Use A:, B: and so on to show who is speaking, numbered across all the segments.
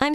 A: I'm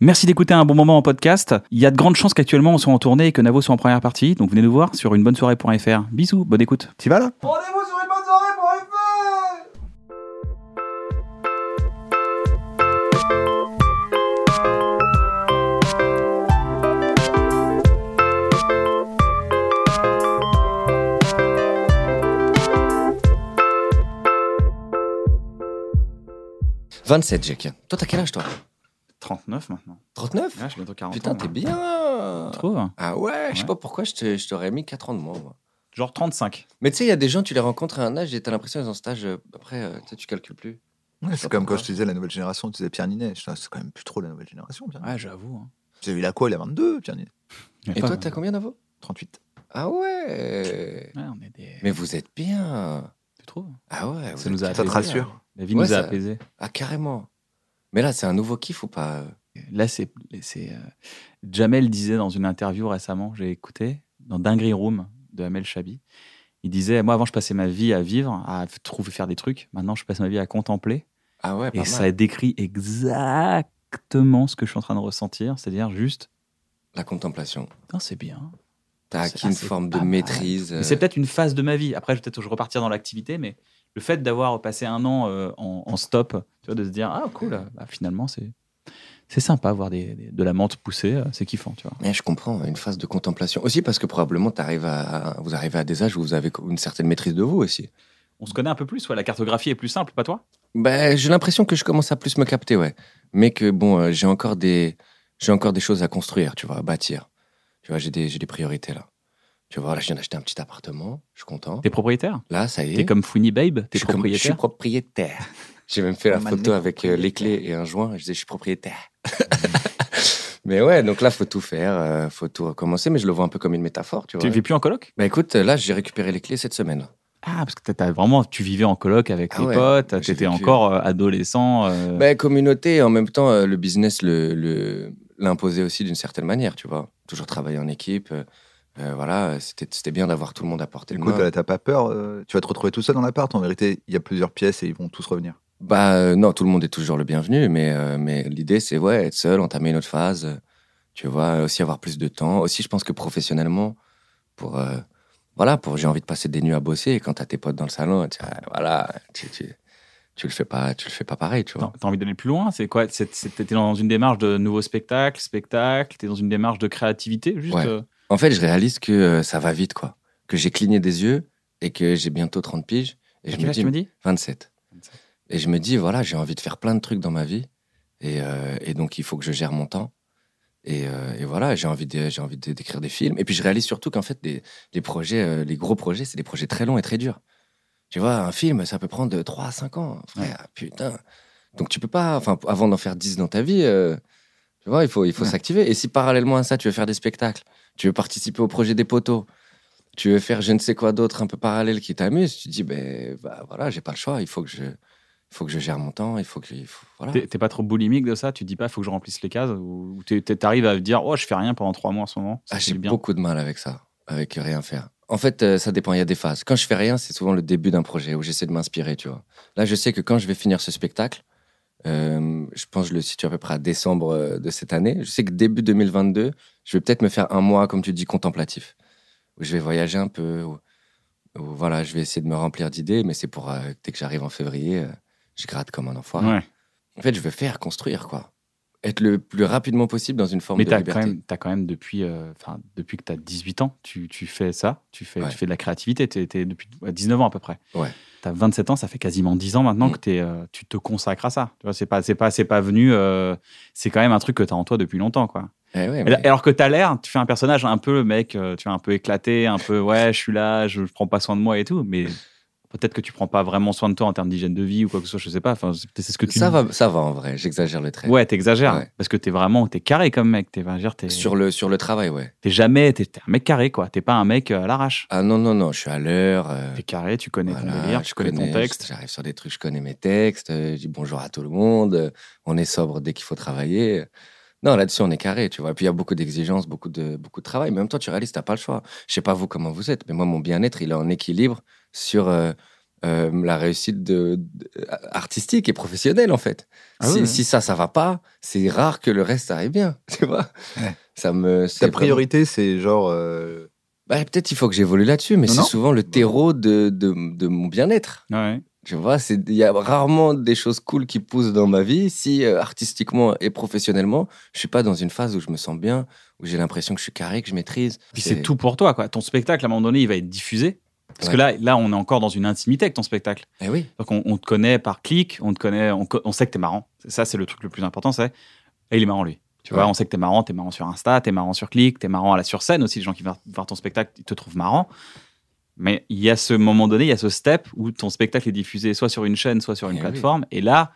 B: Merci d'écouter un bon moment en podcast. Il y a de grandes chances qu'actuellement on soit en tournée et que Navo soit en première partie. Donc venez nous voir sur unebonnesoirée.fr. Bisous, bonne écoute.
C: T'y vas là
D: Rendez-vous sur lesbonnesoirées.fr
C: ?27, Jack. Toi, t'as quel âge, toi
B: 39 maintenant.
C: 39
B: Ouais, Ah, je suis bientôt 40
C: Putain,
B: ans, hein.
C: t'es
B: moi.
C: bien
B: Tu trouves
C: Ah ouais, je sais
B: Ouais.
C: pas pourquoi je te- je t'aurais mis 4 ans de moins, moi.
B: Genre 35.
C: Mais tu sais, il y a des gens, tu les rencontres à un âge et t'as l'impression qu'ils sont en stage. euh, Après, euh, tu sais, tu calcules plus.
E: Ouais,
C: sais
E: c'est
C: pas
E: comme quand
C: pourquoi.
E: je te disais la nouvelle génération, tu disais Pierre Ninet. Je dis, Ah, C'est quand même plus trop la nouvelle génération, Pierre Ninet.
B: Ouais, j'avoue. hein.
E: Tu sais, Il a quoi Il a 22, Pierre Ninet
B: Il y a
C: Et
B: pas-
C: toi, t'as combien d'avaux
E: 38.
C: Ah ouais
B: Ouais, on est des-
C: Mais vous êtes bien
B: Tu trouves
C: Ah ouais
B: Ça
C: vous
B: nous a
C: êtes
E: Ça te
C: bien.
E: rassure
B: La vie
C: Ouais,
B: nous a
C: ça-
B: apaisés.
C: Ah, carrément Mais là, c'est un nouveau kiff ou pas euh
B: Là, c'est. c'est, euh, Jamel disait dans une interview récemment, j'ai écouté, dans Dinguerie Room de Amel Chabi. Il disait Moi, avant, je passais ma vie à vivre, à trouver, faire des trucs. Maintenant, je passe ma vie à contempler.
C: Ah ouais, pas
B: Et
C: mal.
B: ça décrit exactement ce que je suis en train de ressentir. C'est-à-dire juste
C: La contemplation.
B: Putain, c'est bien.
C: T'as
B: C'est-
C: acquis
B: ah,
C: une
B: c'est
C: forme
B: pas
C: de
B: mal.
C: maîtrise.
B: Mais C'est peut-être une phase de ma vie. Après, je- peut-être que je repartir dans l'activité, mais le fait d'avoir passé un an euh, en, en stop, tu vois, de se dire ah cool, euh, bah, finalement c'est c'est sympa voir des, des- de la menthe pousser, euh, c'est kiffant, tu vois.
C: Ouais, Eh, je comprends, une phase de contemplation. Aussi parce que probablement t'arrives à, à- vous arrivez à des âges où vous avez une certaine maîtrise de vous aussi.
B: On se connaît un peu plus, ouais, la cartographie est plus simple, pas toi
C: Ben, j'ai l'impression que je commence à plus me capter, ouais. Mais que bon, euh, j'ai encore des, j'ai encore des choses à construire, tu vois, à bâtir. Tu vois, j'ai des, j'ai des priorités là. Tu vois, là, je viens d'acheter un petit appartement, je suis content.
B: T'es propriétaire
C: Là, ça y est.
B: T'es comme Fouini Babe,
C: je
B: t'es
C: suis comme- je suis
B: propriétaire.
C: propriétaire. J'ai même fait la
E: Pas mal
C: photo
E: né
C: avec euh, les clés et un joint. et Je disais, je suis propriétaire. mais ouais, donc là, faut tout faire, euh, faut tout recommencer. Mais je le vois un peu comme une métaphore, tu vois.
B: Tu vis plus en coloc
C: Bah écoute, là, j'ai récupéré les clés cette semaine.
B: Ah, parce que t'as- t'as vraiment, tu vivais en coloc avec
C: Ah
B: tes
C: ouais,
B: potes,
C: j'ai
B: t'étais
C: vécu.
B: encore euh, adolescent. euh,
C: Bah, communauté, et en même temps, euh, le business le- le- l'imposait aussi d'une certaine manière, tu vois. Toujours travailler en équipe. euh, euh, voilà, c'était c'était bien d'avoir tout le monde à portée
E: Du
C: de
E: coup,
C: main.
E: t'as t'as pas peur euh, Tu vas te retrouver tout seul dans l'appart. En vérité, il y a plusieurs pièces et ils vont tous revenir.
C: Bah euh, non, tout le monde est toujours le bienvenu, mais, euh, mais l'idée c'est ouais, être seul, entamer une autre phase, euh, tu vois, aussi avoir plus de temps. Aussi, je pense que professionnellement, pour euh, voilà, pour j'ai envie de passer des nuits à bosser et quand t'as tes potes dans le salon, tu, ah, voilà, tu, tu, tu le fais pas, tu le fais pas pareil, tu vois.
B: T'as t'as envie d'aller plus loin C'est quoi C'est- c'est- T'étais dans une démarche de nouveau spectacle, spectacle T'es dans une démarche de créativité Juste,
C: Ouais.
B: euh,
C: En fait, je réalise que euh, ça va vite, quoi. Que j'ai cligné des yeux et que j'ai bientôt 30 piges. Et
B: à
C: je
B: quel
C: me
B: âge
C: dis,
B: tu me dis
C: 27.
B: 27.
C: Et je me dis, voilà, j'ai envie de faire plein de trucs dans ma vie. Et, euh, et donc, il faut que je gère mon temps. Et, euh, et voilà, j'ai envie de- j'ai envie de- d'écrire des films. Et puis, je réalise surtout qu'en fait, les, les projets, euh, les gros projets, c'est des projets très longs et très durs. Tu vois, un film, ça peut prendre 3 à 5 ans. Frère, putain. Donc, tu peux pas, enfin, avant d'en faire 10 dans ta vie, euh, tu vois, il faut il faut
B: Ouais.
C: s'activer. Et si parallèlement à ça, tu veux faire des spectacles, tu veux participer au projet des poteaux, tu veux faire je ne sais quoi d'autre un peu parallèle qui t'amuse, tu te dis, ben bah, voilà, j'ai pas le choix, il faut que je, il faut que je gère mon temps, il faut que. il faut- voilà.
B: T'es t'es pas trop boulimique de ça Tu te dis pas, faut que je remplisse les cases Ou ou t'es- t'es- t'arrives à dire, oh, je fais rien pendant trois mois en ce moment ça
C: Ah,
B: fait
C: j'ai
B: du bien.
C: beaucoup de mal avec ça, avec rien faire. En fait, euh, ça dépend, il y a des phases. Quand je fais rien, c'est souvent le début d'un projet où j'essaie de m'inspirer, tu vois. Là, je sais que quand je vais finir ce spectacle, euh, je pense que je le situe à peu près à décembre euh, de cette année. Je sais que début 2022, je vais peut-être me faire un mois, comme tu dis, contemplatif, où je vais voyager un peu, où, où, voilà, je vais essayer de me remplir d'idées, mais c'est pour, euh, dès que j'arrive en février, euh, je gratte comme un enfoiré.
B: Ouais.
C: En fait, je veux faire, construire, quoi. Être le plus rapidement possible dans une forme
B: Mais
C: de
B: t'as
C: liberté.
B: quand, même- t'as quand même, depuis, euh, enfin, depuis que t'as 18 ans, tu, tu fais ça, tu fais,
C: Ouais.
B: tu fais de la créativité. T'es t'es depuis ouais, 19 ans à peu près.
C: Ouais.
B: T'as 27 ans, ça fait quasiment 10 ans maintenant
C: Mm.
B: que t'es, euh, tu te consacres à ça. Tu vois, c'est pas, c'est pas, c'est pas venu. euh, c'est quand même un truc que t'as en toi depuis longtemps, quoi.
C: Eh ouais,
B: Et
C: mais-
B: là- Alors que t'as l'air, tu fais un personnage un peu le mec, euh, tu es un peu éclaté, un peu ouais, je suis là, je, je prends pas soin de moi et tout, mais Peut-être que tu prends pas vraiment soin de toi en termes d'hygiène de vie ou quoi que ce soit, je sais pas. Enfin, c'est c'est ce que tu
C: Ça
B: dis.
C: va, ça va en vrai, j'exagère le trait.
B: Ouais, t'exagères.
C: Ouais.
B: Parce que t'es vraiment, t'es carré comme mec. T'es, ben, je veux dire, t'es,
C: Sur le, sur le travail, ouais.
B: t'es jamais, t'es, t'es un mec carré, quoi. T'es pas un mec euh, à l'arrache.
C: Ah non, non, non, je suis à l'heure. euh,
B: T'es carré, tu connais ton
C: voilà,
B: délire,
C: je
B: tu connais, ton
C: connais,
B: texte.
C: J'arrive sur des trucs, je connais mes textes, euh, je dis bonjour à tout le monde, euh, on est sobre dès qu'il faut travailler. Non, là-dessus, on est carré, tu vois. Et puis, il y a beaucoup d'exigences, beaucoup de, beaucoup de travail. Mais en même temps, tu réalises, t'as pas le choix. Je sais pas vous comment vous êtes, mais moi, mon bien-être, il est en équilibre sur euh, euh, la réussite de, de- artistique et professionnelle, en fait.
B: Ah
C: si,
B: ouais, ouais.
C: si ça, ça va pas, c'est rare que le reste arrive bien, tu vois. Ça me. c'est
E: Ta
C: vraiment-
E: priorité, c'est genre. euh,
C: Bah, Peut-être il faut que j'évolue là-dessus, mais
E: Non,
C: c'est
E: non.
C: souvent
B: Bah
C: le terreau de- de- de mon bien-être.
B: Ouais.
C: Tu vois, c'est- il y a rarement des choses cool qui poussent dans ma vie si euh, artistiquement et professionnellement, je suis pas dans une phase où je me sens bien, où j'ai l'impression que je suis carré, que je maîtrise.
B: Puis c'est tout pour toi, quoi. Ton spectacle, à un moment donné, il va être diffusé. Parce que là, là, on est encore dans une intimité avec ton spectacle.
C: Eh oui.
B: Donc on, on te connaît par clic, on te connaît, on, co- on sait que t'es marrant. Ça, c'est le truc le plus important, c'est et il est marrant lui. Tu vois,
C: Ouais.
B: on sait que t'es marrant, t'es marrant sur Insta, t'es marrant sur clic, t'es marrant à la sur scène aussi. Les gens qui viennent voir ton spectacle, ils te trouvent marrant. Mais il y a ce moment donné, il y a ce step où ton spectacle est diffusé soit sur une chaîne, soit sur une
C: Eh oui.
B: plateforme. Et là,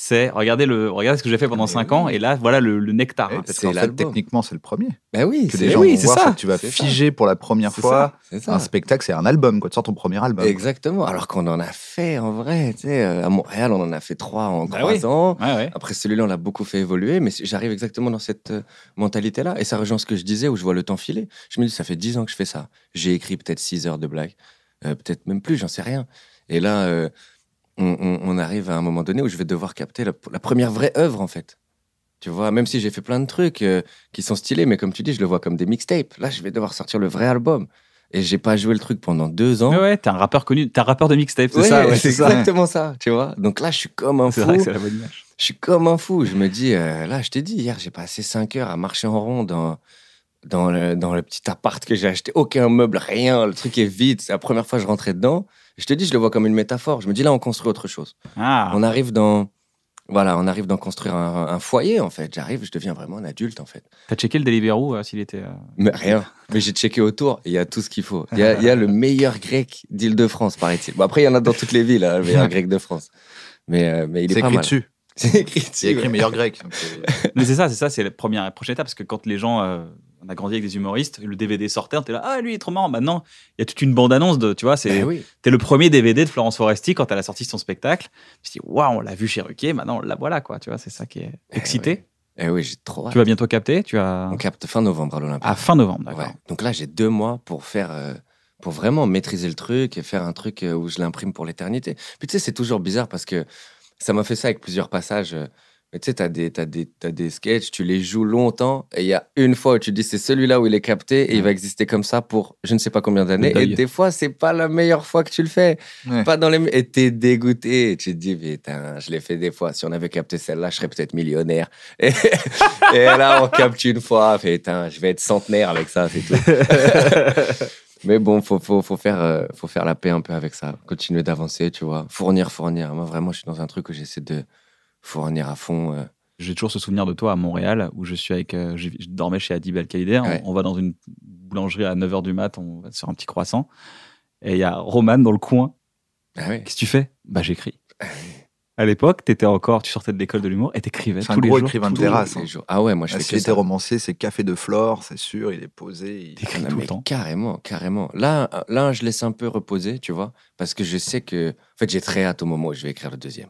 B: c'est regardez le, regardez ce que j'ai fait pendant
E: Mais
B: 5
E: oui.
B: ans. Et là, voilà le, le nectar.
E: eh,
B: hein.
E: parce
C: Eh Ah, c'est
E: qu'en fait,
C: l'album.
E: techniquement, c'est le premier.
C: Ben oui,
E: Que
C: c'est
E: des gens
B: oui,
E: vont
B: c'est
E: voir,
B: ça.
E: c'est que tu vas
C: C'est ça.
E: figer pour la première
B: C'est
E: fois
C: c'est ça.
E: un spectacle, c'est un album, quoi. Tu sors ton premier album.
C: Exactement. Alors qu'on en a fait en vrai, tu sais, euh, à Montréal, on en a fait trois en
B: Bah
C: trois
B: oui.
C: ans.
B: Ouais, ouais.
C: Après celui-là, on l'a Ah beaucoup fait évoluer, mais j'arrive exactement dans cette euh, mentalité-là. Et ça rejoint ce que je disais, où je vois le temps filer. Je me dis, ça fait 10 ans que je fais ça. J'ai écrit peut-être 6 heures de blagues, euh, peut-être même plus, j'en sais rien. Et là, euh, on, on- on arrive à un moment donné où je vais devoir capter la, la première vraie œuvre, en fait. Tu vois, même si j'ai fait plein de trucs euh, qui sont stylés, mais comme tu dis, je le vois comme des mixtapes. Là, je vais devoir sortir le vrai album. Et j'ai pas joué le truc pendant deux ans.
B: Ouais, ouais, t'es un rappeur connu, t'es un rappeur de mixtape, c'est
C: Ouais,
B: ça. ouais,
C: c'est
B: ça.
C: exactement ça, tu vois. Donc là, je suis comme un
B: C'est
C: fou.
B: vrai que c'est la bonne image.
C: Je suis comme un fou. Je me dis, euh, là, je t'ai dit, hier, j'ai passé 5 heures à marcher en rond dans, dans, le, dans le petit appart que j'ai acheté. Aucun meuble, rien. Le truc est vide. C'est la première fois que je rentrais dedans. Je te dis, je le vois comme une métaphore. Je me dis, là, on construit autre chose.
B: Ah,
C: On arrive dans. Voilà, on arrive d'en construire un, un foyer, en fait. J'arrive, je deviens vraiment un adulte, en fait.
B: t'as checké le Deliveroo euh, s'il était. euh,
C: Mais rien. Mais j'ai checké autour, il y a tout ce qu'il faut. Il y a, il y a le meilleur grec d'Île-de-France, paraît-il. Bon, après, il y en a dans toutes les villes, hein, le meilleur grec de France. Mais, euh, mais il est,
E: C'est
C: pas
E: écrit
C: mal.
E: dessus.
C: C'est écrit dessus.
E: C'est écrit
C: ouais.
E: meilleur grec. donc, euh,
B: Mais c'est ça, c'est ça, c'est la première, la prochaine étape parce que quand les gens, euh, on a grandi avec des humoristes, le DVD sortait, on était là, ah lui il est trop marrant. Maintenant, il y a toute une bande annonce de, tu vois, c'est,
C: Eh oui.
B: t'es le premier DVD de Florence Foresti quand elle a sorti son spectacle. Je me suis dit, waouh, on l'a vu chez Ruquier, maintenant on la voilà quoi, tu vois, c'est ça qui est excité.
C: Eh oui, j'ai trop hâte.
B: Tu vas bientôt capter, tu as
C: On capte fin novembre à l'Olympique.
B: à fin novembre, d'accord.
C: Ouais. Donc là, j'ai deux mois pour faire, euh, pour vraiment maîtriser le truc et faire un truc euh, où je l'imprime pour l'éternité. Puis tu sais, c'est toujours bizarre parce que ça m'a fait ça avec plusieurs passages. euh, Mais tu sais, t'as des, t'as des, t'as des sketchs, tu les joues longtemps et il y a une fois où tu dis c'est celui-là où il est capté et il va exister comme ça pour je ne sais pas combien d'années.
B: Le
C: Et
B: deuil.
C: des fois, c'est pas la meilleure fois que tu le fais.
E: Ouais.
C: Pas dans les. Et t'es dégoûté. Tu te dis putain, je l'ai fait des fois. Si on avait capté celle-là, je serais peut-être millionnaire. Et, et là, on capte une fois. Putain, je vais être centenaire avec ça, c'est tout. Mais bon, faut, faut, faut, faire, euh, faut faire la paix un peu avec ça. Continuer d'avancer, tu vois. Fournir, fournir. Moi, vraiment, je suis dans un truc où j'essaie de fournir à fond. euh.
B: J'ai toujours ce souvenir de toi à Montréal où je suis avec, euh, j'ai- je dormais chez Adib al on,
C: Ouais.
B: on va dans une boulangerie à 9h du mat, on va sur un petit croissant et il y a Roman dans le coin
C: Ah oui.
B: Qu'est-ce que tu fais Bah j'écris. À l'époque, t'étais encore, tu sortais de l'école de l'humour et t'écrivais
E: C'est un
B: tous les
E: gros
B: jours.
E: écrivain de
B: tous les
E: terrasse.
C: Tous les jours. Ah ouais, moi, je
E: Ah,
C: fais
E: S'il
C: que
E: était
C: ça.
E: romancier, c'est Café de Flore, c'est sûr, il est posé. il-
B: T'écris
C: Ah,
B: tout
C: mais
B: le temps.
C: Carrément, carrément. Là, euh, là, je laisse un peu reposer, tu vois, parce que je sais que, en fait, j'ai très hâte au moment où je vais écrire le deuxième.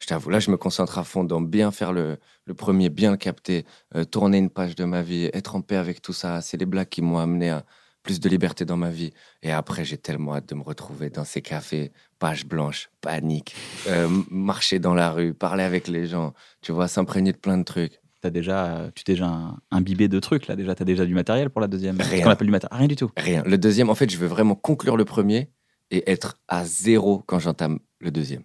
C: Je t'avoue, là, je me concentre à fond dans bien faire le, le premier, bien le capter, euh, tourner une page de ma vie, être en paix avec tout ça. C'est les blagues qui m'ont amené à plus de liberté dans ma vie. Et après, j'ai tellement hâte de me retrouver dans ces cafés, page blanche, panique, euh, m- marcher dans la rue, parler avec les gens, tu vois, s'imprégner de plein de trucs.
B: T'as déjà, euh, tu t'es déjà un- imbibé de trucs là. Déjà, t'as déjà du matériel pour la deuxième.
C: Rien.
B: Ce qu'on appelle du matériel. Rien du tout.
C: Rien. Le deuxième, en fait, je veux vraiment conclure le premier et être à zéro quand j'entame le deuxième.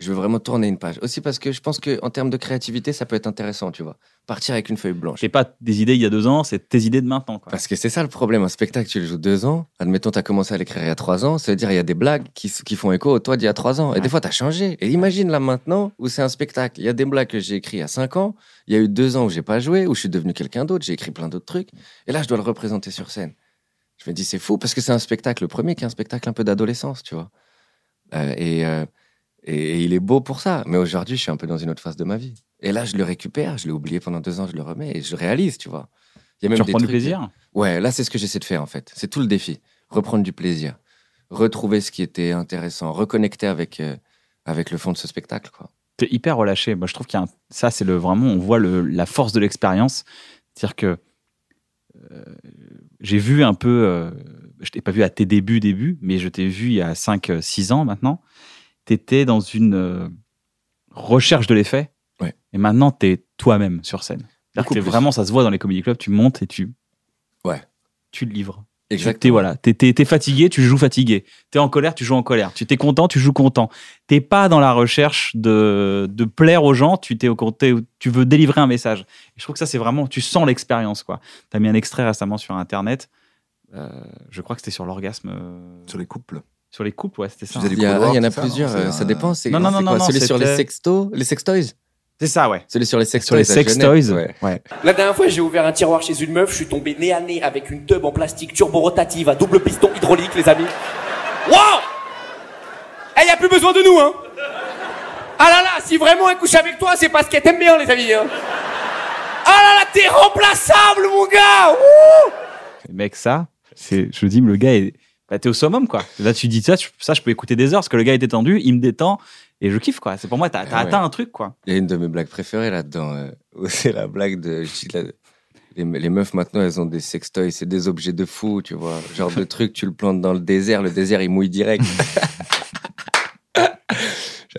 C: Je veux vraiment tourner une page. Aussi parce que je pense qu'en termes de créativité, ça peut être intéressant, tu vois. Partir avec une feuille blanche.
B: J'ai pas des idées il y a deux ans, c'est tes idées de maintenant. Quoi.
C: Parce que c'est ça le problème. Un spectacle, tu le joues deux ans. Admettons, tu as commencé à l'écrire il y a trois ans. Ça veut dire il y a des blagues qui, s- qui font écho au toi d'il y a trois ans. Et des fois, tu as changé. Et imagine là maintenant où c'est un spectacle. Il y a des blagues que j'ai écrites il y a cinq ans. Il y a eu deux ans où j'ai pas joué, où je suis devenu quelqu'un d'autre. J'ai écrit plein d'autres trucs. Et là, je dois le représenter sur scène. Je me dis, c'est fou parce que c'est un spectacle. Le premier qui est un spectacle un peu d'adolescence, tu vois. Euh, et, euh, et, et il est beau pour ça. Mais aujourd'hui, je suis un peu dans une autre phase de ma vie. Et là, je le récupère, je l'ai oublié pendant deux ans, je le remets et je réalise, tu vois. Il y a
B: Tu reprends du
C: trucs-
B: plaisir
C: Ouais, là, c'est ce que j'essaie de faire, en fait. C'est tout le défi. Reprendre du plaisir. Retrouver ce qui était intéressant. Reconnecter avec, euh, avec le fond de ce spectacle, quoi.
B: T'es hyper relâché. Moi, je trouve qu'il y a un- ça, c'est le vraiment, on voit le, la force de l'expérience. C'est-à-dire que euh, j'ai vu un peu, euh, je t'ai pas vu à tes débuts, débuts, mais je t'ai vu il y a 5-6 ans maintenant. T'étais dans une euh, recherche de l'effet.
C: Ouais.
B: Et maintenant, t'es toi-même sur scène. C'est-à-dire que
C: Beaucoup
B: t'es
C: plus.
B: vraiment, ça se voit dans les comédie clubs, tu montes et tu.
C: Ouais.
B: Tu le livres. T'es
C: Exactement.
B: voilà, t'es- t'es- t'es fatigué, tu joues fatigué. T'es en colère, tu joues en colère. Tu t'es content, tu joues content. T'es pas dans la recherche de, de plaire aux gens. Tu t'es au côté où tu veux délivrer un message. Et je trouve que ça c'est vraiment, tu sens l'expérience quoi. T'as mis un extrait récemment sur internet. Euh, je crois que c'était sur l'orgasme euh,
E: Sur les couples.
B: sur les couples, ouais, c'était ça.
E: faisais
B: hein.
E: du
C: Il y, a-
E: couloir,
C: il y en a
E: c'est ça,
C: plusieurs,
E: non
C: euh,
E: C'est
C: ça
E: un-
C: dépend. C'est
B: Non, non,
C: c'est
B: non,
C: quoi
B: non,
C: Celui sur les
B: c'était-
C: sextos Les sextoys
B: C'est ça, ouais.
C: Celui sur les
B: Sur
C: sextoys.
B: les
C: à Genève,
B: sex toys.
C: ouais.
B: Ouais.
F: La dernière fois, j'ai ouvert un tiroir chez une meuf, je suis tombé nez à nez avec une tube en plastique turbo-rotative à double piston hydraulique, les amis. Waouh Eh, y a plus besoin de nous, hein Ah là là, si vraiment elle couche avec toi, c'est parce qu'elle t'aime bien, les amis, hein Ah là là, t'es remplaçable, mon gars Ouh
B: Mec, ça, c'est, je dis, mais le gars est, bah, t'es au summum quoi. Là, tu dis ça, je- ça, je peux écouter des heures parce que le gars est détendu, il me détend et je kiffe quoi. C'est pour moi, t'as t'as
C: Eh ouais.
B: atteint un truc quoi.
C: Il y a une de mes blagues préférées là-dedans. euh, où c'est la blague de. je dis, la- les, les meufs maintenant, elles ont des sextoys, c'est des objets de fou, tu vois. Genre de truc, tu le plantes dans le désert, le désert il mouille direct.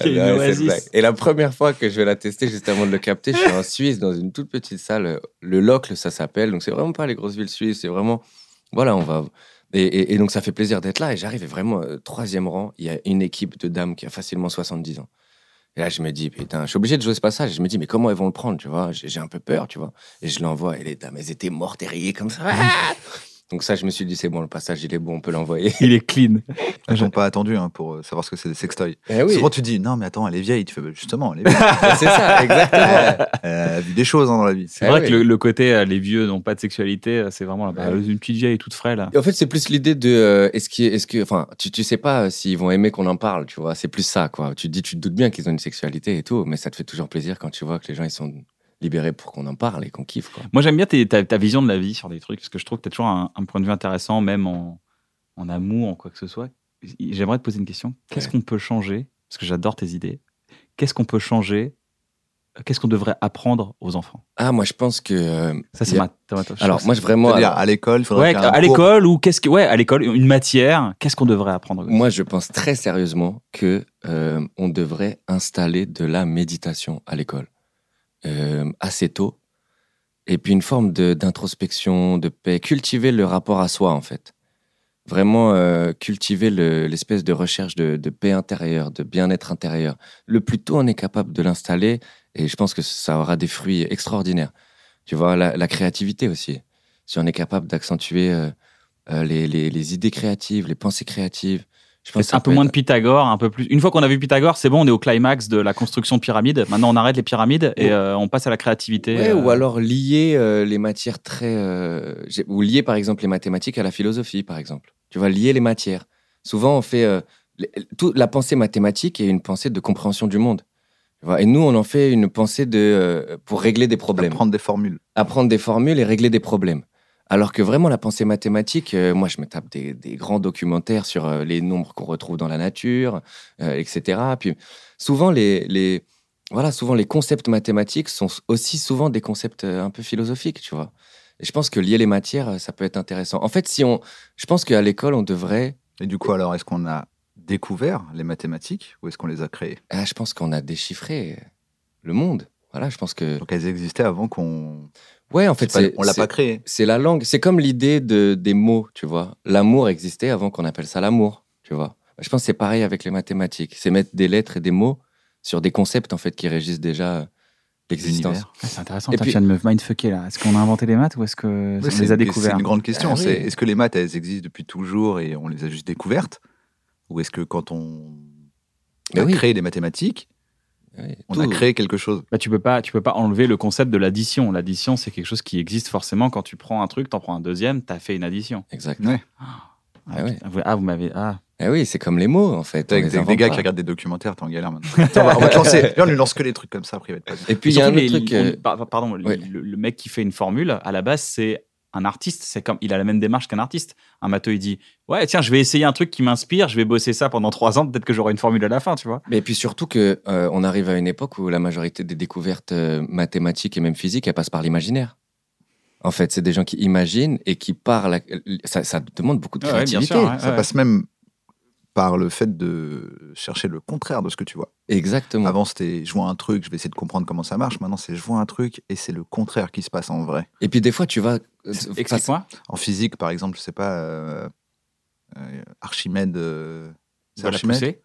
B: Qu'il y ait une
C: J'adorais
B: oasis.
C: Ah, Et la première fois que je vais la tester, juste avant de le capter, je suis en Suisse, dans une toute petite salle. Le Locle, ça s'appelle. Donc c'est vraiment pas les grosses villes suisses, c'est vraiment. Voilà, on va. Et, et- et donc ça fait plaisir d'être là. Et j'arrive et vraiment, euh, troisième rang, il y a une équipe de dames qui a facilement 70 ans. Et là, je me dis, putain, je suis obligé de jouer ce passage. Je me dis, mais comment elles vont le prendre, tu vois J'ai j'ai un peu peur, tu vois. Et je l'envoie, et les dames, elles étaient mortes et riées comme ça. Donc ça, je me suis dit, c'est bon, le passage, il est bon, on peut l'envoyer.
B: Il est clean.
E: Elles n'ont pas attendu hein, pour euh, savoir ce que c'est des sextoys.
C: Eh
E: Souvent, tu dis, non, mais attends, elle est vieille. Tu fais, bah, justement, elle est vieille.
C: c'est ça, exactement.
E: elle a vu des choses hein, dans la vie.
B: C'est
C: Eh
B: vrai
C: oui.
B: que le, le côté euh, les vieux n'ont pas de sexualité, euh, c'est vraiment là, bah,
C: Ouais.
B: une petite vieille toute fraîche là.
C: Et en fait, c'est plus l'idée de, euh, est-ce que, est-ce que, enfin, tu, tu sais pas euh, s'ils vont aimer qu'on en parle, tu vois. C'est plus ça, quoi. Tu te dis, tu te doutes bien qu'ils ont une sexualité et tout, mais ça te fait toujours plaisir quand tu vois que les gens, ils sont libérés pour qu'on en parle et qu'on kiffe, quoi.
B: Moi j'aime bien tes- ta, ta vision de la vie sur des trucs parce que je trouve que tu as toujours un, un point de vue intéressant, même en, en amour, en quoi que ce soit. J'aimerais te poser une question. Qu'est-ce
C: Ouais.
B: qu'on peut changer Parce que j'adore tes idées. Qu'est-ce qu'on peut changer euh, Qu'est-ce qu'on devrait apprendre aux enfants
C: Ah, moi, je pense que. euh,
B: Ça c'est
C: il y a-
B: ma. ta- ma- ta- je
C: Alors,
B: pense-
C: moi, je- vraiment.
E: C'est-à-dire,
C: alors,
E: à l'école, il faudrait
B: Ouais,
E: faire un
B: à
E: cours.
B: l'école ou qu'est-ce que ouais à l'école une matière qu'est-ce qu'on devrait apprendre
C: Moi, je pense très sérieusement que euh, on devrait installer de la méditation à l'école euh, assez tôt, et puis une forme de- d'introspection, de, paix, cultiver le rapport à soi en fait. Vraiment euh, cultiver le- l'espèce de recherche de, de paix intérieure, de bien-être intérieur. Le plus tôt on est capable de l'installer, et je pense que ça aura des fruits extraordinaires. Tu vois, la, la créativité aussi. Si on est capable d'accentuer euh, euh, les, les- les idées créatives, les pensées créatives, je pense que ça
B: un peu
C: peut
B: moins de
C: être-
B: Pythagore, un peu plus. Une fois qu'on a vu Pythagore, c'est bon, on est au climax de la construction de pyramides. Maintenant, on arrête les pyramides et
C: Ouais.
B: euh, on passe à la créativité.
C: Ouais,
B: euh,
C: Ou alors lier euh, les matières très. euh, j'ai- ou lier par exemple les mathématiques à la philosophie, par exemple. Tu vois, lier les matières. Souvent, on fait. euh, les- tout- la pensée mathématique est une pensée de compréhension du monde. Tu vois, et nous, on en fait une pensée de, euh, pour régler des problèmes.
E: Prendre des formules.
C: Apprendre des formules et régler des problèmes. Alors que vraiment, la pensée mathématique, euh, moi, je me tape des, des grands documentaires sur euh, les nombres qu'on retrouve dans la nature, euh, etc. Puis souvent, les, les, voilà, souvent, les concepts mathématiques sont aussi souvent des concepts euh, un peu philosophiques, tu vois. Et je pense que lier les matières, euh, ça peut être intéressant. En fait, si on, je pense qu'à l'école, on devrait.
E: Et du coup, alors, est-ce qu'on a découvert les mathématiques ou est-ce qu'on les a créées
C: Ah, je pense qu'on a déchiffré le monde. Voilà, je pense que.
E: Donc, elles existaient avant qu'on.
C: Ouais, en fait,
E: c'est pas-
C: c'est.
E: On l'a
C: c'est-
E: pas créé.
C: C'est la langue. C'est comme l'idée de, des mots, tu vois. L'amour existait avant qu'on appelle ça l'amour, tu vois. Je pense que c'est pareil avec les mathématiques. C'est mettre des lettres et des mots sur des concepts, en fait, qui régissent déjà euh, l'existence.
E: L'univers.
B: Ah, c'est intéressant,
C: Et
B: tu
C: puis-
B: viens de me mindfucker là. Est-ce qu'on a inventé les maths ou est-ce que
E: Oui,
B: on les a
E: C'est
B: découverts
E: une grande question.
C: Ah oui.
E: c'est est-ce que les maths, elles existent depuis toujours et on les a juste découvertes Ou est-ce que quand on
C: Mais
E: a
C: Ben oui.
E: créé des mathématiques,
C: Oui,
E: on
C: tout.
E: a créé quelque chose
B: Bah, tu peux pas, tu peux pas enlever le concept de l'addition. L'addition, c'est quelque chose qui existe forcément. Quand tu prends un truc, t'en prends un deuxième, t'as fait une addition.
C: Exact.
E: Ouais.
B: Ah,
C: Ah ouais.
B: putain, vous, ah, vous m'avez ah,
C: Eh oui, c'est comme les mots, en fait. on
E: Avec
C: les
E: des,
C: invente
E: des gars
C: pas.
E: qui regardent des documentaires, t'es en galère maintenant. Attends, on va- on va te lancer. Viens, on lui lance que des trucs comme ça, après il va être pas bien.
C: Et puis, il y a un
B: Surtout
C: autre
B: les-
C: truc...
B: on-
C: euh,
B: par- par- pardon, le-
C: ouais.
B: le, le mec qui fait une formule, à la base, c'est un artiste. C'est comme, il a la même démarche qu'un artiste. Un matheux, il dit Ouais, tiens, je vais essayer un truc qui m'inspire, je vais bosser ça pendant trois ans, peut-être que j'aurai une formule à la fin, tu vois.
C: Mais puis surtout que euh, on arrive à une époque où la majorité des découvertes euh, mathématiques et même physiques, elles passent par l'imaginaire. En fait, c'est des gens qui imaginent et qui parlent. à- Ça, ça demande beaucoup de
B: Ouais, ouais, bien
C: créativité.
B: sûr, ouais,
E: Ça
B: ouais.
E: passe même par le fait de chercher le contraire de ce que tu vois.
C: Exactement.
E: Avant, c'était je vois un truc, je vais essayer de comprendre comment ça marche. Maintenant, c'est je vois un truc et c'est le contraire qui se passe en vrai.
C: Et puis des fois, tu vas. euh, face-
B: Explique-moi.
E: En physique, par exemple, je sais pas, euh, euh, Archimède. euh, c'est
B: On va la
E: Archimède
B: pousser.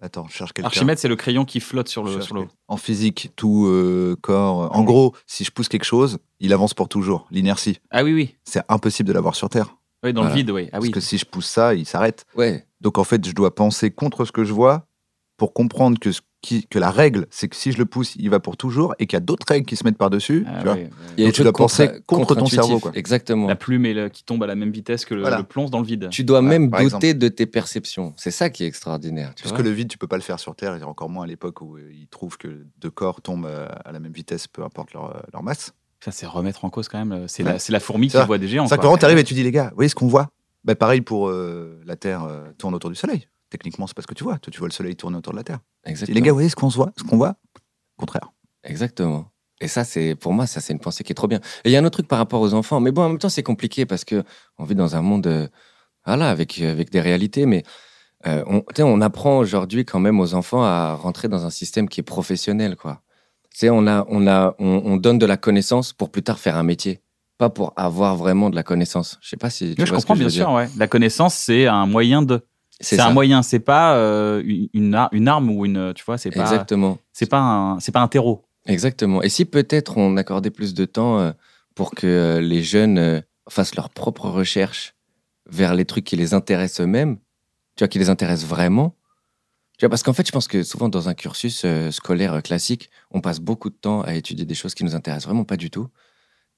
E: Attends, je cherche quelqu'un.
B: Archimède, c'est le crayon qui flotte sur
E: Je
B: le-
E: cherche
B: sur l'eau.
E: quelqu'un. En physique, tout euh, corps. En gros, si je pousse quelque chose, il avance pour toujours. L'inertie.
B: Ah oui, oui.
E: C'est impossible de l'avoir sur Terre.
B: Oui, dans
C: Voilà.
B: le vide, oui. Ah oui.
E: Parce que si je pousse ça, il s'arrête.
C: Ouais.
E: Donc en fait, je dois penser contre ce que je vois pour comprendre que, ce qui- que la règle, c'est que si je le pousse, il va pour toujours et qu'il y a d'autres règles qui se mettent par-dessus.
B: Ah
E: tu vois.
B: oui, oui.
C: Il y a
E: Donc,
C: des
E: tu
C: trucs
E: dois penser
C: contra-
E: contre ton
C: contre-intuitifs.
E: cerveau, quoi.
C: Exactement.
B: La plume et le- qui tombe à la même vitesse que le,
E: Voilà.
B: le plonge dans le vide.
C: Tu dois
E: Ouais,
C: même
E: par
C: douter
E: exemple.
C: de tes perceptions. C'est ça qui est extraordinaire. Tu
E: Parce
C: vois.
E: que le vide, tu peux pas le faire sur Terre, et encore moins à l'époque où euh, ils trouvent que deux corps tombent euh, à la même vitesse, peu importe leur, euh, leur masse.
B: Ça, c'est remettre en cause quand même. le- C'est
E: Ouais.
B: la, c'est la fourmi
E: C'est
B: qui
E: vrai.
B: voit des géants.
E: C'est ça que
B: quoi.
E: vraiment, t'arrives et tu dis, les gars, vous voyez ce qu'on voit bah, Pareil pour euh, la Terre euh, tourne autour du Soleil. Techniquement, c'est parce que tu vois. Toi, tu vois le Soleil tourner autour de la Terre. Tu dis,
C: Exactement.
E: les gars, vous voyez ce qu'on se voit, ce qu'on voit Contraire.
C: Exactement. Et ça, c'est pour moi, ça, c'est une pensée qui est trop bien. Et il y a un autre truc par rapport aux enfants, mais bon, en même temps, c'est compliqué parce que on vit dans un monde, euh, voilà, avec avec des réalités, mais euh, on, tu sais, on apprend aujourd'hui quand même aux enfants à rentrer dans un système qui est professionnel, quoi. C'est on a on a on, on donne de la connaissance pour plus tard faire un métier, pas pour avoir vraiment de la connaissance. Je sais pas si tu
B: Ouais,
C: vois
B: je
C: ce que
B: comprends,
C: je
B: bien
C: veux
B: sûr.
C: dire.
B: ouais. La connaissance, c'est un moyen de. C'est un
C: ça.
B: moyen, c'est pas euh, une, une ar- une arme ou une. Tu vois, c'est pas.
C: Exactement.
B: C'est pas un. C'est pas un terreau.
C: Exactement. Et si peut-être on accordait plus de temps euh, pour que euh, les jeunes euh, fassent leurs propres recherches vers les trucs qui les intéressent eux-mêmes, tu vois, qui les intéressent vraiment. Tu vois, parce qu'en fait, je pense que souvent dans un cursus euh, scolaire euh, classique, on passe beaucoup de temps à étudier des choses qui nous intéressent vraiment pas du tout.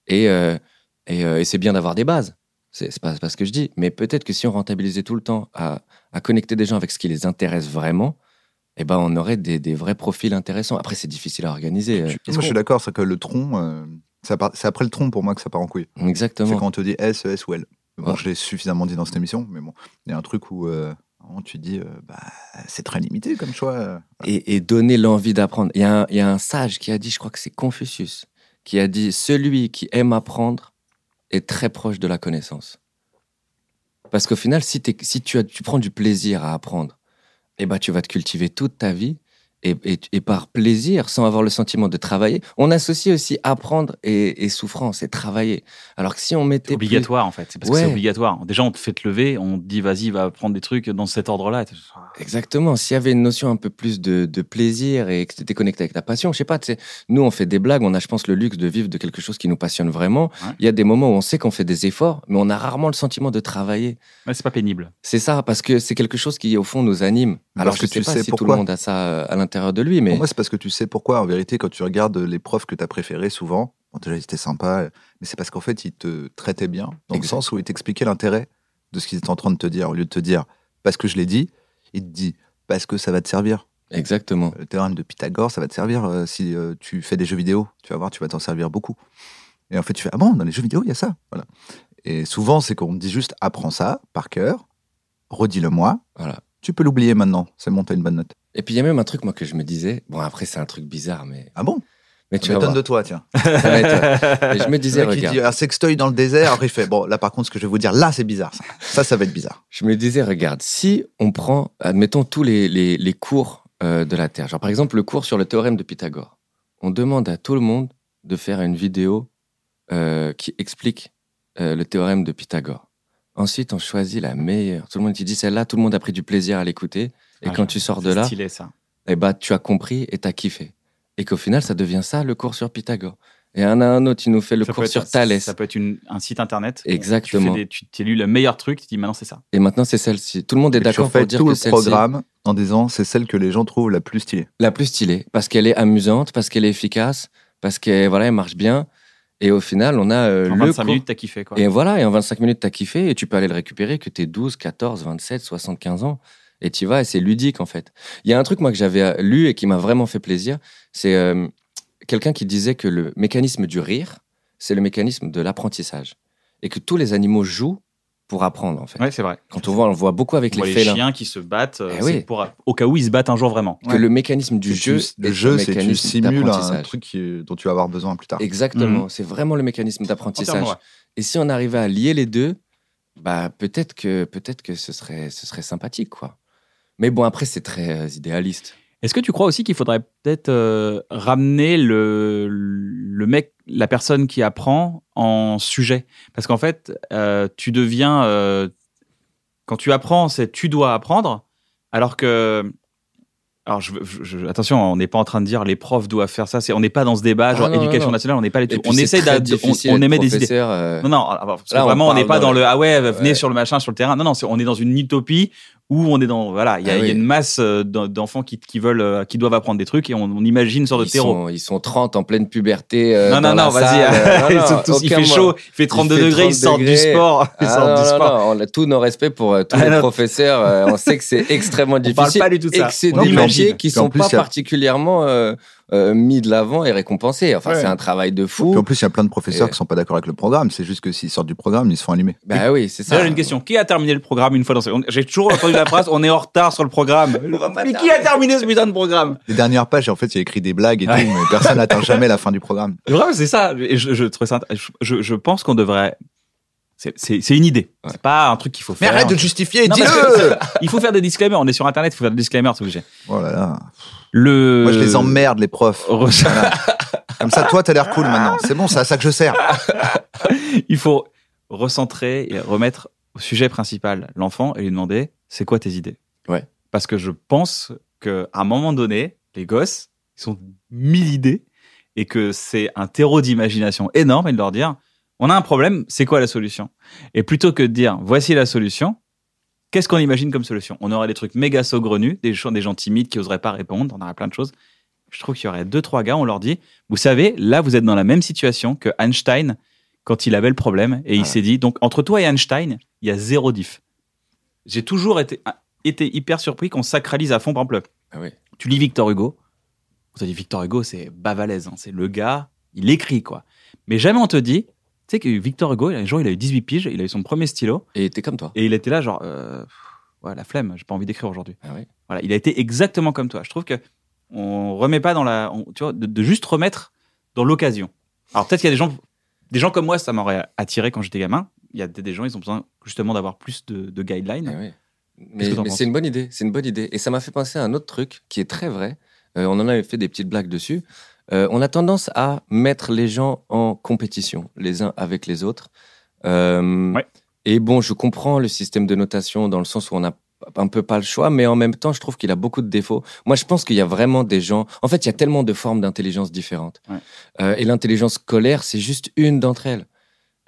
C: Et, euh, et, euh, et c'est bien d'avoir des bases. C'est c'est pas, c'est pas ce que je dis. Mais peut-être que si on rentabilisait tout le temps à, à connecter des gens avec ce qui les intéresse vraiment, eh ben, on aurait des, des vrais profils intéressants. Après, c'est difficile à organiser. euh,
E: Moi, je suis d'accord, c'est que le tronc, euh, ça part- c'est après le tronc pour moi que ça part en couille. C'est
C: Exactement.
E: quand on te dit S, S ou L. Bon,
C: Ouais.
E: je l'ai suffisamment dit dans cette émission, mais bon, il y a un truc où euh, vraiment, tu dis, euh, bah, c'est très limité comme choix. euh.
C: Et, et donner l'envie d'apprendre. Il y, a un- il y a un sage qui a dit, je crois que c'est Confucius, qui a dit Celui qui aime apprendre est très proche de la connaissance. Parce qu'au final, si, t'es- si tu, as, tu prends du plaisir à apprendre, eh ben, tu vas te cultiver toute ta vie. Et, et- et par plaisir, sans avoir le sentiment de travailler, on associe aussi apprendre et, et souffrance et travailler. Alors que si on
B: C'est
C: mettait. plus-
B: obligatoire en fait. C'est parce que
C: Ouais.
B: c'est obligatoire. Déjà, on te fait te lever, on te dit vas-y, va prendre des trucs dans cet ordre-là.
C: Exactement. S'il y avait une notion un peu plus de, de plaisir et que tu étais connecté avec ta passion, je sais pas, tu sais, nous, on fait des blagues, on a, je pense, le luxe de vivre de quelque chose qui nous passionne vraiment.
B: Ouais.
C: Il y a des moments où on sait qu'on fait des efforts, mais on a rarement le sentiment de travailler.
B: Mais c'est pas pénible.
C: C'est ça, parce que c'est quelque chose qui, au fond, nous anime. Alors,
E: Parce
C: je
E: que
C: sais
E: tu
C: pas
E: sais
C: si tout
E: pourquoi.
C: le monde a ça euh, à l'intérieur de lui,
E: Pour
C: mais
E: moi, c'est parce que tu sais pourquoi. En vérité, quand tu regardes les profs que tu as préférés, souvent, bon, déjà, ils étaient sympas, euh, mais c'est parce qu'en fait, ils te traitaient bien, dans
C: Exact.
E: le sens où ils t'expliquaient l'intérêt de ce qu'ils étaient en train de te dire. Au lieu de te dire parce que je l'ai dit, ils te disent parce que ça va te servir.
C: exactement.
E: Le théorème de Pythagore, ça va te servir euh, si euh, tu fais des jeux vidéo. Tu vas voir, tu vas t'en servir beaucoup. Et en fait, tu fais Ah bon, dans les jeux vidéo, il y a ça. Voilà. Et souvent, c'est qu'on me dit juste Apprends ça par cœur, redis-le-moi.
C: Voilà.
E: Tu peux l'oublier maintenant, c'est bon, t'as une bonne note.
C: Et puis, il y a même un truc, moi, que je me disais. Bon, après, c'est un truc bizarre, mais.
E: Ah bon
C: Mais
E: Tu
C: vas
E: m'étonnes de
C: voir.
E: toi, tiens.
C: Ça va être- Mais je me disais,
E: Le mec, il
C: regarde.
E: dit un sextoy dans le désert. Après, il fait Bon, là, par contre, ce que je vais vous dire, là, c'est bizarre. Ça, ça, ça va être bizarre.
C: Je me disais, regarde, si on prend, admettons, tous les, les- les cours euh, de la Terre, genre par exemple le cours sur le théorème de Pythagore, on demande à tout le monde de faire une vidéo euh, qui explique euh, le théorème de Pythagore. Ensuite, on choisit la meilleure. Tout le monde qui dit celle-là, tout le monde a pris du plaisir à l'écouter. Et
B: Ah,
C: quand
B: je-
C: tu sors de
B: C'est
C: là,
B: stylé ça.
C: eh ben, tu as compris et tu as kiffé. Et qu'au final, ça devient ça, le cours sur Pythagore. Et un à un autre, il nous fait le
B: Ça peut
C: cours
B: être-
C: sur Thalès.
B: Ça peut être une- un site internet.
C: Exactement.
B: Tu fais des- Tu t'es lu le meilleur truc, tu te dis maintenant c'est ça.
C: Et maintenant, c'est celle-ci. Tout le monde est
E: Et tu
C: d'accord pour
E: refais
C: dire
E: tout
C: que
E: le
C: celle-ci.
E: programme en disant C'est celle que les gens trouvent la plus stylée.
C: la plus stylée parce qu'elle est amusante, parce qu'elle est efficace, parce qu'elle voilà, elle marche bien. Et au final, on a euh,
B: En
C: le
B: 25
C: cours-
B: minutes, t'as kiffé, quoi.
C: Et voilà, et en 25 minutes, t'as kiffé et tu peux aller le récupérer, que t'es 12, 14, 27, 75 ans. Et tu vas et c'est ludique en fait. Il y a un truc, moi, que j'avais euh, lu et qui m'a vraiment fait plaisir. C'est euh, quelqu'un qui disait que le mécanisme du rire, c'est le mécanisme de l'apprentissage. Et que tous les animaux jouent pour apprendre en fait.
B: Ouais, c'est vrai.
C: Quand on voit, on le voit beaucoup avec
B: On voit
C: les
B: les,
C: félins.
B: chiens qui se battent, euh,
C: Eh
B: c'est
C: oui.
B: pour, au cas où ils se battent un jour vraiment.
C: Que le mécanisme du
E: Tu-
C: jeu, est
E: le
C: un
E: jeu, c'est tu
C: mécanisme
E: simules un
C: d'apprentissage.
E: truc qui- dont tu vas avoir besoin plus tard.
C: Exactement, c'est vraiment le mécanisme d'apprentissage.
B: Mhm. Entièrement, ouais.
C: Et si on arrivait à lier les deux, bah peut-être que peut-être que ce serait ce serait sympathique quoi. Mais bon après c'est très euh, idéaliste.
B: Est-ce que tu crois aussi qu'il faudrait peut-être euh, ramener le, le mec, la personne qui apprend en sujet Parce qu'en fait, euh, tu deviens. euh, quand tu apprends, c'est tu dois apprendre, alors que. Alors, je, je- je- attention, on n'est pas en train de dire les profs doivent faire ça. C'est, on n'est pas dans ce débat,
C: Ah
B: genre
C: non, non,
B: éducation
C: non.
B: nationale, on n'est pas du
C: Et
B: tout.
C: puis,
B: On
C: c'est
B: essaie
C: très
B: d'ad-
C: difficile
B: on, on
C: d'être
B: émet des idées.
C: professeur, euh,
B: Non, non, alors, parce que
C: Là, on
B: vraiment, on
C: parle
B: n'est pas
C: dans
B: dans
C: le-
B: le ah ouais, venez
C: Ouais.
B: sur le machin, sur le terrain. Non, non, c'est- on est dans une utopie où on est dans voilà, il y, a-
C: Ah
B: il y
C: oui.
B: a une masse euh, d'en- d'enfants qui, qui veulent, euh, qui doivent apprendre des trucs et on, on imagine une sorte de
C: ils,
B: terreau.
C: sont, ils sont 30 en pleine puberté. euh,
B: Non,
C: dans
B: non,
C: la
B: non, vas-y.
C: salle. euh,
B: ils
C: Non,
B: sont
C: non,
B: tous- il
C: aucun
B: fait
C: mois.
B: chaud, il fait 32
C: fait
B: degrés, ils
C: 30
B: sortent du
C: degrés.
B: sport. Ils
C: Ah,
B: sortent
C: non,
B: du
C: non,
B: sport.
C: non, on a tous nos respects pour euh, tous
B: Ah,
C: les
B: non.
C: professeurs. euh, on sait que c'est extrêmement
B: On parle
C: difficile.
B: pas du tout de
C: et
B: ça.
C: que c'est
B: On
C: des
B: imagine.
C: métiers qui
E: Puis en
C: sont
E: plus,
C: pas
E: il y a-
C: particulièrement euh, euh, mis de l'avant et récompensés. Enfin,
E: Ouais.
C: c'est un travail de
E: Puis
C: fou.
E: en plus, il y a plein de professeurs
C: Et-
E: qui sont pas d'accord avec le programme. C'est juste que s'ils sortent du programme, ils se font allumer.
C: Bah oui, c'est ça.
B: D'ailleurs, j'ai une question. Qui a terminé le programme une fois dans ce... on- J'ai toujours entendu la phrase on est en retard sur le programme. Mais qui a terminé ce putain de programme
E: Les dernières pages, en fait, il y a écrit des blagues et tout, mais personne n'atteint jamais la fin du programme.
B: Le problème, c'est ça. Et Je, je, trouvais ça int- je- je- je pense qu'on devrait. c'est- C'est c'est une idée. C'est pas un truc qu'il faut faire.
E: justifier,
B: Non, parce que- il faut faire des disclaimers. On est sur Internet, il faut faire des disclaimers, c'est obligé.
E: Oh là là.
B: Le...
E: Moi, je
C: Euh,
E: les emmerde, les profs.
C: oh,
B: Re-
E: Comme ça, toi, t'as l'air cool maintenant. C'est bon, c'est à ça que je sers.
C: Ah,
B: il faut recentrer et remettre au sujet principal l'enfant et lui demander c'est quoi tes idées
C: Ouais.
B: Parce que je pense qu'à un moment donné, les gosses, ils sont mille idées et que c'est un terreau d'imagination énorme et de leur dire on a un problème, c'est quoi la solution Et plutôt que de dire voici la solution, qu'est-ce qu'on imagine comme solution On aurait des trucs méga saugrenus, des gens, des gens timides qui oseraient pas répondre, on aurait plein de choses. Je trouve qu'il y aurait deux, trois gars, on leur dit vous savez, là, vous êtes dans la même situation que Einstein quand il avait le problème et il
C: Ouais.
B: s'est dit donc entre toi et Einstein, il y a zéro diff. J'ai toujours été, été hyper surpris qu'on sacralise à fond, par exemple,
C: Ah oui.
B: tu lis Victor Hugo, on te dit Victor Hugo, c'est bavalaise, hein, c'est le gars, il écrit quoi. Mais jamais on te dit, tu sais que Victor Hugo, un jour il a eu 18 piges, il a eu son premier stylo,
C: Et t'es comme toi.
B: et il était là genre, euh, pff, ouais, la flemme, j'ai pas envie d'écrire aujourd'hui.
C: Ah oui.
B: Voilà, il a été exactement comme toi. Je trouve que on remet pas dans la, on- tu vois, de, de juste remettre dans l'occasion. Alors peut-être qu'il y a des gens, des gens comme moi, ça m'aurait attiré quand j'étais gamin. Il y a des des gens, ils ont besoin justement d'avoir plus de, de guidelines.
C: Eh oui. Mais,
B: que t'en
C: mais
B: penses
C: c'est une bonne idée, c'est une bonne idée. Et ça m'a fait penser à un autre truc qui est très vrai. Euh, on en avait fait des petites blagues dessus. Euh, on a tendance à mettre les gens en compétition, les uns avec les autres. Euh,
B: Ouais.
C: Et bon, je comprends le système de notation dans le sens où on a un peu pas le choix, mais en même temps, je trouve qu'il a beaucoup de défauts. Moi, je pense qu'il y a vraiment des gens. En fait, il y a tellement de formes d'intelligence différentes.
B: Ouais.
C: Euh, et l'intelligence scolaire, c'est juste une d'entre elles.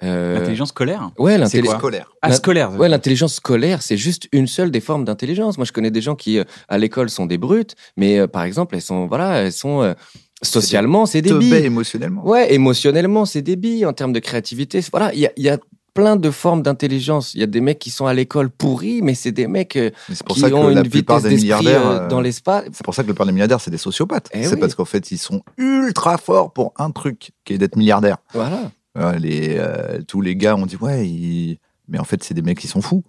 C: Euh,
B: L'intelligence scolaire.
C: Ouais,
B: C'est
C: l'intelligence
B: quoi
E: Scolaire.
B: Ah,
C: La-
B: scolaire.
C: Ouais, l'intelligence scolaire, c'est juste une seule des formes d'intelligence. Moi, je connais des gens qui, euh, à l'école, sont des brutes, mais euh, par exemple, elles sont, voilà, elles sont euh, socialement, c'est des,
E: Te
C: billes.
E: baie émotionnellement.
C: Ouais, émotionnellement, c'est des billes en termes de créativité. c'est- Voilà, il y a, il y a plein de formes d'intelligence. Il y a des mecs qui sont à l'école pourris, mais c'est des mecs euh,
E: Mais C'est pour
C: qui
E: ça que
C: ont
E: la
C: une
E: plupart
C: vitesse
E: des
C: d'esprit
E: milliardaires.
C: euh,
E: euh,
C: dans l'espace.
E: C'est pour ça que le plupart des milliardaires, c'est des sociopathes.
C: Eh
E: c'est
C: oui.
E: parce qu'en fait, ils sont ultra forts pour un truc, qui est d'être milliardaire.
C: Voilà.
E: Euh, les, euh, tous les gars ont dit, ouais, ils- mais en fait, c'est des mecs qui sont fous.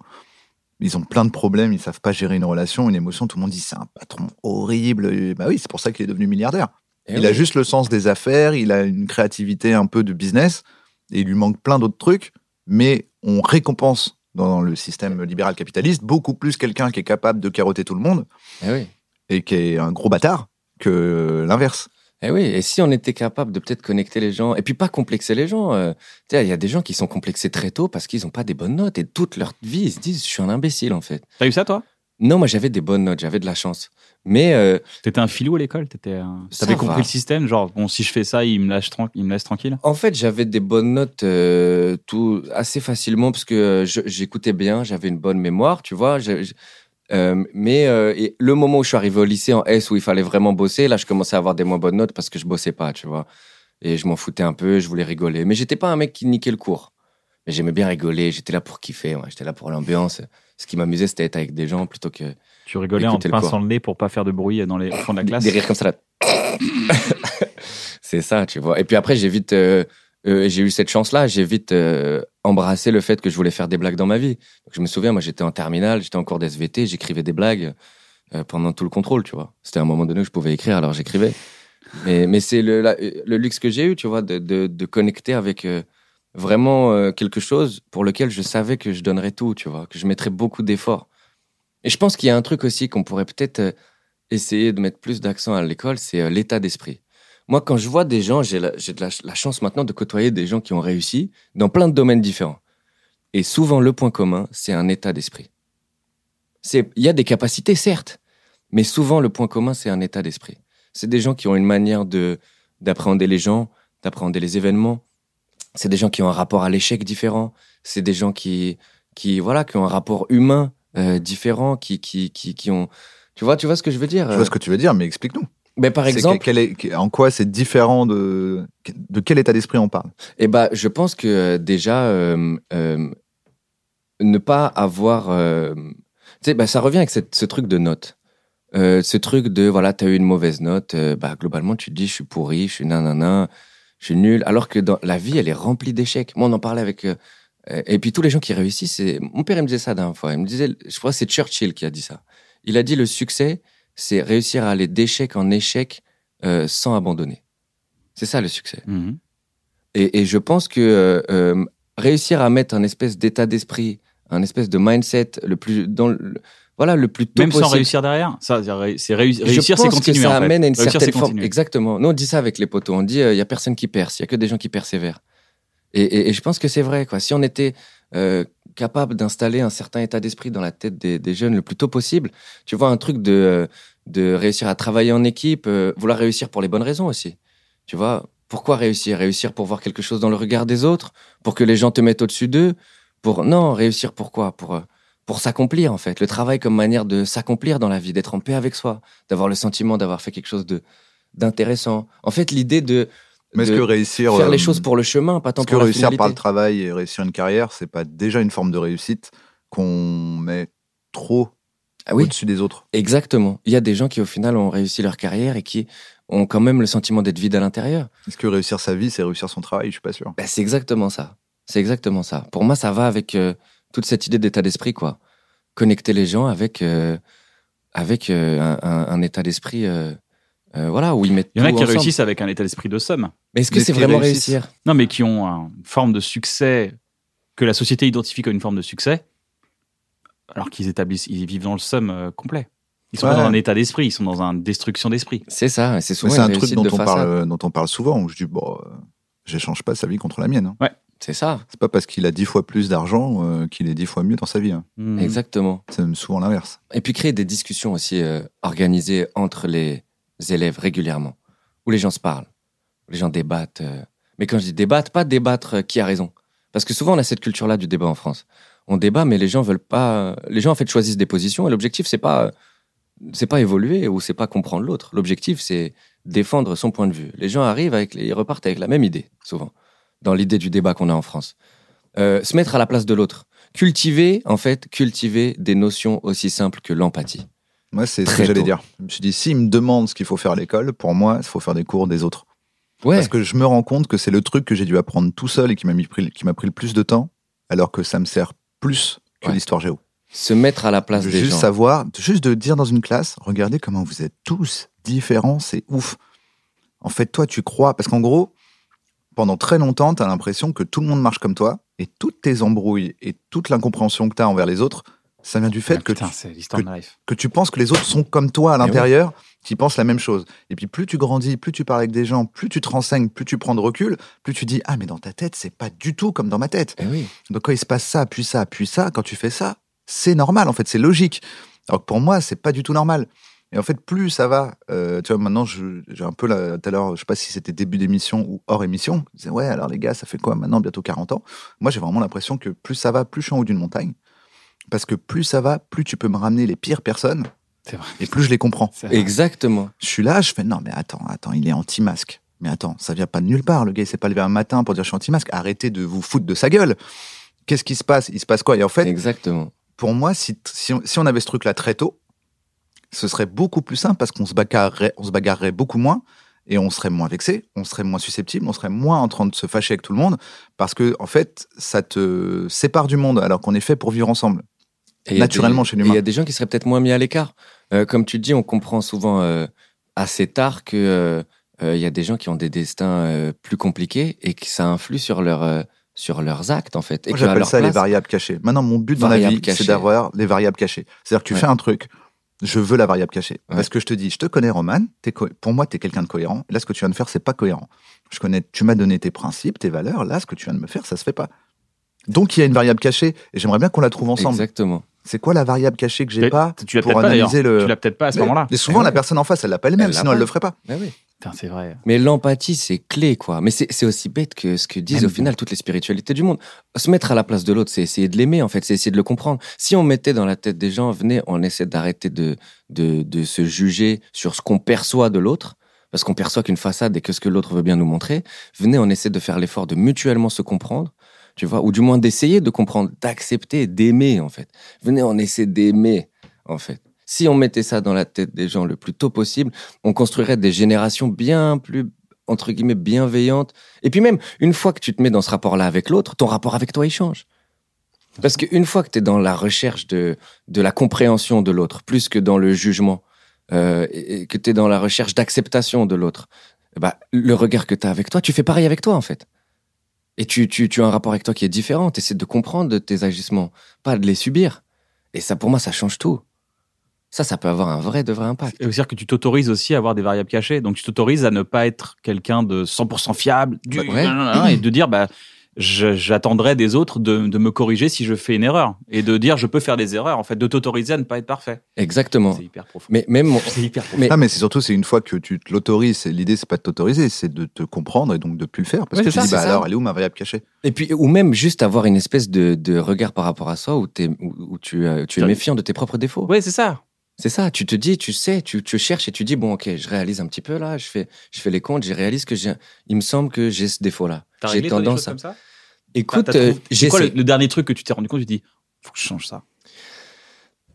E: Ils ont plein de problèmes, ils savent pas gérer une relation, une émotion. Tout le monde dit, c'est un patron horrible. Et bah oui, c'est pour ça qu'il est devenu milliardaire.
C: Eh
E: il
C: oui.
E: a juste le sens des affaires, il a une créativité un peu de business, et il lui manque plein d'autres trucs, mais on récompense dans le système libéral capitaliste beaucoup plus quelqu'un qui est capable de carotter tout le monde
C: Eh oui.
E: et qui est un gros bâtard que l'inverse.
C: Eh oui, et si on était capable de peut-être connecter les gens, et puis pas complexer les gens. euh, tu sais, il y a des gens qui sont complexés très tôt parce qu'ils n'ont pas des bonnes notes, et toute leur vie, ils se disent, je suis un imbécile en fait.
B: T'as eu ça, toi
C: Non, moi j'avais des bonnes notes, j'avais de la chance. Mais euh,
B: T'étais un filou à l'école T'étais un-
C: Ça
B: T'avais
C: va.
B: compris le système Genre, bon, si je fais ça, il me, lâche tran- il me laisse tranquille
C: en fait, j'avais des bonnes notes euh, tout assez facilement parce que euh, je- j'écoutais bien, j'avais une bonne mémoire, tu vois. je- je- euh, mais euh, et le moment où je suis arrivé au lycée en S où il fallait vraiment bosser, là, je commençais à avoir des moins bonnes notes parce que je bossais pas, tu vois. Et je m'en foutais un peu, je voulais rigoler. Mais j'étais pas un mec qui niquait le cours. Mais j'aimais bien rigoler, j'étais là pour kiffer, ouais, j'étais là pour l'ambiance. Ce qui m'amusait, c'était être avec des gens plutôt que
B: Tu rigolais en te
C: Écoutez le
B: pinçant
C: corps.
B: le nez pour pas faire de bruit dans les, au fond de la classe.
C: des rires comme ça. là. c'est ça, tu vois. Et puis après, j'ai vite, euh, euh, j'ai eu cette chance-là, j'ai vite euh, embrassé le fait que je voulais faire des blagues dans ma vie. Donc, je me souviens, moi, j'étais en terminale, j'étais en cours d'SVT, j'écrivais des blagues euh, pendant tout le contrôle, tu vois. C'était un moment donné où je pouvais écrire, alors j'écrivais. Mais, mais c'est le, la- le luxe que j'ai eu, tu vois, de, de, de connecter avec euh, vraiment euh, quelque chose pour lequel je savais que je donnerais tout, tu vois, que je mettrais beaucoup d'efforts. Et je pense qu'il y a un truc aussi qu'on pourrait peut-être euh, essayer de mettre plus d'accent à l'école, c'est euh, l'état d'esprit. Moi, quand je vois des gens, j'ai la, j'ai de la, ch- la chance maintenant de côtoyer des gens qui ont réussi dans plein de domaines différents. Et souvent, le point commun, c'est un état d'esprit. C'est, il y a des capacités, certes, mais souvent, le point commun, c'est un état d'esprit. C'est des gens qui ont une manière de, d'appréhender les gens, d'appréhender les événements. C'est des gens qui ont un rapport à l'échec différent. C'est des gens qui, qui, voilà, qui ont un rapport humain euh, différent, qui, qui, qui, qui ont. Tu vois, tu vois ce que je veux dire euh,
E: Je vois ce que tu veux dire, mais explique-nous.
C: mais par
E: C'est que-
C: exemple,
E: quel est- que- en quoi c'est différent de de quel état d'esprit on parle
C: eh ben, je pense que euh, déjà, euh, euh, ne pas avoir. euh, tu sais, bah, ça revient avec cette- ce truc de notes. Euh, ce truc de, voilà, t'as eu une mauvaise note, euh, bah, globalement, tu te dis, je suis pourri, je suis nanana, je suis nul. Alors que dans la vie, elle est remplie d'échecs. Moi, on en parlait avec. euh, euh, et puis, tous les gens qui réussissent, c'est- mon père, il me disait ça d'un fois. Il me disait, je crois que c'est Churchill qui a dit ça. Il a dit, le succès, c'est réussir à aller d'échec en échec euh, sans abandonner. C'est ça le succès.
B: Mhm.
C: Et, et je pense que euh, euh, réussir à mettre un espèce d'état d'esprit, un espèce de mindset le plus dans le, le- voilà le plus tôt
B: Même
C: possible.
B: sans réussir derrière. Ça, c'est ré- c'est réu-
C: Je
B: réussir, c'est
C: pense que
B: continuer.
C: ça
B: en fait.
C: amène à une
B: Réussir, c'est
C: certaine forme.
B: continuer.
C: Exactement. Nous on dit ça avec les potos. On dit il euh, y a personne qui perce, il y a que des gens qui persévèrent. Et, et- et je pense que c'est vrai quoi. Si on était euh, capable d'installer un certain état d'esprit dans la tête des, des jeunes le plus tôt possible, tu vois un truc de euh, de réussir à travailler en équipe, euh, vouloir réussir pour les bonnes raisons aussi. Tu vois, pourquoi réussir Réussir pour voir quelque chose dans le regard des autres, pour que les gens te mettent au-dessus d'eux, pour non, réussir pourquoi Pour euh, pour s'accomplir en fait. Le travail comme manière de s'accomplir dans la vie, d'être en paix avec soi, d'avoir le sentiment d'avoir fait quelque chose de d'intéressant. En fait, l'idée de,
E: Mais est-ce
C: de
E: que réussir
C: faire
E: euh,
C: les choses pour le chemin, pas tant
E: Parce que
C: pour la
E: réussir
C: finalité.
E: par le travail et réussir une carrière, c'est pas déjà une forme de réussite qu'on met trop
C: Ah oui.
E: au-dessus des autres
C: Exactement. Il y a des gens qui au final ont réussi leur carrière et qui ont quand même le sentiment d'être vide à l'intérieur.
E: Est-ce que réussir sa vie, c'est réussir son travail Je suis pas sûr.
C: Bah, c'est exactement ça. C'est exactement ça. Pour moi, ça va avec euh, toute cette idée d'état d'esprit, quoi. Connecter les gens avec, euh, avec euh, un, un- un état d'esprit, euh, euh, voilà, où ils mettent
B: Il y en a
C: tout
B: qui
C: ensemble.
B: réussissent avec un état d'esprit de somme.
C: Mais est-ce que
E: Mais
C: c'est
E: qui
C: vraiment
E: réussissent.
C: réussir
B: Non, mais qui ont un- une forme de succès que la société identifie comme une forme de succès, alors qu'ils établissent, ils vivent dans le somme euh, complet. Ils sont pas
E: Ouais.
B: dans un état d'esprit, ils sont dans une destruction d'esprit.
C: C'est ça, et c'est
E: Mais
C: souvent
E: c'est un
C: une
E: truc
C: réussite
E: dont
C: de
E: on,
C: façade.
E: parle, euh. dont on parle souvent, où je dis, bon, euh, j'échange pas sa vie contre la mienne. hein.
C: C'est ça,
E: C'est pas parce qu'il a dix fois plus d'argent euh, qu'il est dix fois mieux dans sa vie. hein.
B: Mhm.
C: exactement.
E: C'est même souvent l'inverse.
C: Et puis créer des discussions aussi euh, organisées entre les élèves régulièrement, où les gens se parlent, où les gens débattent. euh. Mais quand je dis débattre, pas débattre euh, qui a raison. Parce que souvent, on a cette culture-là du débat en France. On débat, mais les gens veulent pas. euh, Les gens, en fait, choisissent des positions et l'objectif, c'est pas. euh, C'est pas évoluer ou c'est pas comprendre l'autre. L'objectif, c'est défendre son point de vue. Les gens arrivent avec. Ils repartent avec la même idée, souvent, dans l'idée du débat qu'on a en France. Euh, se mettre à la place de l'autre. Cultiver, en fait, cultiver des notions aussi simples que l'empathie.
E: Moi, c'est ce
C: Très
E: que j'allais
C: tôt.
E: dire. Je me suis dit, s'il me demande ce qu'il faut faire à l'école, pour moi, il faut faire des cours des autres.
C: Ouais.
E: Parce que je me rends compte que c'est le truc que j'ai dû apprendre tout seul et qui m'a mis pris- qui m'a pris le plus de temps, alors que ça me sert plus que
C: Ouais.
E: l'histoire géo.
C: se mettre à la place
E: De
C: des
E: juste
C: gens.
E: savoir, de- juste de dire dans une classe, regardez comment vous êtes tous différents, c'est ouf. En fait, toi, tu crois, parce qu'en gros, pendant très longtemps, tu as l'impression que tout le monde marche comme toi, et toutes tes embrouilles et toute l'incompréhension que tu as envers les autres, ça vient du fait
B: Ah,
E: que,
B: putain,
E: tu,
B: c'est l'histoire de la life.
E: que tu penses que les autres sont comme toi à
C: Mais
E: l'intérieur, qui pensent la même chose. Et puis plus tu grandis, plus tu parles avec des gens, plus tu te renseignes, plus tu prends de recul, plus tu dis, ah mais dans ta tête, c'est pas du tout comme dans ma tête.
C: Eh oui.
E: Donc quand il se passe ça, puis ça, puis ça, quand tu fais ça, c'est normal en fait, c'est logique. Alors que pour moi, c'est pas du tout normal. Et en fait, plus ça va, euh, tu vois, maintenant, je- j'ai un peu, là, tout à l'heure, je sais pas si c'était début d'émission ou hors émission, je disais, ouais, alors les gars, ça fait quoi maintenant, bientôt 40 ans Moi, j'ai vraiment l'impression que plus ça va, plus je suis en haut d'une montagne. Parce que plus ça va, plus tu peux me ramener les pires personnes.
B: C'est vrai.
E: Et plus je les comprends.
B: C'est vrai.
C: Exactement.
E: Je suis là, je fais, non, mais attends, attends, il est anti-masque. Mais attends, ça vient pas de nulle part. Le gars, il s'est pas levé un matin pour dire je suis anti-masque. Arrêtez de vous foutre de sa gueule. Qu'est-ce qui se passe Il se passe quoi Et en fait,
C: Exactement.
E: pour moi, si, si, on, si on avait ce truc-là très tôt, ce serait beaucoup plus simple parce qu'on se bagarrerait, on se bagarrerait beaucoup moins et on serait moins vexé, on serait moins susceptible, on serait moins en train de se fâcher avec tout le monde parce que, en fait, ça te sépare du monde alors qu'on est fait pour vivre ensemble.
C: Et il y a
E: Naturellement,
C: des-
E: chez l'humain.
C: et Il y a des gens qui seraient peut-être moins mis à l'écart. Euh, comme tu dis, on comprend souvent euh, assez tard que euh, euh, il y a des gens qui ont des destins euh, plus compliqués et que ça influe sur leur euh, sur leurs actes en fait. Et
E: Moi,
C: que à
E: J'appelle
C: leur
E: ça les
C: place-
E: variables cachées. Maintenant, mon but dans la
C: Variables
E: vie, c'est
C: cachées.
E: d'avoir les variables cachées. C'est-à-dire que tu
C: Ouais.
E: fais un truc, je veux la variable cachée.
C: Ouais.
E: Parce que je te dis, je te connais, Roman, t'es co- pour moi, tu es quelqu'un de cohérent. Là, ce que tu viens de faire, c'est pas cohérent. Je connais, tu m'as donné tes principes, tes valeurs. Là, ce que tu viens de me faire, ça se fait pas. Donc, il y a une variable cachée et j'aimerais bien qu'on la trouve ensemble.
C: Exactement.
E: C'est quoi la variable cachée que j'ai
B: Mais
E: pas
B: tu l'as
E: pour
B: peut-être pas d'ailleurs.
E: analyser le.
B: Tu l'as peut-être pas à ce
E: Mais-
B: moment-là.
E: Et souvent,
C: Eh
E: la
C: ouais.
E: personne en face, elle l'a pas elle-même,
C: Elle l'a
E: sinon elle
C: pas.
E: le ferait pas.
C: Ah oui.
B: Putain, c'est vrai.
C: Mais l'empathie, c'est clé, quoi. Mais c'est c'est aussi bête que ce que disent
B: Mais
C: au final toutes les spiritualités du monde. Se mettre à la place de l'autre, c'est essayer de l'aimer, en fait, c'est essayer de le comprendre. Si on mettait dans la tête des gens, venez, on essaie d'arrêter de, de, de se juger sur ce qu'on perçoit de l'autre, parce qu'on perçoit qu'une façade et que ce que l'autre veut bien nous montrer. Venez, on essaie de faire l'effort de mutuellement se comprendre, tu vois, ou du moins d'essayer de comprendre, d'accepter, d'aimer, en fait. Venez, on essaie d'aimer, en fait. Si on mettait ça dans la tête des gens le plus tôt possible, on construirait des générations bien plus entre guillemets bienveillante. Et puis même, une fois que tu te mets dans ce rapport-là avec l'autre, ton rapport avec toi, il change. Parce qu'une fois que tu es dans la recherche de, de la compréhension de l'autre, plus que dans le jugement, euh, et et que tu es dans la recherche d'acceptation de l'autre, bah, le regard que tu as avec toi, tu fais pareil avec toi, en fait. Et tu, tu, tu as un rapport avec toi qui est différent. Tu de comprendre tes agissements, pas de les subir. Et ça, pour moi, ça change tout. Ça, ça peut avoir un vrai, de vrai impact.
B: Et C'est-à-dire que tu t'autorises aussi à avoir des variables cachées. Donc, tu t'autorises à ne pas être quelqu'un de 100% fiable, dur,
C: Bah, ouais.
B: nanana, et de dire, bah, je- j'attendrai des autres de, de me corriger si je fais une erreur. Et de dire, je peux faire des erreurs, en fait, de t'autoriser à ne pas être parfait.
C: Exactement.
B: C'est hyper profond.
C: Mais même, mon-
B: C'est hyper profond.
C: mais
E: Ah, mais c'est surtout, c'est une fois que tu te l'autorises, c'est- l'idée, c'est pas de t'autoriser, c'est de te comprendre et donc de plus le faire. Parce
B: Ouais,
E: que
B: c'est
E: tu
B: ça,
E: dis,
C: c'est
E: bah
C: ça.
E: alors, elle est où ma variable cachée
C: Et puis, ou même juste avoir une espèce de, de regard par rapport à soi où, t'es- où- où tu, euh, tu es
B: Ça-
C: méfiant de tes propres défauts.
B: Ouais, c'est ça.
C: C'est ça, tu te dis, tu sais, tu, tu cherches et tu dis, bon, ok, je réalise un petit peu là, je fais, je fais les comptes, je réalise que j'ai, il me semble que j'ai ce défaut-là.
B: T'as
C: J'ai
B: réglé, toi, des choses
C: tendance à.
B: comme ça
C: Écoute,
B: T'as- t'as
C: euh,
B: trouvé- C'est quoi le,
C: j'essaie.
B: le dernier truc que tu t'es rendu compte Tu dis, faut que je change ça.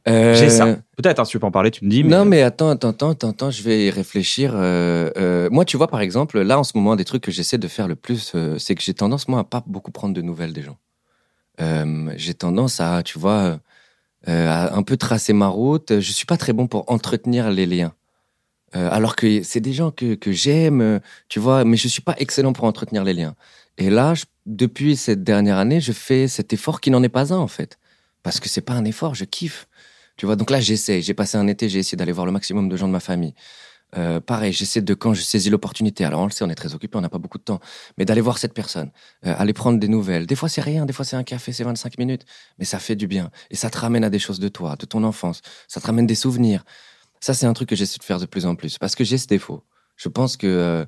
C: Euh,
B: J'ai ça. Peut-être, hein, si tu peux en parler, tu me dis. Mais...
C: Non, mais attends, attends, attends, attends, attends, je vais y réfléchir. euh, euh, moi, tu vois, par exemple, là, en ce moment, des trucs que j'essaie de faire le plus, euh, c'est que j'ai tendance, moi, à pas beaucoup prendre de nouvelles des gens. Euh, j'ai tendance à, tu vois, euh, à un peu tracer ma route. Je suis pas très bon pour entretenir les liens. Euh, alors que c'est des gens que, que j'aime, euh, tu vois, mais je suis pas excellent pour entretenir les liens. Et là, je- depuis cette dernière année, je fais cet effort qui n'en est pas un, en fait. Parce que c'est pas un effort, je kiffe. Tu vois, donc là, j'essaie. J'ai passé un été, j'ai essayé d'aller voir le maximum de gens de ma famille. Euh, pareil, j'essaie de quand je saisis l'opportunité. Alors, on le sait, on est très occupé, on n'a pas beaucoup de temps. Mais d'aller voir cette personne, euh, aller prendre des nouvelles. Des fois, c'est rien. Des fois, c'est un café, c'est 25 minutes. Mais ça fait du bien. Et ça te ramène à des choses de toi, de ton enfance. Ça te ramène des souvenirs. Ça, c'est un truc que j'essaie de faire de plus en plus. Parce que j'ai ce défaut. Je pense que. euh,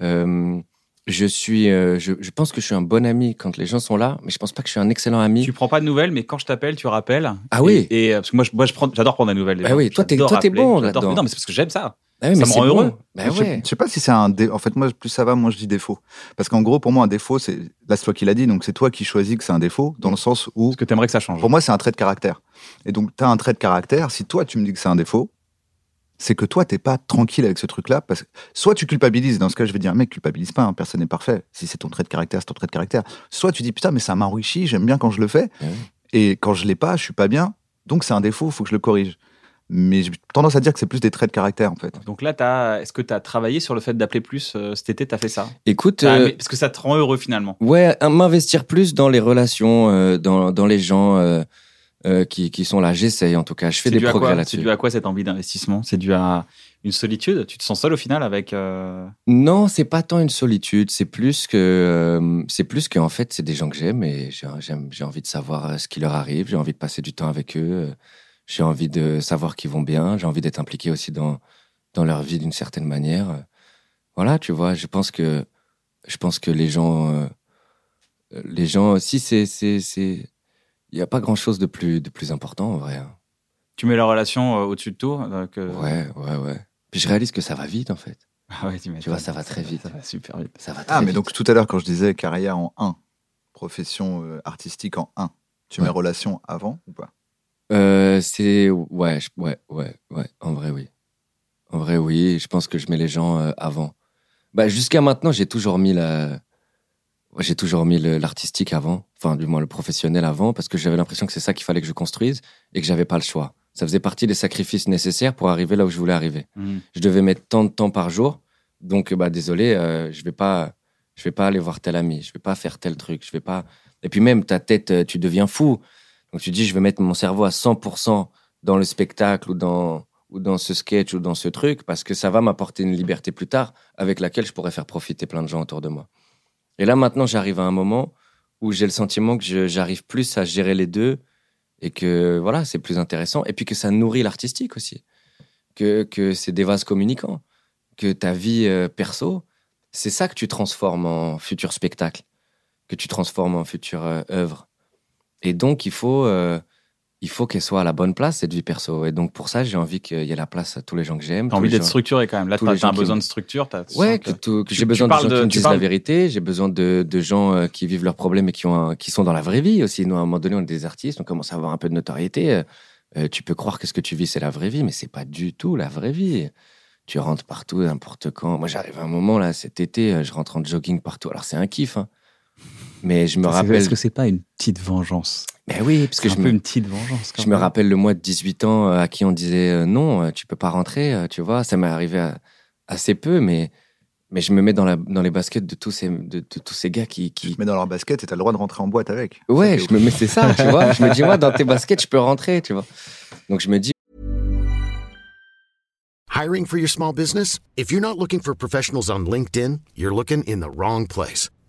C: euh, je suis, euh, je, je pense que je suis un bon ami quand les gens sont là, mais je pense pas que je suis un excellent ami.
B: Tu prends pas de nouvelles, mais quand je t'appelle, tu rappelles.
C: Ah oui.
B: Et, et, euh, parce que moi, je- moi, je prends- j'adore prendre des nouvelles. des
C: Ah
B: gens.
C: oui, toi, t'es-
B: J'adore
C: toi, t'es
B: appeler,
C: bon
B: j'adore-
C: là-dedans.
B: Mais Non, mais c'est parce que j'aime ça.
C: Ah oui,
B: Ça
C: mais
B: me rend
C: c'est bon.
B: heureux.
C: Bah
E: Je,
C: ouais.
E: je sais pas si c'est un dé... En fait, moi, plus ça va, moi, je dis défaut. Parce qu'en gros, pour moi, un défaut, c'est. Là, c'est toi qui l'as dit, donc c'est toi qui choisis que c'est un défaut, dans le sens où.
B: Parce que t'aimerais que ça change.
E: Pour moi, c'est un trait de caractère. Et donc, tu as un trait de caractère. Si toi, tu me dis que c'est un défaut, c'est que toi, t'es pas tranquille avec ce truc-là. Parce que soit tu culpabilises. Dans ce cas, je vais dire, mec, culpabilise pas. hein, personne n'est parfait. Si c'est ton trait de caractère, c'est ton trait de caractère. Soit tu dis, putain, mais ça m'enrichit. J'aime bien quand je le fais.
C: Ouais.
E: Et quand je l'ai pas, je suis pas bien. Donc, c'est un défaut. Faut que je le corrige. Mais j'ai tendance à dire que c'est plus des traits de caractère, en fait.
B: Donc là, t'as- est-ce que tu as travaillé sur le fait d'appeler plus euh, cet été Tu as fait ça
C: Écoute,
B: T'as
C: euh,
B: aimé- Parce que ça te rend heureux finalement.
C: ouais, un- m'investir plus dans les relations, euh, dans, dans les gens euh, euh, qui, qui sont là. J'essaye en tout cas. Je
B: C'est
C: fais des
B: dû, à quoi
C: progrès
B: C'est
C: là-dessus.
B: dû à quoi cette envie d'investissement C'est dû à une solitude Tu te sens seul au final avec. euh,
C: Non, c'est pas tant une solitude. C'est plus que euh, c'est plus que en fait, c'est des gens que j'aime et j'ai- j'aime- j'ai envie de savoir euh, ce qui leur arrive. J'ai envie de passer du temps avec eux. euh, J'ai envie de savoir qu'ils vont bien. J'ai envie d'être impliqué aussi dans dans leur vie d'une certaine manière. Euh, Voilà, tu vois. Je pense que je pense que les gens euh, euh, les gens si c'est c'est c'est il n'y a pas grand chose de plus de plus important en vrai. hein.
B: Tu mets la relation euh, au-dessus de tout euh, que...
C: Ouais, ouais, ouais. Puis je réalise que ça va vite en fait.
B: Ah ouais,
C: Tu vois, ça va très vite.
B: Ça va super vite.
C: Ça va très
E: Ah, mais
C: vite.
E: donc tout à l'heure, quand je disais carrière en 1, profession euh, artistique en 1, tu mets
C: Ouais.
E: relation avant ou pas
C: Euh, c'est ouais, je- ouais, ouais, ouais. En vrai, oui. En vrai, oui. Je pense que je mets les gens euh, avant. Bah, jusqu'à maintenant, j'ai toujours mis la, ouais, j'ai toujours mis le- l'artistique avant. Enfin, du moins le professionnel avant, parce que j'avais l'impression que c'est ça qu'il fallait que je construise et que j'avais pas le choix. Ça faisait partie des sacrifices nécessaires pour arriver là où je voulais arriver.
B: Hum.
C: Je devais mettre tant de temps par jour. Donc, bah, désolé, euh, je vais pas, je vais pas aller voir tel ami. Je vais pas faire tel truc. Je vais pas. Et puis même ta tête, euh, tu deviens fou. Donc tu dis, je vais mettre mon cerveau à 100% dans le spectacle ou dans ou dans ce sketch ou dans ce truc parce que ça va m'apporter une liberté plus tard avec laquelle je pourrais faire profiter plein de gens autour de moi. Et là maintenant, j'arrive à un moment où j'ai le sentiment que je- j'arrive plus à gérer les deux et que voilà, c'est plus intéressant et puis que ça nourrit l'artistique aussi. Que que c'est des vases communicants, que ta vie euh, perso, c'est ça que tu transformes en futur spectacle, que tu transformes en future euh, œuvre. Et donc, il faut, euh, il faut qu'elle soit à la bonne place, cette vie perso. Et donc, pour ça, j'ai envie qu'il y ait la place à tous les gens que j'aime.
B: T'as
C: tous
B: envie
C: les
B: d'être
C: gens-
B: structuré quand même. Là,
C: tous
B: t'as
C: les
B: t'as
C: gens
B: un
C: qui
B: besoin
C: me-
B: de structure. t'as- tu
C: Ouais,
B: sens
C: que,
B: que-
C: tout- que
B: tu-
C: j'ai
B: tu
C: besoin de
B: parles
C: gens
B: de-
C: qui me
B: tu
C: disent
B: parles-
C: la vérité, j'ai besoin de, de gens euh, qui vivent leurs problèmes et qui, ont un- qui sont dans la vraie vie aussi. Nous, à un moment donné, on est des artistes, on commence à avoir un peu de notoriété. Euh, euh, tu peux croire que ce que tu vis, c'est la vraie vie, mais c'est pas du tout la vraie vie. Tu rentres partout, n'importe quand. Moi, j'arrive à un moment, là, cet été, euh, je rentre en jogging partout. Alors, c'est un kiff, hein. Mais je me
B: C'est-
C: rappelle.
B: Est-ce que c'est pas une petite vengeance
C: Mais oui, parce que
B: C'est
C: je
B: un peu
C: me,
B: une petite vengeance. quand
C: je me
B: même.
C: rappelle le mois de 18 ans euh, à qui on disait euh, non, euh, tu peux pas rentrer, euh, tu vois. Ça m'est arrivé à- assez peu, mais, mais je me mets dans, la, dans les baskets de tous ces, de, de tous ces gars qui.
E: Tu
C: qui...
E: te mets dans leur basket et t'as le droit de rentrer en boîte avec.
C: Ouais,
E: Ça,
C: je me mets, c'est ça, tu vois. Je me dis, ouais, dans tes baskets, je peux rentrer, tu vois. Donc je me dis,
G: Hiring for your small business? If you're not looking for professionals on LinkedIn, you're looking in the wrong place.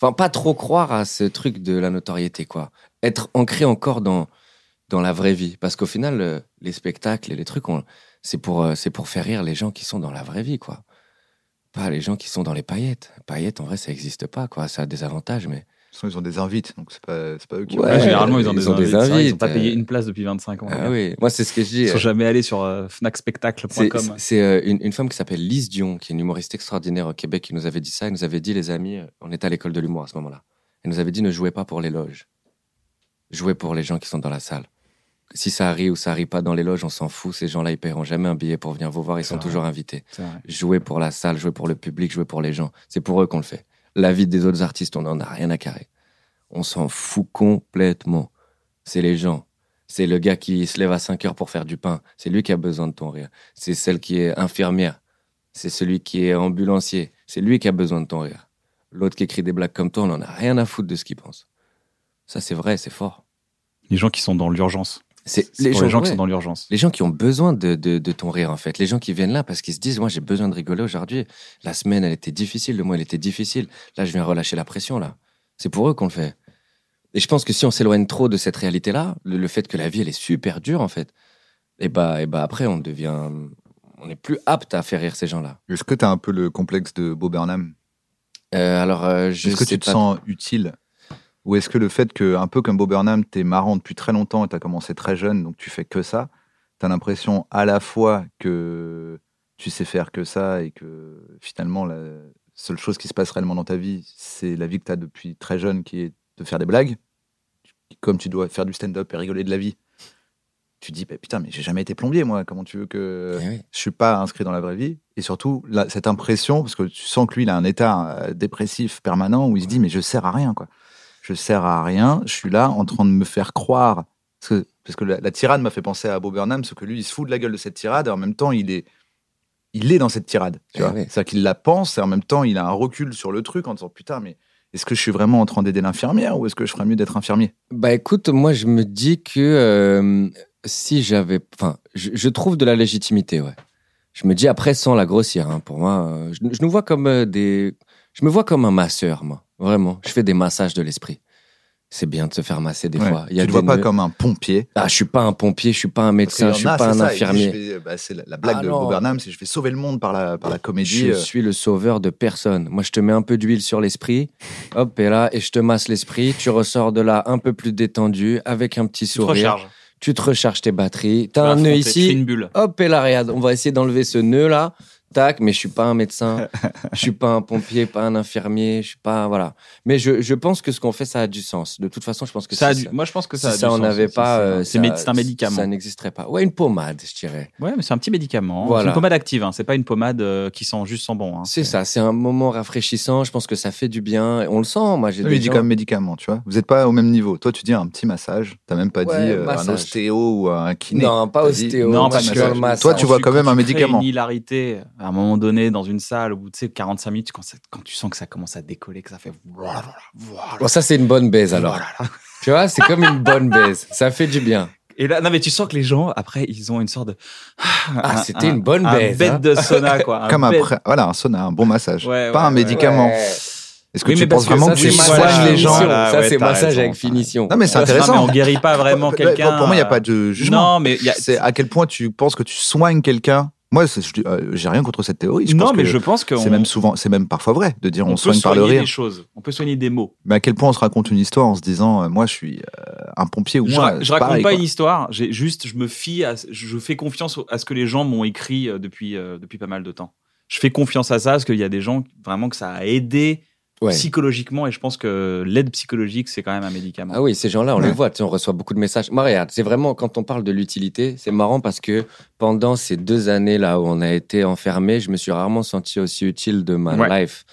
C: Enfin, pas trop croire à ce truc de la notoriété, quoi. Être ancré encore dans, dans la vraie vie. Parce qu'au final, euh, les spectacles et les trucs, on- c'est pour, euh, c'est pour faire rire les gens qui sont dans la vraie vie, quoi. Pas les gens qui sont dans les paillettes. Paillettes, en vrai, ça n'existe pas, quoi. Ça a des avantages, mais.
E: De toute façon, ils ont des invites, donc c'est pas, c'est pas eux qui
C: Ouais,
B: Ouais, généralement, ils ont
C: ils
B: des
C: ont des
B: invites. c'est vrai, Ils n'ont pas
C: invites,
B: payé
C: euh.
B: une place depuis 25 ans. les
C: Ah
B: gars.
C: oui, moi, c'est ce que je dis.
B: Ils sont
C: euh,
B: jamais allés sur euh,
C: C'est
B: fnacspectacle.com.
C: c'est- c'est, euh, une, une femme qui s'appelle Lise Dion, qui est une humoriste extraordinaire au Québec, qui nous avait dit ça. Elle nous avait dit, les amis, euh, on était à l'école de l'humour à ce moment-là. Elle nous avait dit, ne jouez pas pour les loges. Jouez pour les gens qui sont dans la salle. Si ça arrive ou ça arrive pas dans les loges, on s'en fout. Ces gens-là, ils paieront jamais un billet pour venir vous voir. Ils
B: C'est
C: sont
B: vrai.
C: toujours invités.
B: C'est vrai.
C: Jouez pour la salle, jouez pour le public, jouez pour les gens. C'est pour eux qu'on le fait. La vie des autres artistes, on n'en a rien à carrer. On s'en fout complètement. C'est les gens. C'est le gars qui se lève à 5 heures pour faire du pain. C'est lui qui a besoin de ton rire. C'est celle qui est infirmière. C'est celui qui est ambulancier. C'est lui qui a besoin de ton rire. L'autre qui écrit des blagues comme toi, on n'en a rien à foutre de ce qu'il pense. Ça, c'est vrai, c'est fort.
B: Les gens qui sont dans l'urgence.
C: C'est
B: C'est pour les gens qui
C: ouais.
B: sont dans l'urgence.
C: Les gens qui ont besoin de, de- de ton rire, en fait. Les gens qui viennent là parce qu'ils se disent, moi, j'ai besoin de rigoler aujourd'hui. La semaine, elle était difficile. Le mois, elle était difficile. Là, je viens relâcher la pression, là. C'est pour eux qu'on le fait. Et je pense que si on s'éloigne trop de cette réalité-là, le, le fait que la vie, elle est super dure, en fait, et bah, et bah après, on devient. On n'est plus apte à faire rire ces gens-là.
E: Est-ce que t'as un peu le complexe de Bob Burnham
C: Euh, alors, euh, je
E: Est-ce que
C: sais
E: tu te
C: pas-
E: sens utile Ou est-ce que le fait que, un peu comme Bob Burnham, t'es marrant depuis très longtemps et t'as commencé très jeune, donc tu fais que ça, t'as l'impression à la fois que tu sais faire que ça et que finalement la seule chose qui se passe réellement dans ta vie, c'est la vie que t'as depuis très jeune qui est de faire des blagues. Comme tu dois faire du stand-up et rigoler de la vie, tu dis, bah, putain, mais j'ai jamais été plombier moi, comment tu veux que
C: Eh oui.
E: je suis pas inscrit dans la vraie vie. Et surtout, là, cette impression, parce que tu sens que lui, il a un état euh, dépressif permanent où il se dit, mais je sers à rien, quoi. Je sers à rien, je suis là en train de me faire croire. Parce que, parce que la, la tirade m'a fait penser à Bob Burnham, ce que lui, il se fout de la gueule de cette tirade, et en même temps, il est, il est dans cette tirade.
C: Eh
E: Tu vois
C: oui.
E: C'est-à-dire qu'il la pense, et en même temps, il a un recul sur le truc en disant, putain, mais est-ce que je suis vraiment en train d'aider l'infirmière ou est-ce que je ferais mieux d'être infirmier
C: Bah écoute, moi je me dis que euh, si j'avais, enfin, je, je trouve de la légitimité, ouais. Je me dis après sans la grossir. hein. Pour moi, euh, je, je nous vois comme euh, des, Je me vois comme un masseur, moi. Vraiment. Je fais des massages de l'esprit. C'est bien de se faire masser des
E: Ouais.
C: fois. Il y
E: tu
C: a
E: ne vois
C: des
E: pas
C: nœuds-
E: comme un pompier.
C: Ah, je suis pas un pompier, je suis pas un
E: Parce qu'il
C: médecin,
E: y en
C: je suis
E: a,
C: pas
E: c'est
C: un
E: ça, il dit,
C: infirmier.
E: je vais- bah, C'est la, la blague
C: Ah
E: de
C: non.
E: Robert Nam, c'est je vais sauver le monde par la, par la comédie.
C: Je
E: euh.
C: suis le sauveur de personne. Moi, je te mets un peu d'huile sur l'esprit. Hop, et là, et je te masse l'esprit. Tu ressors de là un peu plus détendu, avec un petit
B: Tu te
C: sourire.
B: recharges.
C: Tu te recharges tes batteries.
B: Tu
C: T'as
B: vas
C: un nœud
B: affronter, tu fais
C: ici.
B: une bulle.
C: Hop, et là, regarde, on va essayer d'enlever ce nœud-là. Tac, mais je suis pas un médecin. je suis pas un pompier, pas un infirmier. Je suis pas, voilà. Mais je, je pense que ce qu'on fait, ça a du sens. De toute façon, je pense que
B: Ça a
C: c'est
B: du- Moi, je pense que
C: Si
B: ça.
C: ça,
B: a du
C: on
B: sens,
C: n'avait
B: ça,
C: pas.
B: c'est-
C: euh,
B: c'est
C: ça-
B: mé- c'est un médicament.
C: Ça n'existerait pas. Ouais, une pommade, je dirais.
B: Ouais, mais c'est un petit médicament.
C: Voilà.
B: C'est une pommade active, hein. c'est pas une pommade euh, qui sent juste sans bon. hein.
C: C'est ça, c'est un moment rafraîchissant. Je pense que ça fait du bien. On le sent. Moi, j'ai
E: Lui,
C: des
E: il dit
C: gens-
E: comme médicament, tu vois. Vous n'êtes pas au même niveau. Toi, tu dis un petit massage. T'as même pas
C: Ouais,
E: dit euh, un
C: massage.
E: ostéo ou un kiné.
C: Non, pas
E: T'as dit-
C: ostéo.
B: Non,
C: moi,
B: parce
C: je suis
B: que
C: dans le massage.
E: toi, tu vois quand même un
B: tu crées
E: médicament.
B: une hilarité à un moment donné dans une salle au bout de tu sais, 45 minutes quand, ça- quand tu sens que ça commence à décoller, que ça fait. voilà, voilà.
C: Bon, ça, c'est une bonne baise alors.
B: Voilà.
C: Tu vois, c'est comme une bonne baise. Ça fait du bien.
B: Et là, non mais tu sens que les gens après ils ont une sorte de.
C: Ah,
B: un-
C: c'était
B: un-
C: une bonne
B: un
C: baise,
B: bête
C: hein.
B: de sauna quoi.
E: Comme
B: bête-
E: après, voilà, un sauna, un bon massage.
B: Ouais,
E: pas
B: ouais,
E: un
B: ouais.
E: médicament.
C: Ouais.
E: Est-ce que
B: Oui, mais
E: tu
B: parce
E: penses
B: que
E: vraiment
C: ça,
E: que
C: c'est
E: tu
B: oui,
C: massage
E: soignes
B: voilà,
E: les gens Ah
B: voilà.
C: Ça,
B: ouais,
C: c'est
B: t'as
C: massage
B: raison,
C: avec
B: t'as raison.
C: finition.
E: Non, mais c'est
B: Ah,
E: intéressant.
B: mais on guérit pas vraiment
E: Pour-
B: quelqu'un.
E: Pour moi, il n'y a
B: euh,
E: pas de jugement.
B: Non mais il y a-
E: C'est à quel point tu penses que tu soignes quelqu'un. Moi, c'est- je dis, euh, j'ai rien contre cette théorie. Je
B: non
E: pense
B: mais
E: que
B: je pense que
E: c'est
B: on-
E: même souvent, c'est même parfois vrai de dire
B: on
E: on,
B: peut
E: soigne par le
B: soigner
E: rire.
B: des choses, on peut soigner des mots.
E: Mais à quel point on se raconte une histoire en se disant, euh, moi, je suis euh, un pompier ou
B: Je,
E: moi,
B: ra- je
E: c'est
B: raconte
E: pareil,
B: pas
E: quoi.
B: une histoire, j'ai juste je me fie à, je fais confiance au- à ce que les gens m'ont écrit euh, depuis euh, depuis pas mal de temps. Je fais confiance à ça parce qu'il y a des gens vraiment que ça a aidé
C: Ouais.
B: psychologiquement et je pense que l'aide psychologique c'est quand même un médicament.
C: Ah oui, ces gens-là, on
E: Ouais.
C: les voit. Tu sais, on reçoit beaucoup de messages. Moi, regarde, c'est vraiment quand on parle de l'utilité, c'est marrant parce que pendant ces deux années-là où on a été enfermés, je me suis rarement senti aussi utile de ma
B: Ouais.
C: life.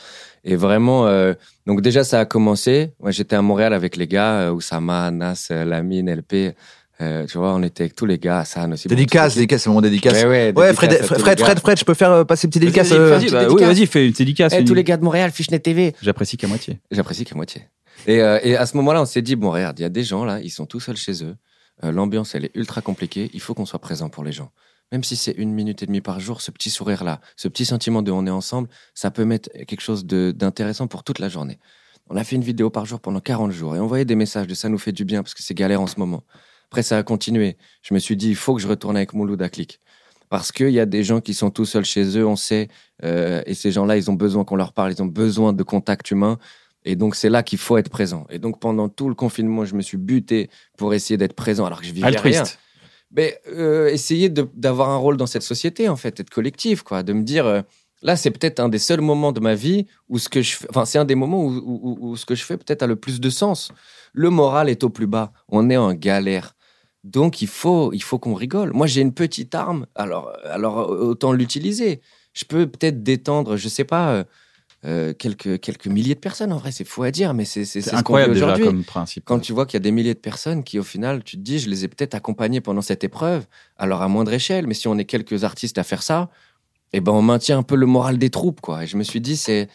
C: Et vraiment, euh, donc déjà, ça a commencé. Moi, j'étais à Montréal avec les gars, euh, Oussama, Nas, euh, Lamine, LP. euh, tu vois, on était avec tous les gars, Hassan aussi. bon,
E: Dédicace,
C: tout-
E: dédicace, c'est mon dédicace.
C: Ouais, ouais,
E: Ouais,
C: dédicace à tous
E: Fred, Fred,
C: les
E: Fred,
C: gars.
E: Fred, Fred, je peux faire euh, passer une petite dédicace.
B: Vas-y,
E: euh,
B: vas-y, bah, oui,
C: dédicace.
B: vas-y, fais une dédicace.
C: Eh,
B: une-
C: tous les gars de Montréal, fiche net TV.
B: J'apprécie qu'à moitié.
C: J'apprécie qu'à moitié. Et, euh, et à ce moment-là, on s'est dit, bon, regarde, il y a des gens là, ils sont tout seuls chez eux. Euh, L'ambiance, elle est ultra compliquée. Il faut qu'on soit présent pour les gens. Même si c'est une minute et demie par jour, ce petit sourire-là, ce petit sentiment de on est ensemble, ça peut mettre quelque chose de- d'intéressant pour toute la journée. On a fait une vidéo par jour pendant 40 jours et on voyait des messages de ça nous fait du bien parce que c'est galère en ce moment. Après, ça a continué. Je me suis dit, il faut que je retourne avec Mouloud à Click. Parce qu'il y a des gens qui sont tout seuls chez eux, on sait, euh, et ces gens-là, ils ont besoin qu'on leur parle, ils ont besoin de contact humain. Et donc, c'est là qu'il faut être présent. Et donc, pendant tout le confinement, je me suis buté pour essayer d'être présent alors que je vivais rien.
B: Altruiste.
C: Mais euh, essayer de- d'avoir un rôle dans cette société, en fait, être collectif, quoi. De me dire, euh, là, c'est peut-être un des seuls moments de ma vie où ce que je fais, enfin, c'est un des moments où, où- où- où ce que je fais peut-être a le plus de sens. Le moral est au plus bas. On est en galère. Donc, il faut, il faut qu'on rigole. Moi, j'ai une petite arme. Alors, alors euh, autant l'utiliser. Je peux peut-être détendre, je sais pas, euh, euh, quelques, quelques milliers de personnes. En vrai, c'est fou à dire, mais c'est c'est- c'est
B: C'est
C: ce qu'on vit
B: incroyable déjà
C: aujourd'hui
B: comme principe.
C: quand tu vois qu'il y a des milliers de personnes qui, au final, tu te dis, je les ai peut-être accompagnées pendant cette épreuve, alors à moindre échelle, mais si on est quelques artistes à faire ça, eh ben, on maintient un peu le moral des troupes, quoi. Et je me suis dit, c'est,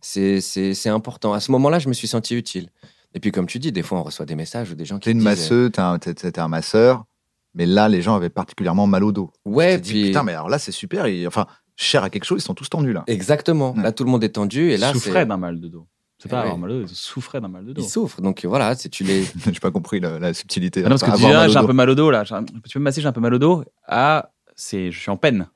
C: c'est, c'est, c'est important. À ce moment-là, je me suis senti utile. Et puis, comme tu dis, des fois, on reçoit des messages ou des gens qui
E: T'es une
C: disent, euh,
E: masseuse, t'es un, t'es- t'es un masseur. Mais là, les gens avaient particulièrement mal au dos.
B: Eh
C: euh, Ouais,
E: Tu te dis,
C: puis...
E: putain, mais alors là, c'est super. ils- enfin, cher à quelque chose, ils sont tous tendus là.
C: Exactement.
E: Ouais.
C: Là, tout le monde est tendu et là,
B: souffrait
C: c'est...
B: d'un mal de dos. C'est
C: Eh
B: pas
C: ouais.
B: avoir mal de dos, ils souffraient d'un mal de dos.
C: ils souffrent. Donc voilà, c'est tu les...
E: J'ai pas compris la, la subtilité.
B: Ah non, parce que
E: Enfin,
B: tu dis, ah,
E: avoir mal au
B: j'ai un
E: dos.
B: peu mal au dos là. J'ai un- Tu peux me masser, j'ai un peu mal au dos. Ah, c'est, je suis en peine.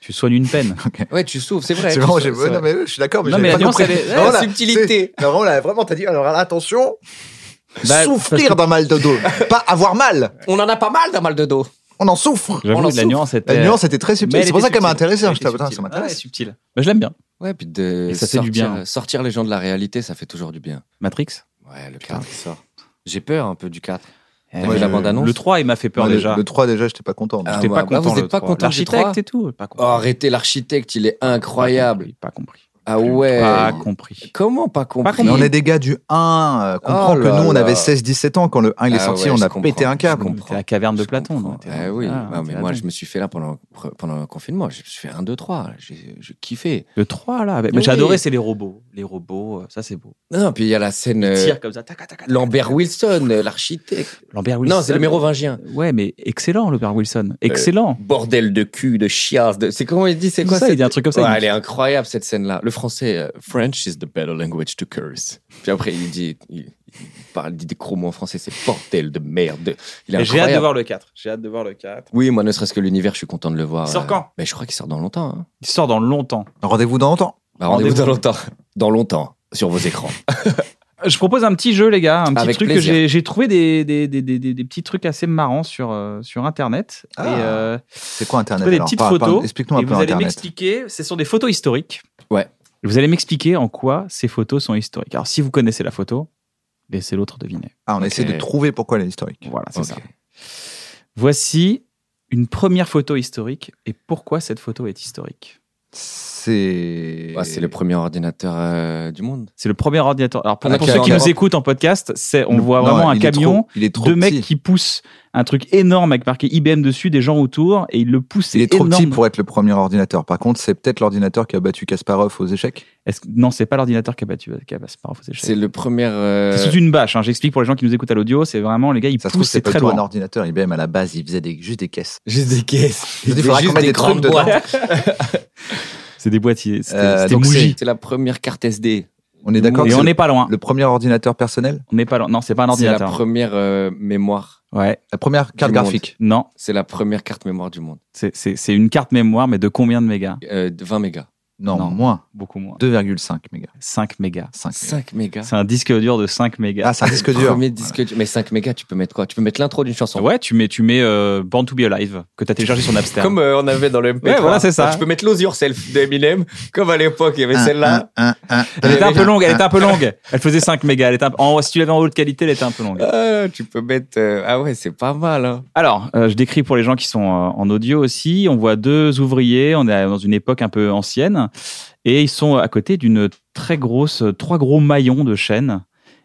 B: Tu soignes une peine.
C: Ouais, tu souffres, c'est vrai.
E: C'est
C: tu
E: vraiment,
C: souffres,
E: j'ai-
C: c'est vrai.
E: non, mais euh, je suis d'accord, mais
B: Non,
E: j'avais
B: mais la
E: pas
B: nuance,
E: compris.
B: elle est-
E: Non,
C: Eh,
E: là,
C: subtilité.
E: c'est- non, vraiment, là, vraiment, t'as dit, alors là, attention,
B: Bah, parce
E: souffrir
B: que-
E: d'un mal de dos, pas avoir mal,
C: On en a pas mal d'un mal de dos.
E: on en souffre.
B: J'avoue,
C: On
B: la
C: en souffre.
B: nuance était. euh,
E: La nuance était très
B: mais
E: subtile,
B: elle
E: c'est pour
B: était
E: ça qu'elle m'a
B: subtile.
E: intéressé. hein,
B: Elle
E: J'étais,
B: était
E: putain, ça
B: subtile. Ah ouais,
E: m'intéresse.
B: subtil. Bah, je l'aime bien.
C: Ouais, puis de
B: Et ça fait
C: sortir,
B: du bien.
C: sortir les gens de la réalité, ça fait toujours du bien.
B: Matrix.
C: Ouais, le
B: Putain.
C: 4 sort. J'ai peur un peu du 4.
B: Eh,
C: T'as vu
B: je-
C: la bande-annonce
B: Le 3, il m'a fait peur
E: Non, le-
B: déjà.
E: Le 3, déjà, j'étais pas content.
C: Ah,
B: J'étais
C: ouais,
B: pas
C: bah,
B: content.
C: vous
B: le
C: êtes pas
B: 3.
C: content du 3?
B: L'architecte et tout. Pas
C: Oh,
B: content.
C: arrêtez, l'architecte, il est incroyable.
B: Pas compris.
C: Ah ouais.
B: Pas compris.
C: Comment pas compris
B: compris.
E: Mais on est des gars du 1. euh, Comprends
C: Oh
E: que
C: là
E: nous, on
C: là.
E: avait 16-17 ans quand le 1 il est
C: Ah
E: sorti,
C: ouais,
E: on
C: je
E: a
C: comprends,
E: pété un
C: je
E: câble.
C: comprends.
B: T'es à la caverne de Platon. non T'es-
C: Eh oui,
B: ah,
C: Ah, mais
B: t'es
C: moi
B: là-dedans.
C: je me suis fait là pendant, pendant le confinement. Je me suis fait 1, 2, 3. J'ai j'ai kiffé.
B: Le 3, là. Mais
C: Oui.
B: j'ai adoré, c'est les robots. Les robots, euh, ça, c'est beau.
C: Non, non, puis il y a la scène.
B: Ils
C: euh,
B: tirent comme ça. tac, tac, tac, tac,
C: Lambert Wilson, euh, l'architecte.
B: Lambert Wilson.
C: Non, c'est le mérovingien.
B: Ouais, mais excellent, Lambert
C: Euh,
B: Wilson. Excellent.
C: Bordel de cul, de chiasse. de- C'est comment il dit C'est quoi
B: ça, il
C: cette-
B: dit un truc comme ça.
C: Ouais,
B: il dit-
C: elle est incroyable cette scène-là. Le français, euh, French is the better language to curse. Puis après, il dit, il, il parle, il dit des gros mots en français, c'est bordel de merde. Il
B: J'ai hâte
C: est
B: de
C: incroyable.
B: voir le 4. J'ai hâte de voir le 4.
C: Oui, moi, ne serait-ce que l'univers, je suis content de le voir. euh,
B: Il sort quand
C: Mais je crois qu'il sort dans longtemps. hein.
B: Il sort dans longtemps.
E: Rendez-vous dans longtemps.
C: Bah, rendez-vous
B: Rendez-vous.
C: dans longtemps. Dans longtemps, sur vos écrans.
B: Euh, Je propose un petit jeu, les gars, un petit
C: Avec
B: truc
C: plaisir.
B: que j'ai- j'ai trouvé des, des, des, des, des- des petits trucs assez marrants sur, euh, sur Internet.
E: Ah.
B: Et, euh,
E: C'est quoi Internet
B: trouvé des
E: alors
B: petites
E: Parle- parle-
B: photos.
E: Explique-nous un
B: et vous
E: peu
B: allez
E: Internet.
B: m'expliquer, ce sont des photos historiques.
C: Ouais.
B: Vous allez m'expliquer en quoi ces photos sont historiques. Alors, si vous connaissez la photo, laissez l'autre deviner.
E: Ah, on
C: Ok.
E: essaie de trouver pourquoi elle est historique.
B: Voilà, c'est
C: Ok.
B: ça. Voici une première photo historique et pourquoi cette photo est historique.
E: C'est.
C: Ouais, c'est le premier ordinateur euh, du monde.
B: C'est le premier ordinateur. Alors, pour,
C: Ah,
B: pour
C: ok,
B: ceux qui
C: ok.
B: nous écoutent en podcast, c'est on
E: Non,
B: voit vraiment un
E: il est trop-
B: camion.
E: il est trop
B: deux mecs
E: petit.
B: qui poussent un truc énorme avec marqué IBM dessus, des gens autour, et ils le poussent.
E: Il
B: c'est
E: est trop petit
B: énorme.
E: pour être le premier ordinateur. Par contre, c'est peut-être l'ordinateur qui a battu Kasparov aux échecs.
B: Est-ce que- Non, c'est pas l'ordinateur qui a battu. Qui a... c'est pas- c'est-
C: C'est le premier. euh,
B: c'est sous une bâche. hein. J'explique pour les gens qui nous écoutent à l'audio. C'est vraiment les gars, ils
E: Ça se trouve,
B: poussent.
E: c'est
B: C'est
E: pas
B: très
E: tout un
B: loin.
E: ordinateur. IBM, à la base, il faisait des- juste des caisses.
C: Juste des caisses.
E: Il faudra qu'on mette des trucs dedans.
B: C'est des boîtiers. C'était
E: Euh,
B: c'était
E: donc
B: mougi.
C: C'est la première carte SD.
E: On est d'accord
B: Et
E: que
B: on
E: c'est
B: n'est pas loin.
E: le premier ordinateur personnel
B: On n'est pas loin. Non, c'est pas un
C: C'est la
B: ordinateur.
C: première euh, mémoire.
B: Ouais.
E: La première carte
C: monde.
E: graphique.
B: Non,
C: C'est la première carte mémoire du monde.
B: c'est- c'est c'est une carte mémoire, mais de combien de mégas
C: Euh, de 20 mégas.
E: Non,
B: Non.
E: moins.
B: Beaucoup moins.
E: 2,5 mégas.
B: 5 mégas.
E: 5.
C: 5 mégas.
B: C'est un disque dur de 5 mégas.
E: Ah, c'est un disque dur.
C: Premier disque dur. Mais 5 mégas, tu peux mettre quoi Tu peux mettre l'intro d'une chanson.
B: Ouais, tu mets, tu mets euh, Born to be Alive que t'as téléchargé sur Napster.
C: Comme euh, on avait dans le MP3.
B: Ouais, voilà, c'est ça. Ah,
C: Tu peux mettre Lose Yourself d'Eminem, comme à l'époque, il y avait
E: Un,
C: celle-là.
E: un, un, un,
B: Elle était un peu
E: un,
B: longue, elle
E: un.
B: était un peu longue. Elle faisait 5 mégas. Elle était un... peu- en, si tu l'avais en haute qualité, elle était un peu longue.
C: Ah, tu peux mettre. euh, Ah ouais, c'est pas mal. Hein.
B: Alors, euh, je décris pour les gens qui sont euh, en audio aussi. On voit deux ouvriers. On est dans une époque un peu ancienne. Et ils sont à côté d'une très grosse, trois gros maillons de chaîne.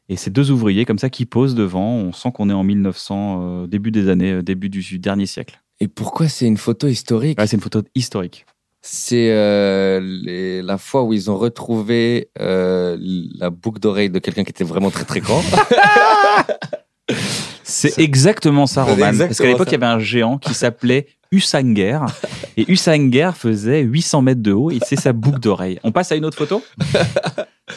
B: Et ces deux ouvriers, comme ça, qui posent devant. On sent qu'on est en 1900, euh, début des années, euh, début du dernier siècle.
C: Et pourquoi c'est une photo historique
B: Ouais, c'est une photo historique.
C: C'est euh, les- la fois où ils ont retrouvé euh, la boucle d'oreille de quelqu'un qui était vraiment très très grand.
B: C'est exactement ça,
C: C'est
B: Roman. Parce
C: exactement
B: qu'à l'époque,
C: ça.
B: il y avait un géant qui s'appelait Usanger. Et Usanger faisait 800 mètres de haut et c'est sa boucle d'oreille. On passe à une autre photo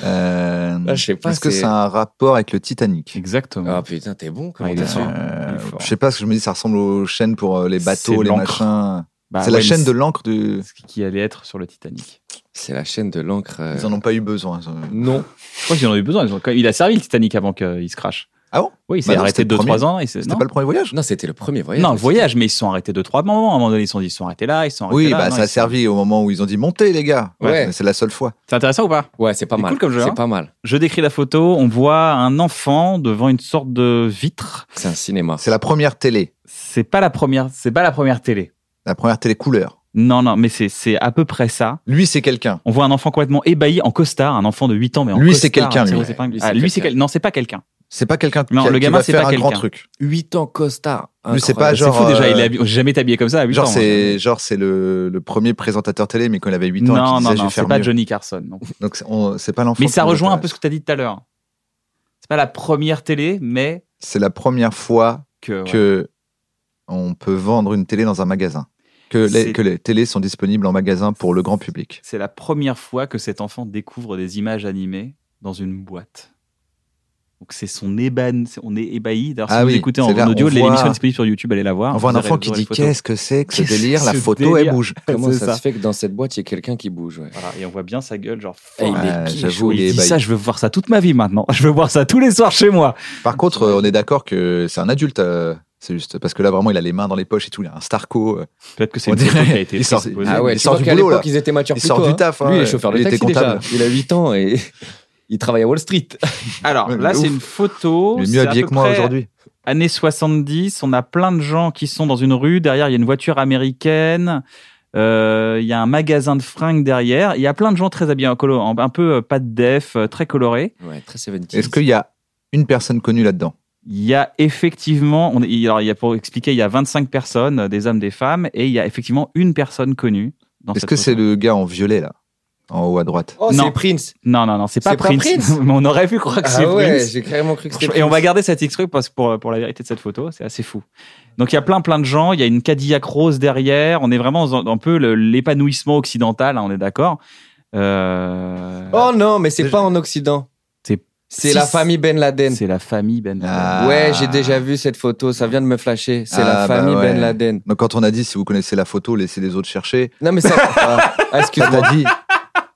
E: Euh,
C: Ah, je sais pas,
E: Est-ce que
C: c'est-
E: ça a un rapport avec le Titanic
B: Exactement.
C: Ah putain, t'es bon, comment
B: Ouais, il
C: t'as
B: est
C: su
B: fort.
E: Euh,
B: Il est fort.
E: Je sais pas ce que je me dis, ça ressemble aux chaînes pour euh, les
B: C'est
E: bateaux, les
B: l'encre.
E: machins.
B: Bah,
E: c'est la
B: ouais,
E: chaîne
B: mais
E: de l'encre du.
B: c'est- qui allait être sur le Titanic.
C: C'est la chaîne de l'encre. euh,
E: Ils en ont pas eu besoin. ils ont-
C: Non.
B: Je crois qu'ils en ont eu besoin. Ils ont- Il a servi le Titanic avant qu'il se crache.
E: Ah bon
B: Oui, il s'est
E: Bah non,
B: arrêté
E: c'était le
B: 2-3
E: premier.
B: ans. Et c'est-
E: C'était
B: non,
E: pas le premier voyage
C: Non, c'était le premier voyage.
B: non, le voyage, mais ils se sont arrêtés 2-3 moments. À un moment donné, ils se sont, dit, ils se sont arrêtés là, ils se sont arrêtés
E: Oui,
B: là.
E: bah,
B: Non,
E: ça
B: ils
E: a
B: se-
E: servi au moment où ils ont dit montez les gars.
C: Ouais.
E: Mais C'est la seule fois.
B: C'est intéressant ou pas
C: Ouais, c'est pas
B: C'est
C: mal.
B: cool comme jeu, hein.
C: C'est pas mal.
B: Je décris la photo. On voit un enfant devant une sorte de vitre.
C: C'est un cinéma.
E: C'est la première télé,
B: C'est pas la première. C'est pas la première télé.
E: la première télé couleur.
B: Non, non, mais c'est- c'est à peu près ça.
E: Lui, c'est quelqu'un.
B: On voit un enfant complètement ébahi en costard, un enfant de 8 ans, mais en
E: Lui,
B: costard,
E: c'est quelqu'un,
B: en tiré
E: lui.
B: aux épingles.
C: Lui,
B: Ah,
C: c'est
B: lui, c'est
C: quelqu'un.
B: quel- Non, c'est pas quelqu'un.
E: C'est pas quelqu'un qui,
B: Non,
E: qui
B: le gamin,
E: va
B: c'est
E: faire
B: pas
E: un grand
B: quelqu'un.
E: truc.
C: 8 ans costard.
E: Lui, c'est
C: Incroyable.
E: pas
B: C'est
E: genre.
B: fou déjà,
E: euh,
B: il est habi- jamais habillé comme ça à 8
E: Genre,
B: ans. hein.
E: c'est genre c'est le, le premier présentateur télé, mais quand il avait 8
B: Non,
E: ans, et qu'il
B: non,
E: disait, je
B: non,
E: vais
B: c'est
E: faire
B: pas
E: mieux.
B: Johnny Carson. non.
E: Donc, c'est- on- c'est pas l'enfant.
B: Mais
E: qui
B: ça
E: nous
B: rejoint un peu
E: intéresse.
B: ce que tu as dit tout à l'heure. C'est pas la première télé, mais
E: C'est la première fois
B: que. ouais.
E: que on peut vendre une télé dans un magasin. Que
B: C'est-
E: les, que les télés sont disponibles en magasin pour le grand public.
B: C'est la première fois que cet enfant découvre des images animées dans une boîte. Donc c'est son éban, c'est- on est ébahi. D'ailleurs, si
E: Ah
B: vous
E: oui,
B: écoutez en
E: c'est-à-dire,
B: audio,
E: on
B: l'émission
E: voit-
B: est disponible sur YouTube, allez la voir.
E: On voit un
B: Ah, Vous
E: enfant
B: aurez-
E: qui
B: vous aurez
E: dit
B: les photos.
E: qu'est-ce que c'est que ce
B: Qu'est-ce que
E: délire La
B: ce
E: photo elle
B: délire Ah
E: bouge.
C: Comment
B: C'est
C: ça,
B: ça.
C: se fait que dans cette boîte, il y ait quelqu'un qui bouge ouais.
B: Voilà, et on voit bien sa gueule, genre.
C: Eh, il est
E: Ah,
C: pied
E: j'avoue,
C: chaud,
E: il
B: Il
E: est
B: dit
E: ébahi.
B: ça, je veux voir ça toute ma vie maintenant. Je veux voir ça tous les soirs chez moi.
E: Par contre, euh, on est d'accord que c'est un adulte. euh, c'est juste parce que là vraiment il a les mains dans les poches et tout, il a un Starco. euh.
B: Peut-être que c'est
E: On
B: une photo
E: dirait-
B: qui a été
E: il sort-
B: transposée.
C: Ah ouais,
E: Il
C: tu
E: sort
C: vois
E: du
C: qu'à
E: boulot,
C: l'époque,
E: là.
C: ils étaient matures
E: Il
C: plus
E: sort
C: tôt,
E: du
C: hein.
E: taf, hein.
C: Lui, il est chauffeur de
E: Il était
C: taxi déjà.
E: comptable.
C: Il a 8 ans et il travaille à Wall Street.
B: Alors
E: Ouais,
B: là,
E: mais
B: c'est
E: ouf.
B: une photo.
E: Il est
B: Oh, c'est
E: mieux
B: à
E: habillé
B: peu
E: que moi
B: près
E: aujourd'hui.
B: Années 70, on a plein de gens qui sont dans une rue. Derrière, il y a une voiture américaine. Euh, Il y a un magasin de fringues derrière. Il y a plein de gens très habillés en colo, en- un peu euh, pas de def, euh, très colorés.
C: Ouais, très 70.
E: Est-ce qu'il y a une personne connue là-dedans
B: Il y a effectivement, on, est- il- alors il y a pour expliquer, il y a 25 personnes, euh, des hommes, des femmes, et il y a effectivement une personne connue. dans
E: Est-ce
B: cette
E: que
B: photo.
E: c'est le gars en violet là, en haut à droite
C: Oh,
B: Non.
C: c'est Prince.
B: Non, non, non, c'est pas
C: C'est pas
B: Prince.
C: Prince
B: Mais on aurait pu croire que c'est
C: Ah ouais,
B: Prince.
C: j'ai carrément cru que c'était
B: Et on
C: Prince.
B: va garder cet X-Truc parce- pour, pour la vérité de cette photo, c'est assez fou. Donc il y a plein plein de gens, il y a une Cadillac rose derrière, on est vraiment dans un peu le- l'épanouissement occidental, hein, on est d'accord. Euh,
C: Oh non, mais c'est
E: Déjà-
C: pas en Occident.
B: C'est-
C: C'est
B: Si,
C: la
B: si.
C: famille Ben Laden.
B: c'est la famille Ben Laden.
E: Ah.
C: Ouais, j'ai déjà vu cette photo, ça vient de me flasher. C'est
E: Ah,
C: la
E: bah
C: famille
E: ouais.
C: Ben Laden.
E: Donc quand on a dit si vous connaissez la photo, laissez les autres chercher.
C: Non mais ça...
E: Ah,
C: Ah, excuse-moi.
E: t'as dit,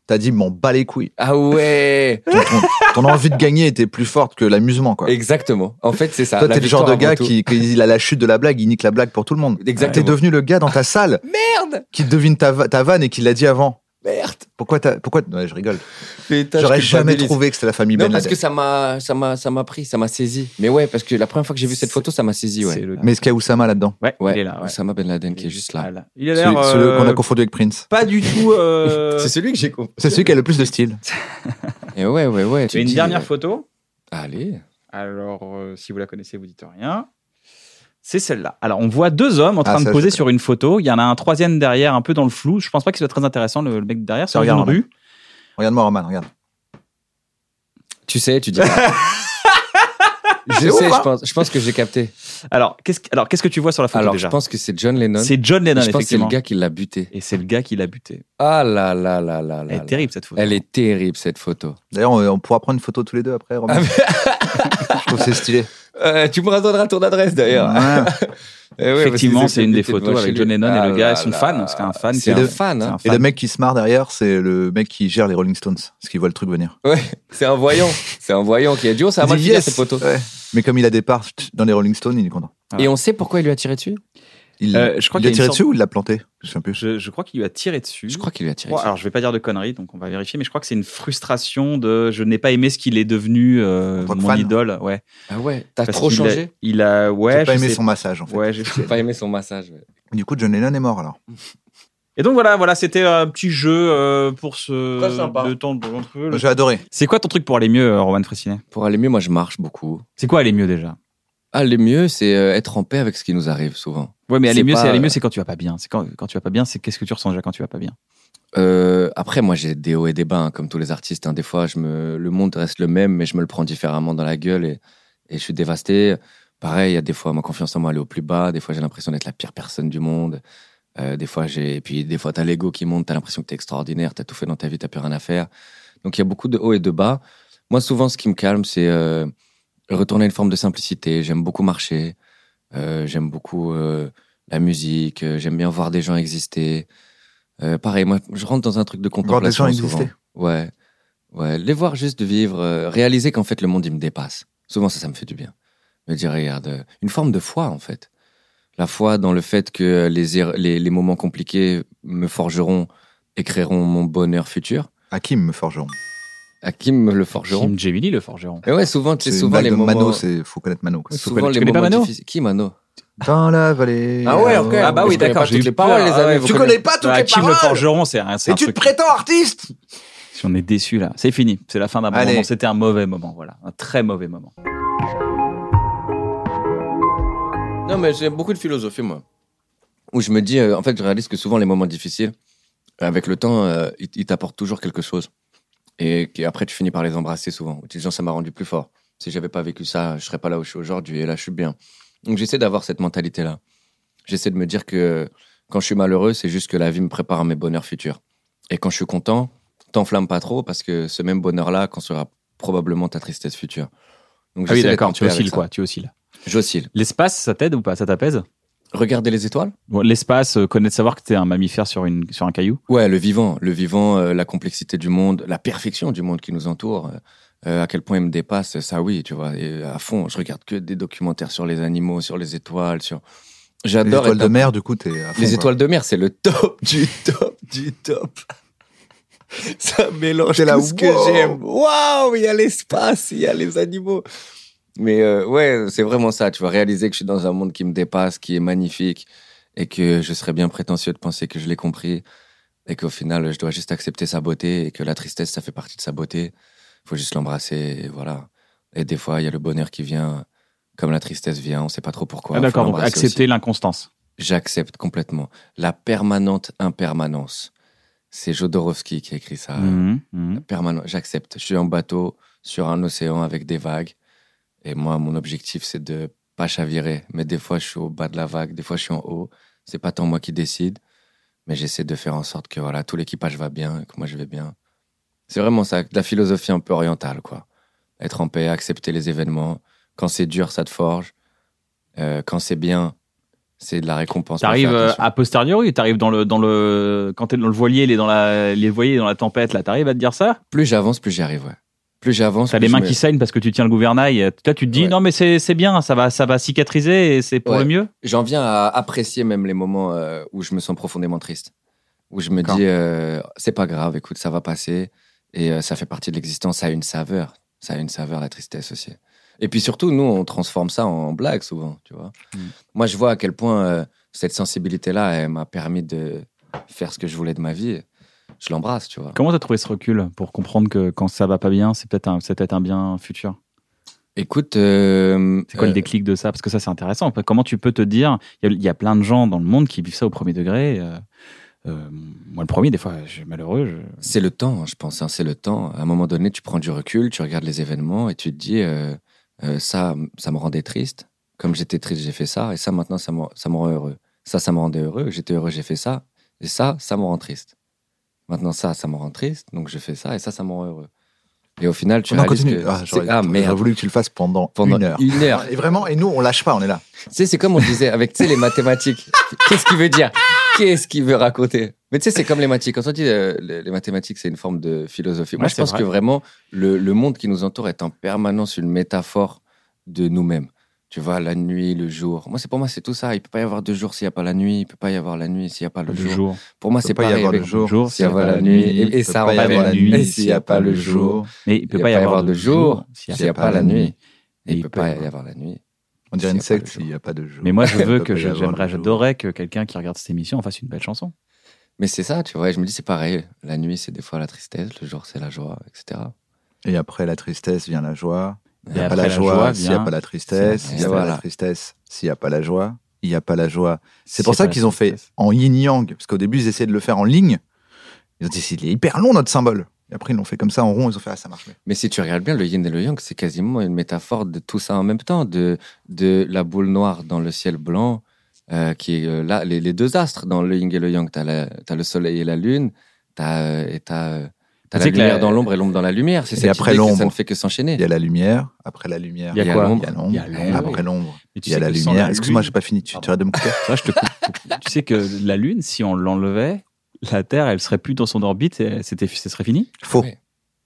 E: t'as dit, m'en bats les couilles.
C: Ah ouais
E: Ton, ton- ton envie de gagner était plus forte que l'amusement, quoi.
C: Exactement. En fait, c'est ça.
E: Toi,
C: la
E: t'es le genre
C: victoire
E: de
C: avant
E: gars
C: tout.
E: qui, qui, il a la chute de la blague, il nique la blague pour tout le monde. T'es
C: Exactement.
E: devenu le gars dans ta salle
C: Merde
E: qui devine ta, va- ta vanne et qui l'a dit avant.
C: Merde
E: Pourquoi t'as, pourquoi, ouais, je rigole.
C: Putain, je
E: J'aurais jamais
C: culpabilise.
E: trouvé que c'était la famille
C: Non,
E: Ben
C: parce
E: Laden.
C: que ça m'a, ça m'a, ça m'a pris, ça m'a saisi. Mais ouais, parce que la première fois que j'ai vu cette photo, ça m'a saisi, ouais.
B: C'est le-
E: Mais est-ce qu'il y a Oussama là-dedans?
B: Ouais,
C: Ouais,
B: il est là. ouais.
C: Oussama Ben Laden qui est juste là.
B: Voilà. Il a
E: Celui,
B: l'air
E: celui
B: euh,
E: qu'on a confondu avec Prince.
B: pas du tout. euh,
C: celui que j'ai compris.
E: C'est celui qui a le plus de style.
C: Et ouais, ouais, ouais. tu
B: Et une
C: dis,
B: dernière
C: euh,
B: photo.
C: Allez.
B: Alors, euh, si vous la connaissez, vous dites rien. C'est celle-là. Alors, on voit deux hommes en
E: Ah,
B: train de
E: ça,
B: poser
E: je
B: sur une photo. Il y en a un troisième derrière, un peu dans le flou. Je pense pas qu'il soit très intéressant, le, le mec derrière. C'est dans une
E: Regarde,
B: rue.
E: Regarde-moi, Roman, regarde.
C: Tu sais, tu dis. je
E: ouf,
C: sais,
E: hein
C: je pense, je pense que j'ai capté.
B: Alors, qu'est-ce que- alors, qu'est-ce que tu vois sur la photo
C: Alors,
B: déjà
C: je pense que c'est John Lennon.
B: C'est John Lennon,
C: je pense que c'est le
B: effectivement.
C: gars qui l'a buté.
B: Et c'est le gars qui l'a buté.
C: Ah là là là là là.
B: Elle est
C: là.
B: terrible, cette photo.
C: Elle est terrible cette photo.
E: D'ailleurs, on, on pourra prendre une photo tous les deux après, Roman.
B: Ah,
E: je trouve que c'est stylé.
C: Euh, tu me redonneras ton adresse
B: euh,
C: d'ailleurs.
E: Ouais.
C: Eh ouais, parce
B: Effectivement,
C: qu'ils
B: c'est une des
C: étaient butés
B: photos
C: devant
B: avec
C: chez
B: John
C: lui.
B: Lennon et le
C: Ah
B: gars,
C: là
B: c'est un
C: là.
B: fan. C'est un fan.
C: C'est
B: qui-
C: un fan, hein.
E: Et le mec qui se marre derrière, c'est le mec qui gère les Rolling Stones, parce qu'il voit le truc venir.
C: Ouais, c'est un voyant. C'est un voyant qui a dit oh ça
E: Il
C: va mal
E: dit
C: finir
E: yes.
C: cette photo.
E: Ouais. Mais comme il a des parts dans les Rolling Stones, il est content.
B: Voilà.
C: Et on sait pourquoi il lui a tiré dessus.
E: Il
B: Euh, je crois
E: il
B: qu'il y a
E: a
B: une
E: tiré
B: sorte-
E: dessus ou il l'a planté Je sais un peu.
B: Je, je crois qu'il lui a tiré dessus.
C: Je crois qu'il lui a tiré
B: Ouais,
C: dessus.
B: alors je vais pas dire de conneries, donc on va vérifier, mais je crois que c'est une frustration de je n'ai pas aimé ce qu'il est devenu euh,
E: En tant que
B: mon
E: fan.
B: idole, ouais.
C: Ah ouais, t'as
B: Parce
C: trop
B: qu'il a-
C: changé.
B: Il a, ouais,
E: J'ai pas
B: je
E: aimé
B: sais-
E: son massage en fait.
B: ouais, j'ai-
C: J'ai pas aimé son massage. ouais.
E: Du coup, John Lennon est mort alors.
B: Et donc voilà, voilà, c'était un petit jeu euh, pour ce
C: Très sympa.
B: de temps de- entre eux.
E: J'ai adoré.
B: C'est quoi ton truc pour aller mieux, euh, Roman Frissinet
C: Pour aller mieux, moi je marche beaucoup.
B: C'est quoi aller mieux déjà
C: Aller mieux, c'est euh, être en paix avec ce qui nous arrive souvent.
B: Ouais, mais aller
C: C'est
B: mieux,
C: pas,
B: c'est aller mieux,
C: euh,
B: c'est quand tu vas pas bien. C'est quand, quand tu vas pas bien, c'est qu'est-ce que tu ressens déjà quand tu vas pas bien
C: Euh, après, moi, j'ai des hauts et des bas, hein, comme tous les artistes. hein. Des fois, je me, le monde reste le même, mais je me le prends différemment dans la gueule et, et je suis dévasté. Pareil, il y a des fois, ma confiance en moi, elle est au plus bas. Des fois, j'ai l'impression d'être la pire personne du monde. Euh, des fois, j'ai, et puis des fois, t'as l'ego qui monte, t'as l'impression que t'es extraordinaire, t'as tout fait dans ta vie, t'as plus rien à faire. Donc, il y a beaucoup de hauts et de bas. Moi, souvent, ce qui me calme, c'est euh, retourner à une forme de simplicité. J'aime beaucoup marcher. Euh, j'aime beaucoup euh, la musique. Euh, J'aime bien voir des gens exister. Euh, pareil, moi, je rentre dans un truc de
E: Voir des
C: contemplation
E: gens
C: souvent.
E: exister.
C: Ouais, ouais. Les voir juste vivre, euh, réaliser qu'en fait le monde il me dépasse. Souvent ça, ça me fait du bien. Me dire regarde, euh, une forme de foi en fait. La foi dans le fait que les er- les, les moments compliqués me forgeront et créeront mon bonheur futur.
E: Hakim Forgeron.
C: À qui me le forgeront
B: Kim Jemili, le forgeron.
C: Et ouais, souvent, tu
E: C'est
C: sais,
E: une
C: souvent
E: blague
C: les
E: de
C: moments.
B: euh.
E: Mano, c'est faut connaître Mano. quoi.
C: souvent
B: connais-
C: les
B: tu connais pas
C: moments
B: Mano
C: difficiles. Qui Mano
E: Dans la vallée.
B: Ah bah oui,
C: Je connais
B: d'accord,
C: pas
B: j'ai
C: toutes
B: eu
C: les paroles,
B: peur.
C: les
B: Ah ouais,
C: amis. vous
B: tu
C: connaissez.
E: pas
B: Ah, Kim le forgeron, c'est un, c'est un truc.
E: artiste
B: Si on est déçu là, c'est fini. C'est la fin d'un bon
E: Allez.
B: moment. C'était un mauvais moment, voilà, un très mauvais moment.
C: Non, mais j'ai beaucoup de philosophie, moi. Où je me dis, euh, en fait, je réalise que souvent les moments difficiles, avec le temps, euh, ils ils t'apportent toujours quelque chose. Et qui- après, tu finis par les embrasser souvent. Ou Tu dis, genre, ça m'a rendu plus fort. Si j'avais pas vécu ça, je serais pas là où je suis aujourd'hui. Et là, je suis bien. Donc, j'essaie d'avoir cette mentalité-là. J'essaie de me dire que quand je suis malheureux, c'est juste que la vie me prépare à mes bonheurs futurs. Et quand je suis content, t'enflamme pas trop parce que ce même bonheur-là construira probablement ta tristesse future. Donc,
B: Ah oui,
C: j'essaie d'être en
B: d'accord, tu
C: paix avec
B: oscilles
C: ça.
B: quoi, tu oscilles.
C: J'oscille.
B: L'espace, ça t'aide ou pas Ça t'apaise
C: Regarder les étoiles
B: Bon, L'espace, euh, connaître, savoir que t'es un mammifère sur, une, sur un caillou.
C: Ouais, le vivant, le vivant, euh, la complexité du monde, la perfection du monde qui nous entoure, euh, euh, à quel point il me dépasse, ça oui, tu vois, et à fond. Je regarde que des documentaires sur les animaux, sur les étoiles, sur.
E: Les
C: J'adore.
E: étoiles
C: être un-
E: de mer, du coup, t'es à fond,
C: Les
E: quoi.
C: étoiles de mer, c'est le top du top du top. Ça mélange
E: T'es là,
C: tout ce que
E: wow.
C: j'aime. Waouh, il y a l'espace, il y a les animaux. Mais euh, ouais, c'est vraiment ça. Tu vas réaliser que je suis dans un monde qui me dépasse, qui est magnifique, et que je serais bien prétentieux de penser que je l'ai compris, et qu'au final, je dois juste accepter sa beauté, et que la tristesse, ça fait partie de sa beauté. faut juste l'embrasser, et voilà. Et des fois, il y a le bonheur qui vient, comme la tristesse vient, on sait pas trop pourquoi.
B: Ah,
C: Faut
B: d'accord, donc
C: l'embrasser aussi.
B: accepter l'inconstance.
C: J'accepte complètement. La permanente impermanence. C'est Jodorowsky qui a écrit ça.
B: Mhm, mhm.
C: Permanent, j'accepte. Je suis en bateau sur un océan avec des vagues. Et moi, mon objectif, c'est de pas chavirer. Mais des fois, je suis au bas de la vague, des fois, je suis en haut. C'est pas tant moi qui décide. Mais j'essaie de faire en sorte que voilà, tout l'équipage va bien, que moi, je vais bien. C'est vraiment ça, de la philosophie un peu orientale, quoi. Être en paix, accepter les événements. Quand c'est dur, ça te forge. Euh, quand c'est bien, c'est de la récompense.
B: T'arrives
C: Mais fais
B: euh,
C: attention.
B: à posteriori, t'arrives dans le dans le quand t'es dans le voilier, il est dans la les voiliers dans la tempête, là, t'arrives à te dire ça
C: Plus j'avance, plus j'y arrive, ouais. Plus j'avance,
B: T'as
C: plus
B: les
C: je
B: mains
C: me-
B: qui saignent parce que tu tiens le gouvernail. Là, tu te dis
C: Ouais.
B: non mais c'est c'est bien, ça va ça va cicatriser et c'est pour
C: Ouais.
B: le mieux.
C: J'en viens à apprécier même les moments euh, où je me sens profondément triste. Où je me
B: D'accord.
C: dis, euh, c'est pas grave, écoute, ça va passer. Et euh, ça fait partie de l'existence, ça a une saveur. Ça a une saveur, la tristesse aussi. Et puis surtout, nous, on transforme ça en blague souvent, tu vois.
B: Mm.
C: Moi, je vois à quel point euh, cette sensibilité-là, elle m'a permis de faire ce que je voulais de ma vie. Je l'embrasse, tu vois.
B: Comment t'as trouvé ce recul pour comprendre que quand ça va pas bien, c'est peut-être un c'est peut-être un bien futur.
C: Écoute. euh,
B: C'est quoi le
C: euh,
B: déclic de ça Parce que ça, c'est intéressant. Comment tu peux te dire Il y, a- il y a plein de gens dans le monde qui vivent ça au premier degré. euh, euh, moi, le premier, des fois, je suis malheureux. je-
C: C'est le temps, je pense. hein, c'est le temps. À un moment donné, tu prends du recul, tu regardes les événements et tu te dis euh, euh, ça, ça me rendait triste. Comme j'étais triste, j'ai fait ça. Et ça, maintenant, ça me, ça me rend heureux. Ça, ça me rendait heureux. J'étais heureux, j'ai fait ça. Et ça, ça me rend triste. Maintenant, ça, ça me rend triste. Donc, je fais ça et ça, ça me rend heureux. Et au final, tu
E: non,
C: réalises
E: continue.
C: que
E: Ah,
C: c'est-
E: j'aurais
C: ah,
E: j'aurais
C: merde.
E: voulu que tu le fasses pendant,
C: Pendant
E: une heure.
C: une heure.
E: Et vraiment, et nous, on lâche pas, on est là.
C: Tu sais, c'est comme on disait avec tu sais, les mathématiques. Qu'est-ce qu'il veut dire Qu'est-ce qu'il veut raconter Mais tu sais, c'est comme les mathématiques. Quand on dit euh, les les mathématiques, c'est une forme de philosophie. Moi,
B: Ouais,
C: je
B: c'est
C: pense
B: vrai.
C: que vraiment, le, le monde qui nous entoure est en permanence une métaphore de nous-mêmes. Tu vois, la nuit, le jour. Moi, c'est pour moi, c'est tout ça. Il peut pas y avoir de jour s'il n'y a pas la nuit. Il peut pas y avoir la nuit s'il n'y a pas le jour. Pour moi,
E: peut
C: c'est
E: pas y
C: pareil.
E: avoir
C: avec-
E: le jour,
B: jour,
C: s'il y a pas la nuit. Et, et ça, on
E: peut pas y
C: va
E: avoir la nuit
C: s'il n'y a pas le jour.
B: Mais il peut pas y avoir de jour s'il
C: S'il n'y a pas la nuit.
B: Et
C: Il peut pas y avoir la nuit.
E: On dirait une
C: S'il y a pas
E: secte
C: le
E: s'il n'y a pas de jour.
B: Mais moi, je
E: Il
B: veux
E: peut
B: que
E: pas y
B: je-
E: avoir
B: j'aimerais,
E: le jour.
B: j'adorerais que quelqu'un qui regarde cette émission en fasse une belle chanson.
C: Mais c'est ça, tu vois. Je me dis, c'est pareil. La nuit, c'est des fois la tristesse. Le jour, c'est la joie, etc.
E: Et après la tristesse vient la joie. Il n'y
B: Et
E: a Ah, pas
B: après
E: la
B: la
E: joie
B: joie
E: s'il n'y a
B: vient-
E: pas la tristesse.
C: c'est la
E: Il n'y a pas la
C: voilà.
E: tristesse s'il n'y a pas la joie. Il n'y a pas la joie. C'est
B: S'il
E: pour
B: y a
E: ça
B: pas la
E: qu'ils ont fait
B: tristesse.
E: en yin-yang. Parce qu'au début, ils essayaient de le faire en ligne. Ils ont dit, c'est hyper long notre symbole. Et après, ils l'ont fait comme ça en rond. Ils ont fait, ah, ça marche mieux.
C: Mais si tu regardes bien, le yin et le yang, c'est quasiment une métaphore de tout ça en même temps, de, de la boule noire dans le ciel blanc, euh, qui est euh, là, les, les deux astres dans le yin et le yang. Tu as, le soleil et la lune, euh, tu as, la
B: Tu sais que
C: lumière
B: la-
C: dans l'ombre et l'ombre dans la lumière. C'est
E: Et
C: cette
E: après
C: idée que
E: l'ombre.
C: Ça ne fait que
E: Il y
C: s'enchaîner.
E: a la lumière. Après la lumière,
B: Il y a
C: quoi
E: il y a l'ombre. Ah,
B: Il y a l'ombre.
E: Après l'ombre,
B: Mais tu
E: il y a
B: sais
E: la
B: que sans
E: lumière.
B: lune-
E: Excuse-moi, j'ai pas fini. Tu, tu arrêtes de me couper.
B: Ça, je te coupe. tu sais que la Lune, si on l'enlevait, la Terre, elle serait plus dans son orbite, et c'était, ce serait fini.
E: Faux.
C: Ouais.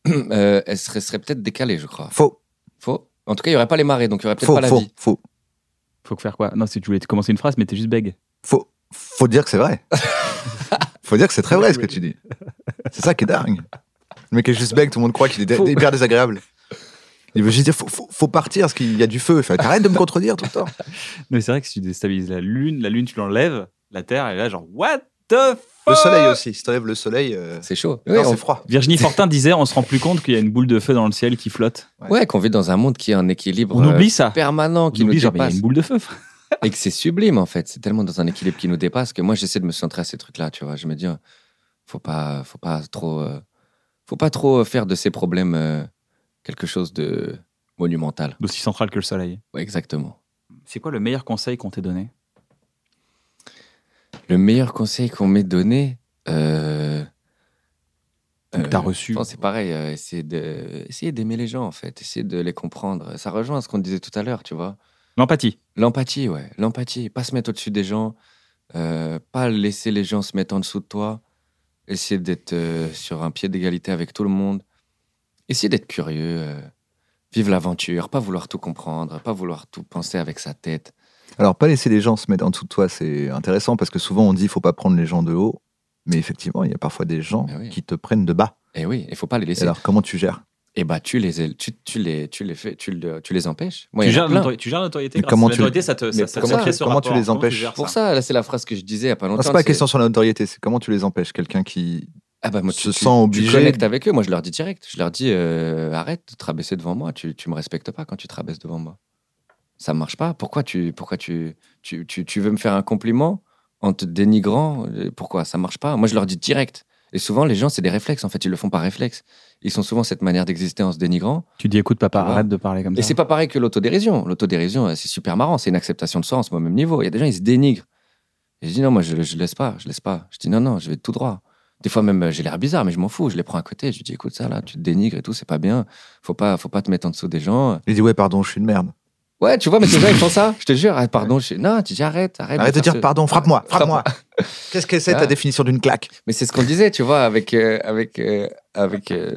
C: Euh, elle serait, serait peut-être décalée, je crois.
E: Faux.
C: Faux. En tout cas, il n'y aurait pas les marées, donc il n'y aurait peut-être
E: Faux.
C: pas la
E: Faux.
C: vie.
E: Faux.
B: Faut que faire quoi Non, si tu voulais commencer une phrase, mais t'es juste bègue.
E: Faut, faut dire que c'est vrai. faut dire que c'est très vrai ce que tu dis. C'est ça qui est dingue. Le mec est juste bègue, tout le monde croit qu'il est
B: Faut-
E: hyper désagréable. Il veut juste dire, faut, faut, faut partir parce qu'il y a du feu. Fait, Arrête de me contredire tout le temps.
B: Mais c'est vrai que si tu déstabilises la Lune, la Lune, tu l'enlèves, la Terre, elle est là, genre, what the fuck
E: Le soleil aussi. Si t'enlèves le soleil, euh,
C: C'est chaud.
E: non,
C: Ouais,
E: c'est
C: on-
E: froid.
B: Virginie Fortin disait, on se rend plus compte qu'il y a une boule de feu dans le ciel qui flotte.
C: ouais, qu'on vit dans un monde qui est en équilibre
B: On
C: euh,
B: oublie ça.
C: permanent, qui
B: On
C: nous
B: oublie, genre, mais il y a
C: dépasse.
B: une boule de feu.
C: et que c'est sublime en fait. C'est tellement dans un équilibre qui nous dépasse que moi j'essaie de me centrer à ces trucs-là, tu vois. Je me dis, euh, faut pas, faut pas trop, euh, faut pas trop euh, faire de ces problèmes euh, quelque chose de monumental.
B: D'aussi central que le soleil.
C: Ouais, exactement.
B: C'est quoi le meilleur conseil qu'on t'ait donné
C: Le meilleur conseil qu'on m'ait donné. Euh,
B: Ou que t'as
C: euh,
B: reçu
C: je pense que c'est pareil, euh, essayer de- essayer d'aimer les gens en fait, essayer de les comprendre. Ça rejoint à ce qu'on disait tout à l'heure, tu vois.
B: L'empathie.
C: L'empathie, ouais. L'empathie. Pas se mettre au-dessus des gens. euh, pas laisser les gens se mettre en dessous de toi. Essayer d'être euh, sur un pied d'égalité avec tout le monde. Essayer d'être curieux. euh, vivre l'aventure. Pas vouloir tout comprendre. Pas vouloir tout penser avec sa tête.
E: Alors, pas laisser les gens se mettre en dessous de toi, c'est intéressant parce que souvent on dit, faut pas prendre les gens de haut. Mais effectivement, il y a parfois des gens
C: Mais oui.
E: qui te prennent de bas.
C: Et Eh oui, il faut pas les
E: Et
C: laisser.
E: alors, comment tu gères
C: Et bah, tu les, tu, tu les, tu les fais, tu, le- tu les empêches. Moi, il
B: tu,
C: y en a
B: gères
C: plein.
B: l'autorité, tu gères l'autorité.
E: Mais
B: grâce
E: comment
B: à l'autorité,
E: tu-
B: ça te,
C: Mais
B: ça, ça
C: comment-
B: crée ce
E: comment tu
B: rapport.
E: les empêches
B: gères
C: Pour ça, là, c'est la phrase que je disais il y a pas longtemps.
E: Non, C'est pas question sur la notoriété, c'est comment tu les empêches. Quelqu'un qui
C: Ah bah, moi, tu,
E: se
C: tu-
E: sent
C: tu
E: obligé.
C: connectes avec eux. Moi, je leur dis direct. Je leur dis euh, arrête de te rabaisser devant moi. Tu, tu me respectes pas quand tu te rabaisses devant moi. Ça marche pas. Pourquoi tu pourquoi tu tu, tu, tu veux me faire un compliment en te dénigrant euh, Pourquoi ça marche pas Moi, je leur dis direct. Et souvent, les gens, c'est des réflexes. En fait, ils le font par réflexe. Ils sont souvent cette manière d'exister en se dénigrant.
B: Tu dis, écoute, papa,
C: Tu vois
B: arrête de parler comme
C: Et
B: ça.
C: c'est pas pareil que l'autodérision. L'autodérision, euh, c'est super marrant. C'est une acceptation de soi en ce même niveau. Il y a des gens, ils se dénigrent. Et je dis non, moi, je, je laisse pas. Je laisse pas. Je dis non, non, je vais tout droit. Des fois même, euh, j'ai l'air bizarre, mais je m'en fous. Je les prends à côté. Je lui dis, écoute, ça là, tu te dénigres et tout, c'est pas bien. Faut pas, faut pas te mettre en dessous des gens.
E: Il dit ouais, pardon, je suis une merde.
C: Ouais, tu vois, mais ces gens, ils font ça. Je te jure, ah, pardon. Je... Non, tu dis arrête, arrête.
E: Arrête de
C: faire
E: dire
C: ce-
E: pardon, frappe-moi, ben, frappe-moi. Qu'est-ce que c'est ta
C: Ah.
E: définition d'une claque
C: Mais c'est ce qu'on disait, tu vois, avec euh, avec euh, avec euh,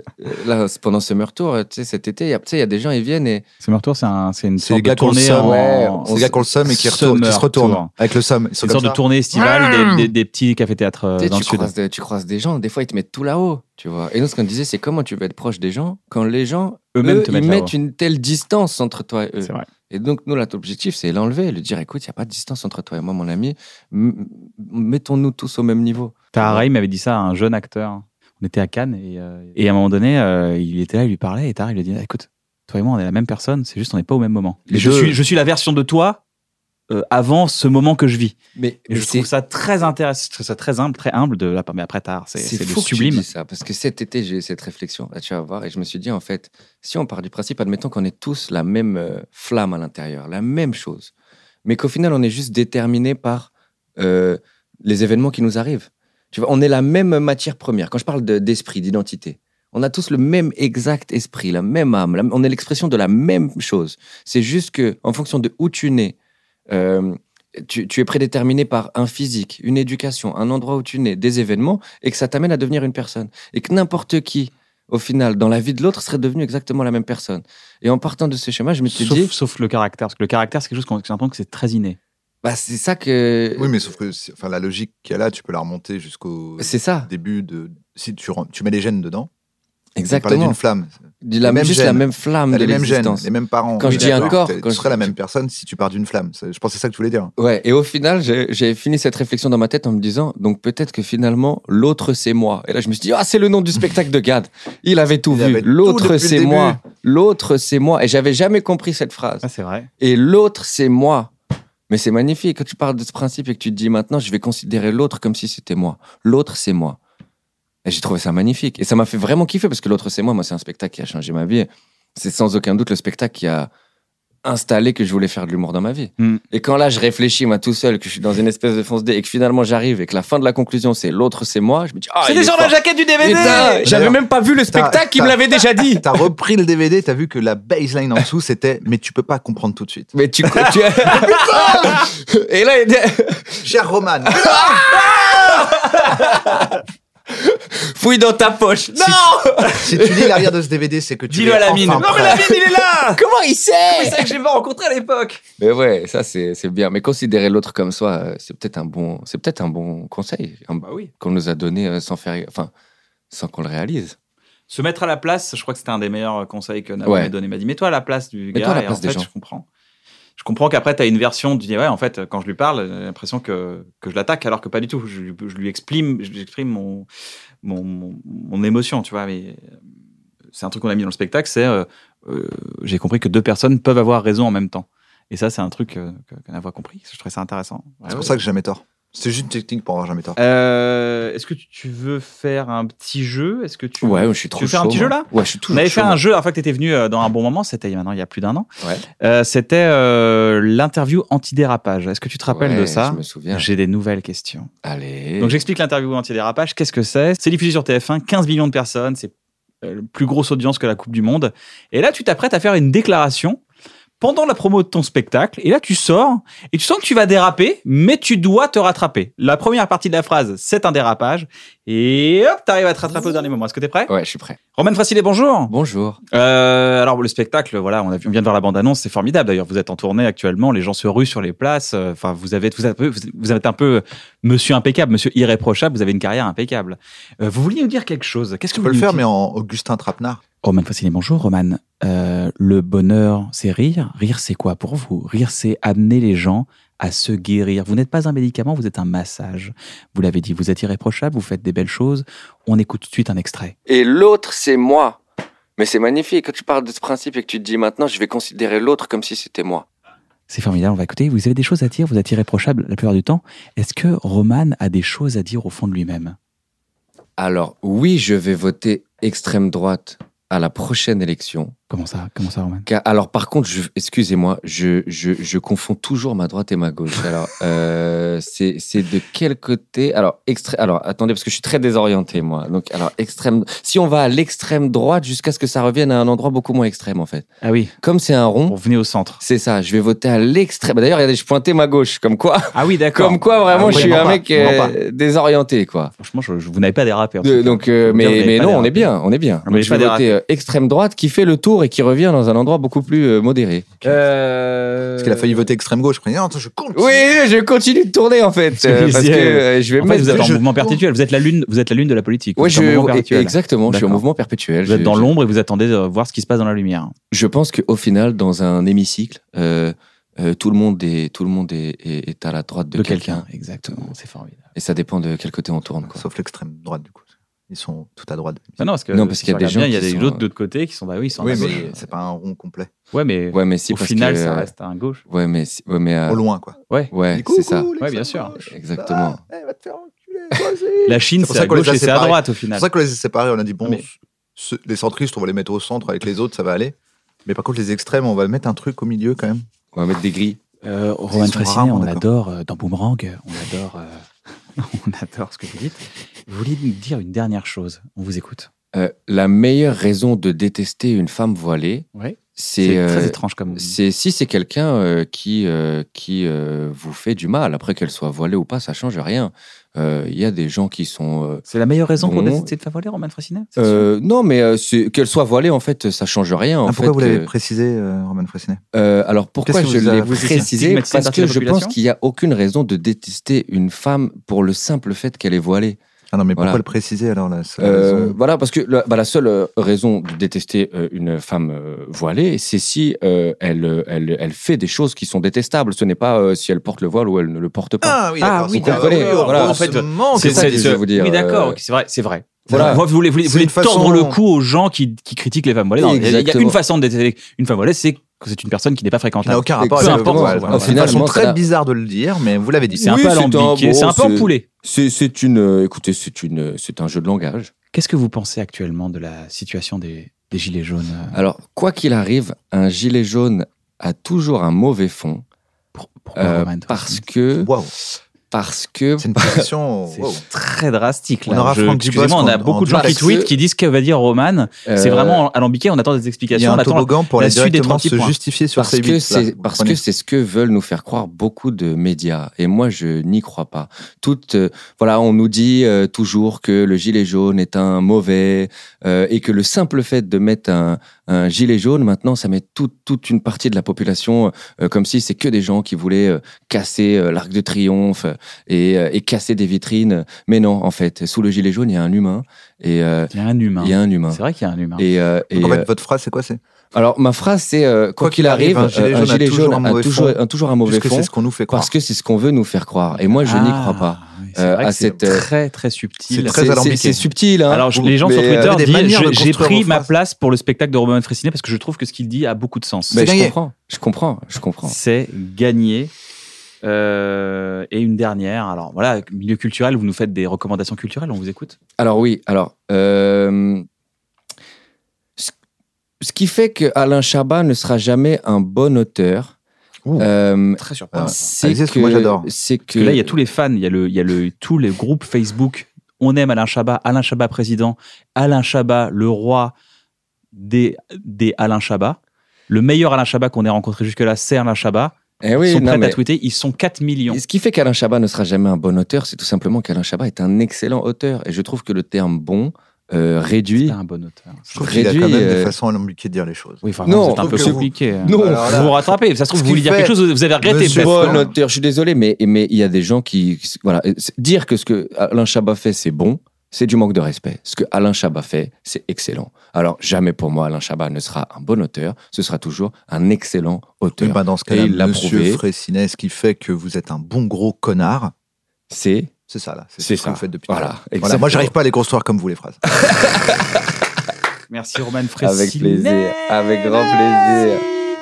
C: là pendant ce retour, tu sais, cet été, il y a- tu sais, il y a des gens, ils viennent et
B: C'est Tour, c'est un, c'est une
E: C'est les
B: sorte de
E: gars qu'on le
B: tournée. euh,
E: somme,
B: en-
C: ouais, on
E: C'est les
C: s-
E: gars qu'on le somme et qui, retourne- qui se
B: Summer
E: retournent
B: tour.
E: avec le somme. Ils sont
B: C'est une
E: comme
B: sorte de
E: ça.
B: tournée estivale des, des- des petits cafés-théâtres euh,
C: Tu sais,
B: dans le
C: tu
B: sud.
C: croises, des, tu croises des gens, des fois ils te mettent tout là-haut, tu vois. Et nous, ce qu'on disait, c'est comment tu veux être proche des gens quand les gens
B: Eux-mêmes te
C: ils
B: mettent
C: mettent
B: là-haut.
C: une telle distance entre toi et eux.
B: C'est vrai.
C: Et donc, nous, là, ton objectif, c'est l'enlever, lui dire écoute, il n'y a pas de distance entre toi et moi, mon ami, M- mettons-nous tous au même niveau.
B: Taharaï m'avait dit ça à un jeune acteur. On était à Cannes et, euh, et à un moment donné, euh, il était là, il lui parlait et Taharaï lui a dit écoute, toi et moi, on est la même personne, c'est juste on n'est pas au même moment.
E: Les
B: Et je,
E: deux-
B: suis, je suis la version de toi euh, avant ce moment que je vis.
C: Mais,
B: Et
C: mais
B: je
C: c'est-
B: trouve ça très intéressant, je trouve ça très humble, très humble de la part. Mais après, Tahar, c'est c'est
C: fou
B: le
C: que tu
B: sublime.
C: dises ça, parce que cet été, j'ai eu cette réflexion, là, tu vas voir, et je me suis dit, en fait, si on part du principe, admettons qu'on est tous la même euh, flamme à l'intérieur, la même chose, mais qu'au final, on est juste déterminé par euh, les événements qui nous arrivent. Tu vois, on est la même matière première. Quand je parle de- d'esprit, d'identité, on a tous le même exact esprit, la même âme, la- on est l'expression de la même chose. C'est juste que, en fonction de où tu nais, euh, tu, tu es prédéterminé par un physique, une éducation, un endroit où tu nais, des événements, et que ça t'amène à devenir une personne. Et que n'importe qui, au final, dans la vie de l'autre, serait devenu exactement la même personne. Et en partant de ce schéma, je me suis
B: Sauf,
C: dit,
B: sauf le caractère, parce que le caractère, c'est quelque chose qu'on j'entends que c'est très inné.
C: bah, c'est ça que.
E: Oui, mais sauf que c'est- enfin, la logique qu'il y a là, tu peux la remonter jusqu'au
C: C'est ça,
E: début de. Si tu, rem- tu mets les gènes dedans, tu parlais
C: exactement.
E: d'une flamme.
C: Du- La,
E: les mêmes
C: juste
E: gènes.
C: la même flamme
E: T'as
C: de
E: les mêmes gènes,
C: l'existence.
E: les mêmes parents.
C: Quand
E: Oui,
C: je dis un
E: d'accord.
C: corps,
E: T'es-
C: quand
E: tu serais
C: je-
E: la même personne si tu pars d'une flamme. C'est- Je pense que c'est ça que tu voulais dire.
C: Ouais, et au final, j'ai j'ai fini cette réflexion dans ma tête en me disant, donc peut-être que finalement, l'autre c'est moi. Et là, je me suis dit, ah, c'est le nom du spectacle de Gad. Il avait tout
E: Il
C: vu.
E: avait tout depuis
C: L'autre
E: le
C: c'est
E: début.
C: moi. L'autre c'est moi. Et j'avais jamais compris cette phrase.
B: c'est vrai.
C: Et l'autre c'est moi. Mais c'est magnifique. Quand tu parles de ce principe et que tu te dis maintenant, je vais considérer l'autre comme si c'était moi. L'autre c'est moi. Et j'ai trouvé ça magnifique. Et ça m'a fait vraiment kiffer parce que l'autre c'est moi. Moi, c'est un spectacle qui a changé ma vie. C'est sans aucun doute le spectacle qui a installé que je voulais faire de l'humour dans ma vie.
B: Mm.
C: Et quand là, je réfléchis, moi, tout seul, que je suis dans une espèce de fonce dé et que finalement j'arrive et que la fin de la conclusion c'est l'autre c'est moi, je me dis, ah, il est fort.
F: jaquette du
C: Putain, j'avais
E: D'ailleurs,
C: même pas vu le spectacle, il me
E: t'as-
C: l'avait déjà dit.
E: T'as repris le DVD, t'as vu que la baseline en dessous, c'était Mais tu peux pas comprendre tout de suite.
C: Mais tu, tu... et là, il
E: Cher Roman,
C: fouille dans ta poche. Non!
E: si tu lis l'arrière de ce DVD, c'est que tu.
B: Dis-le
E: es
B: à la
E: enfin
B: mine. Non, mais
E: prêt.
F: la mine, il est là
C: Comment il sait?
F: que j'ai pas rencontré à l'époque
C: Mais ouais, ça c'est c'est bien. Mais considérer l'autre comme soi, euh, c'est peut-être un bon, c'est peut-être un bon conseil un-
F: oui.
C: qu'on nous a donné euh, sans faire, enfin, sans qu'on le réalise.
B: Se mettre à la place, je crois que c'était un des meilleurs euh, conseils que Navo
C: Ouais.
B: m'a donné. Il m'a dit mets-toi à la place du
C: Mets-toi
B: gars.
C: à la
B: et
C: place
B: en
C: des
B: fait,
C: gens.
B: je comprends. Je comprends qu'après, tu as une version du ouais, en fait, quand je lui parle, j'ai l'impression que, que je l'attaque, alors que pas du tout. Je, lui- je lui exprime, je lui exprime mon, mon, mon, mon émotion, tu vois. Mais euh, c'est un truc qu'on a mis dans le spectacle c'est euh, euh, j'ai compris que deux personnes peuvent avoir raison en même temps. Et ça, c'est un truc euh, que, que Navo a compris. Je trouvais ça intéressant.
E: C'est pour ça que j'ai jamais tort. C'est juste une technique pour avoir jamais tort.
B: Euh, Est-ce que tu- tu veux faire un petit jeu Est-ce que tu
C: Ouais, je suis trop.
B: veux faire un
C: chaud,
B: petit jeu,
C: moi.
B: là
C: Ouais, je suis tout.
B: on avait fait
C: chaud,
B: un
C: moi.
B: jeu la fois que tu étais venu euh, dans un bon moment, c'était il y a maintenant il y a plus d'un an.
C: Ouais.
B: Euh, c'était euh, l'interview antidérapage. Est-ce que tu te rappelles
C: Ouais,
B: de ça
C: Je me souviens.
B: J'ai des nouvelles questions.
C: Allez.
B: Donc j'explique l'interview antidérapage, qu'est-ce que c'est C'est diffusé sur TF1, 15 millions de personnes, c'est euh, la plus grosse audience que la Coupe du Monde. Et là, tu t'apprêtes à faire une déclaration pendant la promo de ton spectacle, et là tu sors, et tu sens que tu vas déraper, mais tu dois te rattraper. La première partie de la phrase, c'est un dérapage, et hop, t'arrives à te rattraper au dernier moment. Est-ce que t'es prêt
C: Ouais, je suis prêt.
B: Roman Frassinet, bonjour
C: Bonjour.
B: euh, alors le spectacle, voilà, on, a vu- on vient de voir la bande-annonce, c'est formidable. D'ailleurs, vous êtes en tournée actuellement, les gens se ruent sur les places. euh, Enfin, vous avez, vous êtes, vous êtes un peu euh, Monsieur impeccable, Monsieur irréprochable. Vous avez une carrière impeccable. Euh, vous vouliez nous dire quelque chose Qu'est-ce que
E: Tu
B: vous
E: peux le
B: vouliez
E: faire,
B: nous
E: mais
B: dire
E: en Augustin Trapenard.
B: Roman Fasciné, bonjour, Roman. Euh, le bonheur, c'est rire. Rire, c'est quoi pour vous Rire, c'est amener les gens à se guérir. Vous n'êtes pas un médicament, vous êtes un massage. Vous l'avez dit, vous êtes irréprochable, vous faites des belles choses. On écoute tout de suite un extrait.
C: Et l'autre, c'est moi. Mais c'est magnifique. Quand tu parles de ce principe et que tu te dis maintenant, je vais considérer l'autre comme si c'était moi.
B: C'est formidable, on va écouter. Vous avez des choses à dire, vous êtes irréprochable la plupart du temps. Est-ce que Roman a des choses à dire au fond de lui-même
C: Alors oui, je vais voter extrême droite à la prochaine élection
B: Comment ça, comment ça, Roman
C: Ca- Alors, par contre, je- excusez-moi, je, je, je confonds toujours ma droite et ma gauche. Alors, euh, c'est c'est de quel côté alors, extré- alors, attendez, parce que je suis très désorienté, moi. Donc, alors, extrême. Si on va à l'extrême droite jusqu'à ce que ça revienne à un endroit beaucoup moins extrême, en fait.
B: Ah oui,
C: Comme c'est un rond,
B: pour venir au centre.
C: c'est ça. Je vais voter à l'extrême. Bah, D'ailleurs, regardez, je pointais ma gauche. Comme quoi,
B: Ah oui, d'accord.
C: comme quoi
B: Ah
C: vraiment,
B: oui,
C: je suis
B: on
C: un
B: ment
C: mec
B: pas, on ment
C: euh, désorienté, quoi.
B: Franchement, je, je- vous n'avez pas dérapé. en tout
C: De-
B: cas.
C: donc, euh,
B: Vous
C: mais,
B: n'avez
C: mais
B: pas
C: non, on est
B: dérapé.
C: bien, on est bien.
B: Mais je
C: je vais
B: vais pas
C: voter euh, extrême droite qui fait le tour et qui revient dans un endroit beaucoup plus euh, modéré.
E: Parce qu'il a failli voter extrême gauche. Je me dis, non, attends, je compte.
C: Oui, oui, je continue de tourner en fait euh,
B: Les
C: parce que
B: yeux.
C: euh, je vais
B: En fait,
C: mettre.
B: vous êtes en
C: je-
B: mouvement perpétuel. Vous êtes la lune, vous êtes la lune de la politique.
C: Ouais,
B: vous êtes en
C: je-
B: mouvement perpétuel.
C: exactement. Je suis en
B: D'accord.
C: mouvement perpétuel.
B: Vous êtes
C: Je-
B: dans
C: je-
B: l'ombre et vous attendez de voir ce qui se passe dans la lumière.
C: Je pense qu'au final, dans un hémicycle, euh, euh, tout le monde est tout le monde est, est- est à la droite de,
B: De, quelqu'un. Exactement. C'est formidable.
C: et ça dépend de quel côté on tourne. quoi.
E: Sauf l'extrême droite, du coup. Ils sont tout à droite.
B: Bah non, parce que
C: Non, parce
B: si
C: qu'il y a
B: on
C: des
B: regarde
C: gens
B: bien, Il y a
C: qui
B: des
C: sont,
B: autres
C: euh,
B: de l'autre côté qui sont. Bah oui, ils sont. en
E: Oui,
B: avance.
E: mais c'est pas un rond complet.
B: Ouais, mais
C: Ouais, mais si
B: au
C: parce
B: final,
C: que,
B: ça
C: euh,
B: reste à un gauche.
C: Ouais, mais si- ouais, mais euh,
E: Au loin, quoi.
C: ouais,
E: Coucou,
C: c'est ça.
E: l'extrême
B: bien sûr.
E: gauche.
C: Exactement.
E: Ah, eh, va te faire enculer, toi aussi.
B: La Chine,
E: C'est pour
B: c'est
E: ça
B: à
E: qu'on les
B: gauche
E: a
B: et c'est à
E: séparés.
B: droite au
E: C'est
B: final.
E: pour ça qu'on les a séparés. On a dit, bon,
B: Mais-
E: ce- les centristes, on va les mettre au centre avec les autres, ça va aller. Mais par contre, les extrêmes, on va mettre un truc au milieu quand même.
C: On va mettre des grilles.
B: Euh, Roman
E: sont
B: Fraissinet,
E: rarement
B: on
E: d'accord.
B: adore euh, dans Boomerang, euh, on adore, euh, on adore ce que vous dites. Vous voulez nous dire une dernière chose On vous écoute.
C: Euh, la meilleure raison de détester une femme voilée,
B: Ouais.
C: c'est
B: C'est très
C: euh,
B: étrange comme.
C: C'est si c'est quelqu'un euh, qui euh, qui euh, vous fait du mal après qu'elle soit voilée ou pas, ça change rien. Euh, Il y a des gens qui sont euh,
B: C'est la meilleure raison pour
C: Bon.
B: détester de favoler Roman Fraissinet c'est sûr
C: euh, non, mais euh, c'est- qu'elle soit voilée, en fait, ça change rien. en
E: Ah,
C: fait,
E: pourquoi vous l'avez
C: que-
E: précisé, euh, Roman Fraissinet
C: Euh, alors pourquoi
E: Qu'est-ce que
C: je
E: vous a-
C: l'ai
E: vous
B: étiez
C: précisé
B: stigmatisé
C: Parce
B: par la
C: que je pense
B: population
C: qu'il n'y a aucune raison de détester une femme pour le simple fait qu'elle est voilée.
E: Ah non, mais pourquoi
C: Voilà.
E: le préciser alors là c'est la
C: Euh,
E: raison.
C: voilà, parce que la, bah, la seule euh, raison de détester euh, une femme euh, voilée, c'est si euh, elle, euh, elle, elle fait des choses qui sont détestables. Ce n'est pas euh, si elle porte le voile ou elle ne le porte pas.
E: Ah oui,
B: Ah
E: d'accord.
B: oui,
E: c'est-
C: comprenez,
E: ah oui,
C: voilà, en
B: fait,
E: heureusement
C: c'est
E: que
C: ça
E: vous
C: que
E: dites.
C: je veux dire,
B: Oui, d'accord,
C: euh,
B: ok, c'est vrai, c'est vrai.
C: Voilà.
B: Vous voulez, vous voulez- vous
E: C'est
B: voulez
E: une façon-
B: tordre le cou aux gens qui, qui critiquent les femmes voilées. Non, Il y, a- il y a
C: Exactement.
B: une façon de détester une femme voilée, c'est que c'est une personne qui n'est pas
E: Ça n'a
B: fréquentable.
E: aucun rapport
B: Peu
E: avec le
B: importe,
E: voile.
B: voilà.
E: C'est une
C: Finalement,
E: façon
C: ça
E: très
C: n'a-
E: bizarre de le dire, mais vous l'avez dit.
B: C'est un
C: Oui,
B: peu
C: c'est un-
B: alambiqué,
C: bon,
B: c'est un peu
C: c'est-
B: empoulé.
C: C'est, c'est une, euh, écoutez, c'est une, euh, c'est un jeu de langage.
B: Qu'est-ce que vous pensez actuellement de la situation des, des gilets jaunes euh,
C: Alors, quoi qu'il arrive, un gilet jaune a toujours un mauvais fond
B: pour, pour
C: euh,
B: Roman
C: parce
B: Fraissinet
C: que,
E: Waouh,
C: parce que,
E: c'est une position.
B: C'est
E: wow.
B: très drastique.
E: On
B: Là.
E: aura
B: Je-
E: Franck Dubosc
B: excusez-moi, on a
E: en-
B: beaucoup
E: en
B: de gens qui
C: direct.
B: tweetent, qui disent ce que va dire Roman. C'est
C: euh,
B: vraiment alambiqué, on attend des
E: Il y
B: explications,
E: a
B: on
E: un
B: attend
E: toboggan pour
B: la
E: aller
B: suite des
E: directement
B: 38
E: se
B: points.
E: justifier sur
C: parce
E: C8.
C: que
E: là,
C: c'est
E: vous
C: parce
E: comprenez.
C: que c'est ce que veulent nous faire croire beaucoup de médias et moi je n'y crois pas. Tout voilà, on nous dit euh, toujours que le gilet jaune est un mauvais euh, et que le simple fait de mettre un, un gilet jaune maintenant ça met tout- toute une partie de la population euh, comme si c'est que des gens qui voulaient euh, casser euh, l'arc de triomphe euh, et, euh, et casser des vitrines. Mais non, en fait, sous le gilet jaune, il y a un humain et euh,
B: Il y a un humain.
C: il y a un humain.
B: C'est vrai qu'il y a un humain.
C: Et, euh, et,
E: Donc, en
C: euh,
E: fait, votre phrase, c'est quoi C'est
C: alors ma phrase c'est euh, quoi qu'il arrive, euh, un gilet jaune,
E: a toujours un
C: a,
E: mauvais
C: toujours,
E: fond.
C: a toujours un mauvais
E: Puisque
C: fond
E: c'est ce qu'on nous fait croire.
C: parce que c'est ce qu'on veut nous faire croire. Et moi je n'y crois pas.
B: Ah, C'est
C: Euh,
B: vrai
C: à
B: que c'est
C: cette, euh,
B: très très subtil.
E: c'est très alambiqué.
C: c'est subtil. Hein.
B: Alors, je- les gens
C: Mais,
B: sur
C: euh,
B: Twitter
E: avez des
B: disent
E: manières de
B: j'ai- J'ai
E: construire
B: pris
E: vos
B: ma
E: phrases.
B: place pour le spectacle de Roman Fraissinet parce que je trouve que ce qu'il dit a beaucoup de sens.
C: mais je
E: gagné.
C: comprends, je comprends, je comprends.
B: C'est gagné. Euh, et une dernière. Alors voilà, milieu culturel, vous nous faites des recommandations culturelles, on vous écoute.
C: Alors oui, alors euh, ce, ce qui fait que Alain Chabat ne sera jamais un bon auteur,
E: Ouh.
C: euh,
B: Très surprenant.
E: Ah,
C: c'est
E: Alexis, ce que moi, j'adore.
C: c'est
B: Parce que là, il y a tous les fans, il y a, le, il y a le, tous les groupes Facebook. On aime Alain Chabat, Alain Chabat président, Alain Chabat le roi des, des Alain Chabat. Le meilleur Alain Chabat qu'on ait rencontré jusque-là, c'est Alain Chabat.
C: Eh
B: ils
C: oui,
B: sont
C: non,
B: prêts
C: mais-
B: à tweeter, ils sont 4 millions.
C: Et Ce qui fait qu'Alain Chabat ne sera jamais un bon auteur, c'est tout simplement qu'Alain Chabat est un excellent auteur. Et je trouve que le terme bon euh, réduit.
B: C'est un bon auteur.
E: Je trouve qu'il a quand
C: réduit,
E: même des
C: euh,
E: façons alambiquées de dire les choses.
B: Oui, enfin,
C: Non,
B: vous êtes un
E: sauf
B: peu
E: que vous-
B: compliqué. hein.
C: Non,
E: Alors là-
B: vous vous rattrapez. Ça se trouve,
E: Ce
B: vous voulez
E: qu'il
B: dire quelque
E: fait,
B: chose, vous avez regretté.
E: monsieur
B: peut-être.
E: Bon,
C: Bon auteur, je suis désolé, mais mais il y a des gens qui qui- voilà euh, c'est- dire que ce que Alain Chabat fait c'est bon, c'est du manque de respect. Ce que Alain Chabat fait, c'est excellent. Alors jamais pour moi Alain Chabat ne sera un bon auteur, ce sera toujours un excellent
E: Eh
C: auteur.
E: ben, dans ce
C: Et
E: cas-là,
C: il l'a
E: monsieur
C: prouvé.
E: Fraissinet, ce qui fait que vous êtes un bon gros connard,
C: C'est
E: c'est ça, là.
C: C'est
E: ce que
C: ça.
E: vous faites depuis
C: Voilà,
E: tout à l'heure.
C: exactement.
E: Moi, j'arrive pas à les construire comme vous, les phrases.
B: Merci, Roman Fraissinet.
C: avec plaisir, avec grand plaisir.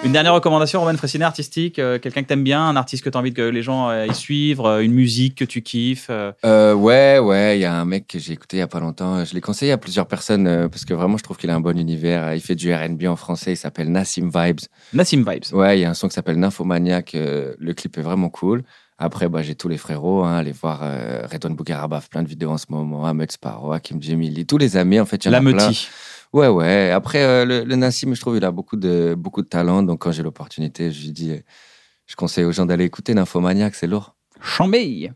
B: Une dernière recommandation, Roman Fressinet, artistique, euh, quelqu'un que t'aimes bien, un artiste que t'as envie que les gens euh, aillent suivre, euh, une musique que tu kiffes. euh,
C: Euh, ouais, ouais, il y a un mec que j'ai écouté il y a pas longtemps. Je l'ai conseillé à plusieurs personnes euh, parce que vraiment, je trouve qu'il a un bon univers. Il fait du R&B en français. Il s'appelle Nassim Vibes.
B: Nassim Vibes.
C: Ouais, il y a un son qui s'appelle Nymphomaniac. euh, le clip est vraiment cool. Après, bah, j'ai tous les frérots. Hein, allez voir euh, Redon Bougarabaf, plein de vidéos en ce moment. Ahmed Sparrow, Hakim Djemili, tous les amis. En fait, il y en
B: La
C: a plein.
B: Meutie.
C: Ouais, ouais. Après, euh, le, le Nassim, je trouve, il a beaucoup de, beaucoup de talent. Donc, quand j'ai l'opportunité, je lui dis, euh, je conseille aux gens d'aller écouter Nymphomaniac, c'est lourd.
B: Chambay.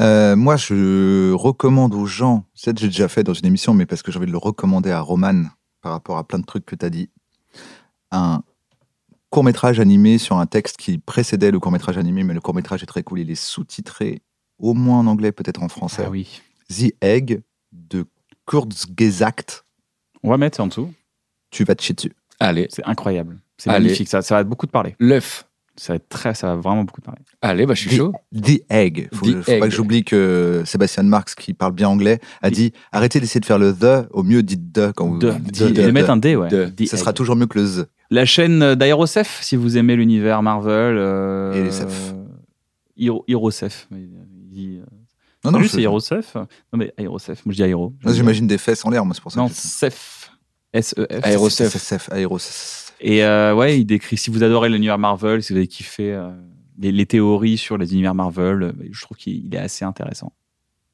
E: Euh, moi, je recommande aux gens, peut-être j'ai déjà fait dans une émission, mais parce que j'ai envie de le recommander à Roman par rapport à plein de trucs que tu as dit, un court métrage animé sur un texte qui précédait le court métrage animé, mais le court métrage est très cool, il est sous-titré au moins en anglais, peut-être en français.
B: Ah oui.
E: The Egg de Kurzgesagt.
B: On va mettre en dessous.
E: Tu vas te chier dessus.
C: Allez.
B: C'est incroyable. C'est
C: Allez.
B: magnifique. Ça, ça va beaucoup te parler.
C: L'œuf.
B: Ça va, être très, ça va vraiment beaucoup te parler.
C: Allez, bah, je suis
E: The-
C: chaud.
E: The Egg. Faut,
C: The
E: faut
C: Egg.
E: pas que j'oublie que Sébastien Marx, qui parle bien anglais, a
B: The-
E: dit arrêtez d'essayer de faire le the, au mieux dites the quand vous
B: De,
E: dites
B: de,
E: the,
B: de
E: the.
B: mettre un D, ouais.
C: de.
B: The
E: Ce
B: Egg.
E: sera toujours mieux que le the.
B: La chaîne d'Aerosef, si vous aimez l'univers Marvel. euh,
E: Et les Sef.
B: Hiro- Hirosef. Il dit, euh,
E: Ah Non,
B: Salut,
E: je-
B: c'est Hirosef. Non, mais Aerosef. Moi, je dis Aéro.
E: Moi, J'imagine des fesses en l'air, moi, c'est pour ça.
B: Non,
E: que j'ai-
B: Sef. S-E-F.
C: Aérosef.
E: SF, Aérosef.
B: Et euh, ouais, il décrit. Si vous adorez l'univers Marvel, si vous avez kiffé euh, les, les théories sur les univers Marvel, euh, je trouve qu'il il est assez intéressant.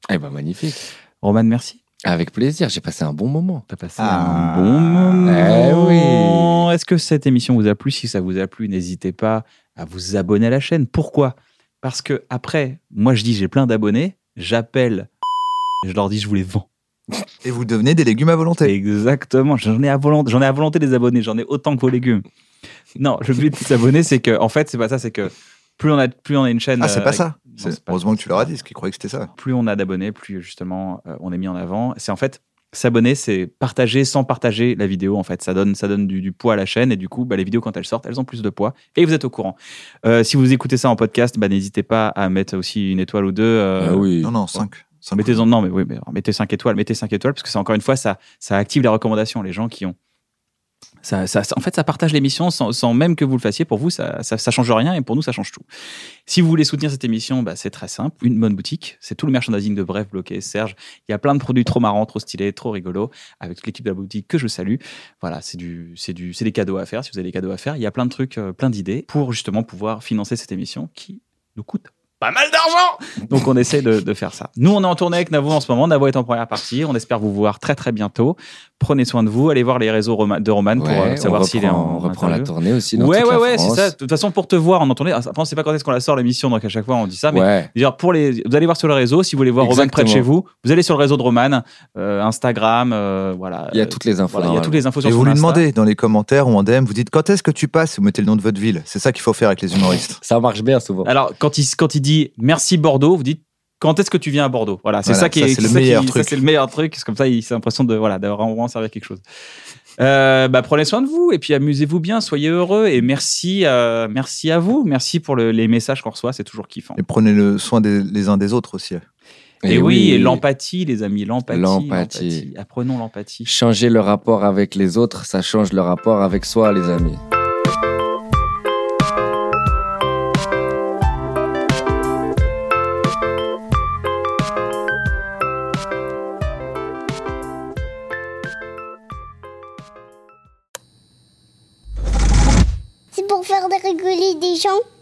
C: Eh ben, magnifique.
B: Roman, merci.
C: Avec plaisir. J'ai passé un bon moment.
B: T'as passé
E: Ah.
B: un bon moment.
C: Eh
B: Est-ce que cette émission vous a plu Si ça vous a plu, n'hésitez pas à vous abonner à la chaîne. Pourquoi Parce que après, moi je dis j'ai plein d'abonnés, j'appelle, et je leur dis je vous les vends.
E: Et vous devenez des légumes à volonté.
B: Exactement. J'en ai à volonté, j'en ai à volonté des abonnés. J'en ai autant que vos légumes. Non, le but des abonnés, c'est que, en fait, c'est pas ça. C'est que plus on a, plus on a une chaîne.
E: Ah, c'est
B: euh,
E: pas ça.
B: Non,
E: C'est-
B: c'est pas-
E: Heureusement que tu
B: c'est
E: leur as
B: pas-
E: dit, ce qu'ils croyaient que c'était ça.
B: Plus on a d'abonnés, plus justement, euh, on est mis en avant. C'est en fait s'abonner, c'est partager sans partager la vidéo. En fait, ça donne, ça donne du, du poids à la chaîne et du coup, bah, les vidéos quand elles sortent, elles ont plus de poids et vous êtes au courant. Euh, si vous écoutez ça en podcast, bah, n'hésitez pas à mettre aussi une étoile ou deux. euh,
C: Ah oui.
E: Non, non, 5.
B: Mettez-en, non, mais oui, mais alors, mettez 5 étoiles, mettez 5 étoiles, parce que c'est encore une fois, ça, ça active les recommandations. Les gens qui ont. Ça, ça- ça- en fait, ça partage l'émission sans, sans même que vous le fassiez. Pour vous, ça, ça, ça change rien et pour nous, ça change tout. Si vous voulez soutenir cette émission, bah, c'est très simple. Une bonne boutique, c'est tout le merchandising de Bref, Bloqué, Serge. Il y a plein de produits trop marrants, trop stylés, trop rigolos, avec toute l'équipe de la boutique que je salue. Voilà, c'est du, c'est du, c'est des cadeaux à faire. Si vous avez des cadeaux à faire, il y a plein de trucs, euh, plein d'idées pour justement pouvoir financer cette émission qui nous coûte pas mal d'argent. Donc on essaie de, de faire ça. Nous, on est en tournée avec Navo en ce moment. Navo est en première partie. On espère vous voir très très bientôt. Prenez soin de vous. Allez voir les réseaux Roma- de Roman pour euh,
C: Ouais,
B: savoir
C: on
B: s'il est
C: reprend-
B: en
C: On reprend la
B: interview.
C: tournée aussi. Dans
B: ouais,
C: toute
B: ouais,
C: la
B: ouais, c'est
C: France.
B: ça. De toute façon, pour te voir en tournée, après, on sait pas quand est-ce qu'on la sort l'émission, donc à chaque fois, on dit ça. Mais
C: Ouais.
B: d'ailleurs, pour les, vous allez voir sur le réseau, si vous voulez voir Roman près de
C: Exactement.
B: chez vous, vous allez sur le réseau de Roman, euh, Instagram, euh, voilà.
C: Il y a toutes les infos.
B: Voilà, il y a
C: normalement.
B: toutes les infos sur
E: Et
B: son
E: vous lui
B: Insta.
E: demandez dans les commentaires ou en DM, vous dites quand est-ce que tu passes, vous mettez le nom de votre ville. C'est ça qu'il faut faire avec les humoristes.
C: Ça marche bien souvent.
B: Alors, quand il, quand il dit merci Bordeaux, vous dites quand est-ce que tu viens à Bordeaux Voilà, c'est
E: Voilà,
B: ça qui
E: ça,
B: est,
E: c'est le
B: ça qui-
E: meilleur
B: ça,
E: truc.
B: c'est le meilleur truc. parce que Comme ça, il c'est l'impression de voilà d'avoir vraiment servi à quelque chose. Euh, bah, prenez soin de vous et puis amusez-vous bien, soyez heureux et merci, euh, merci à vous, merci pour le- les messages qu'on reçoit, c'est toujours kiffant.
E: Et prenez le soin des, les uns des autres aussi.
B: Et, oui, et l'empathie, les amis, l'empathie,
C: L'empathie.
B: l'empathie. apprenons l'empathie.
C: Changer le rapport avec les autres, ça change le rapport avec soi, les amis.
H: C'est pour faire rigoler des gens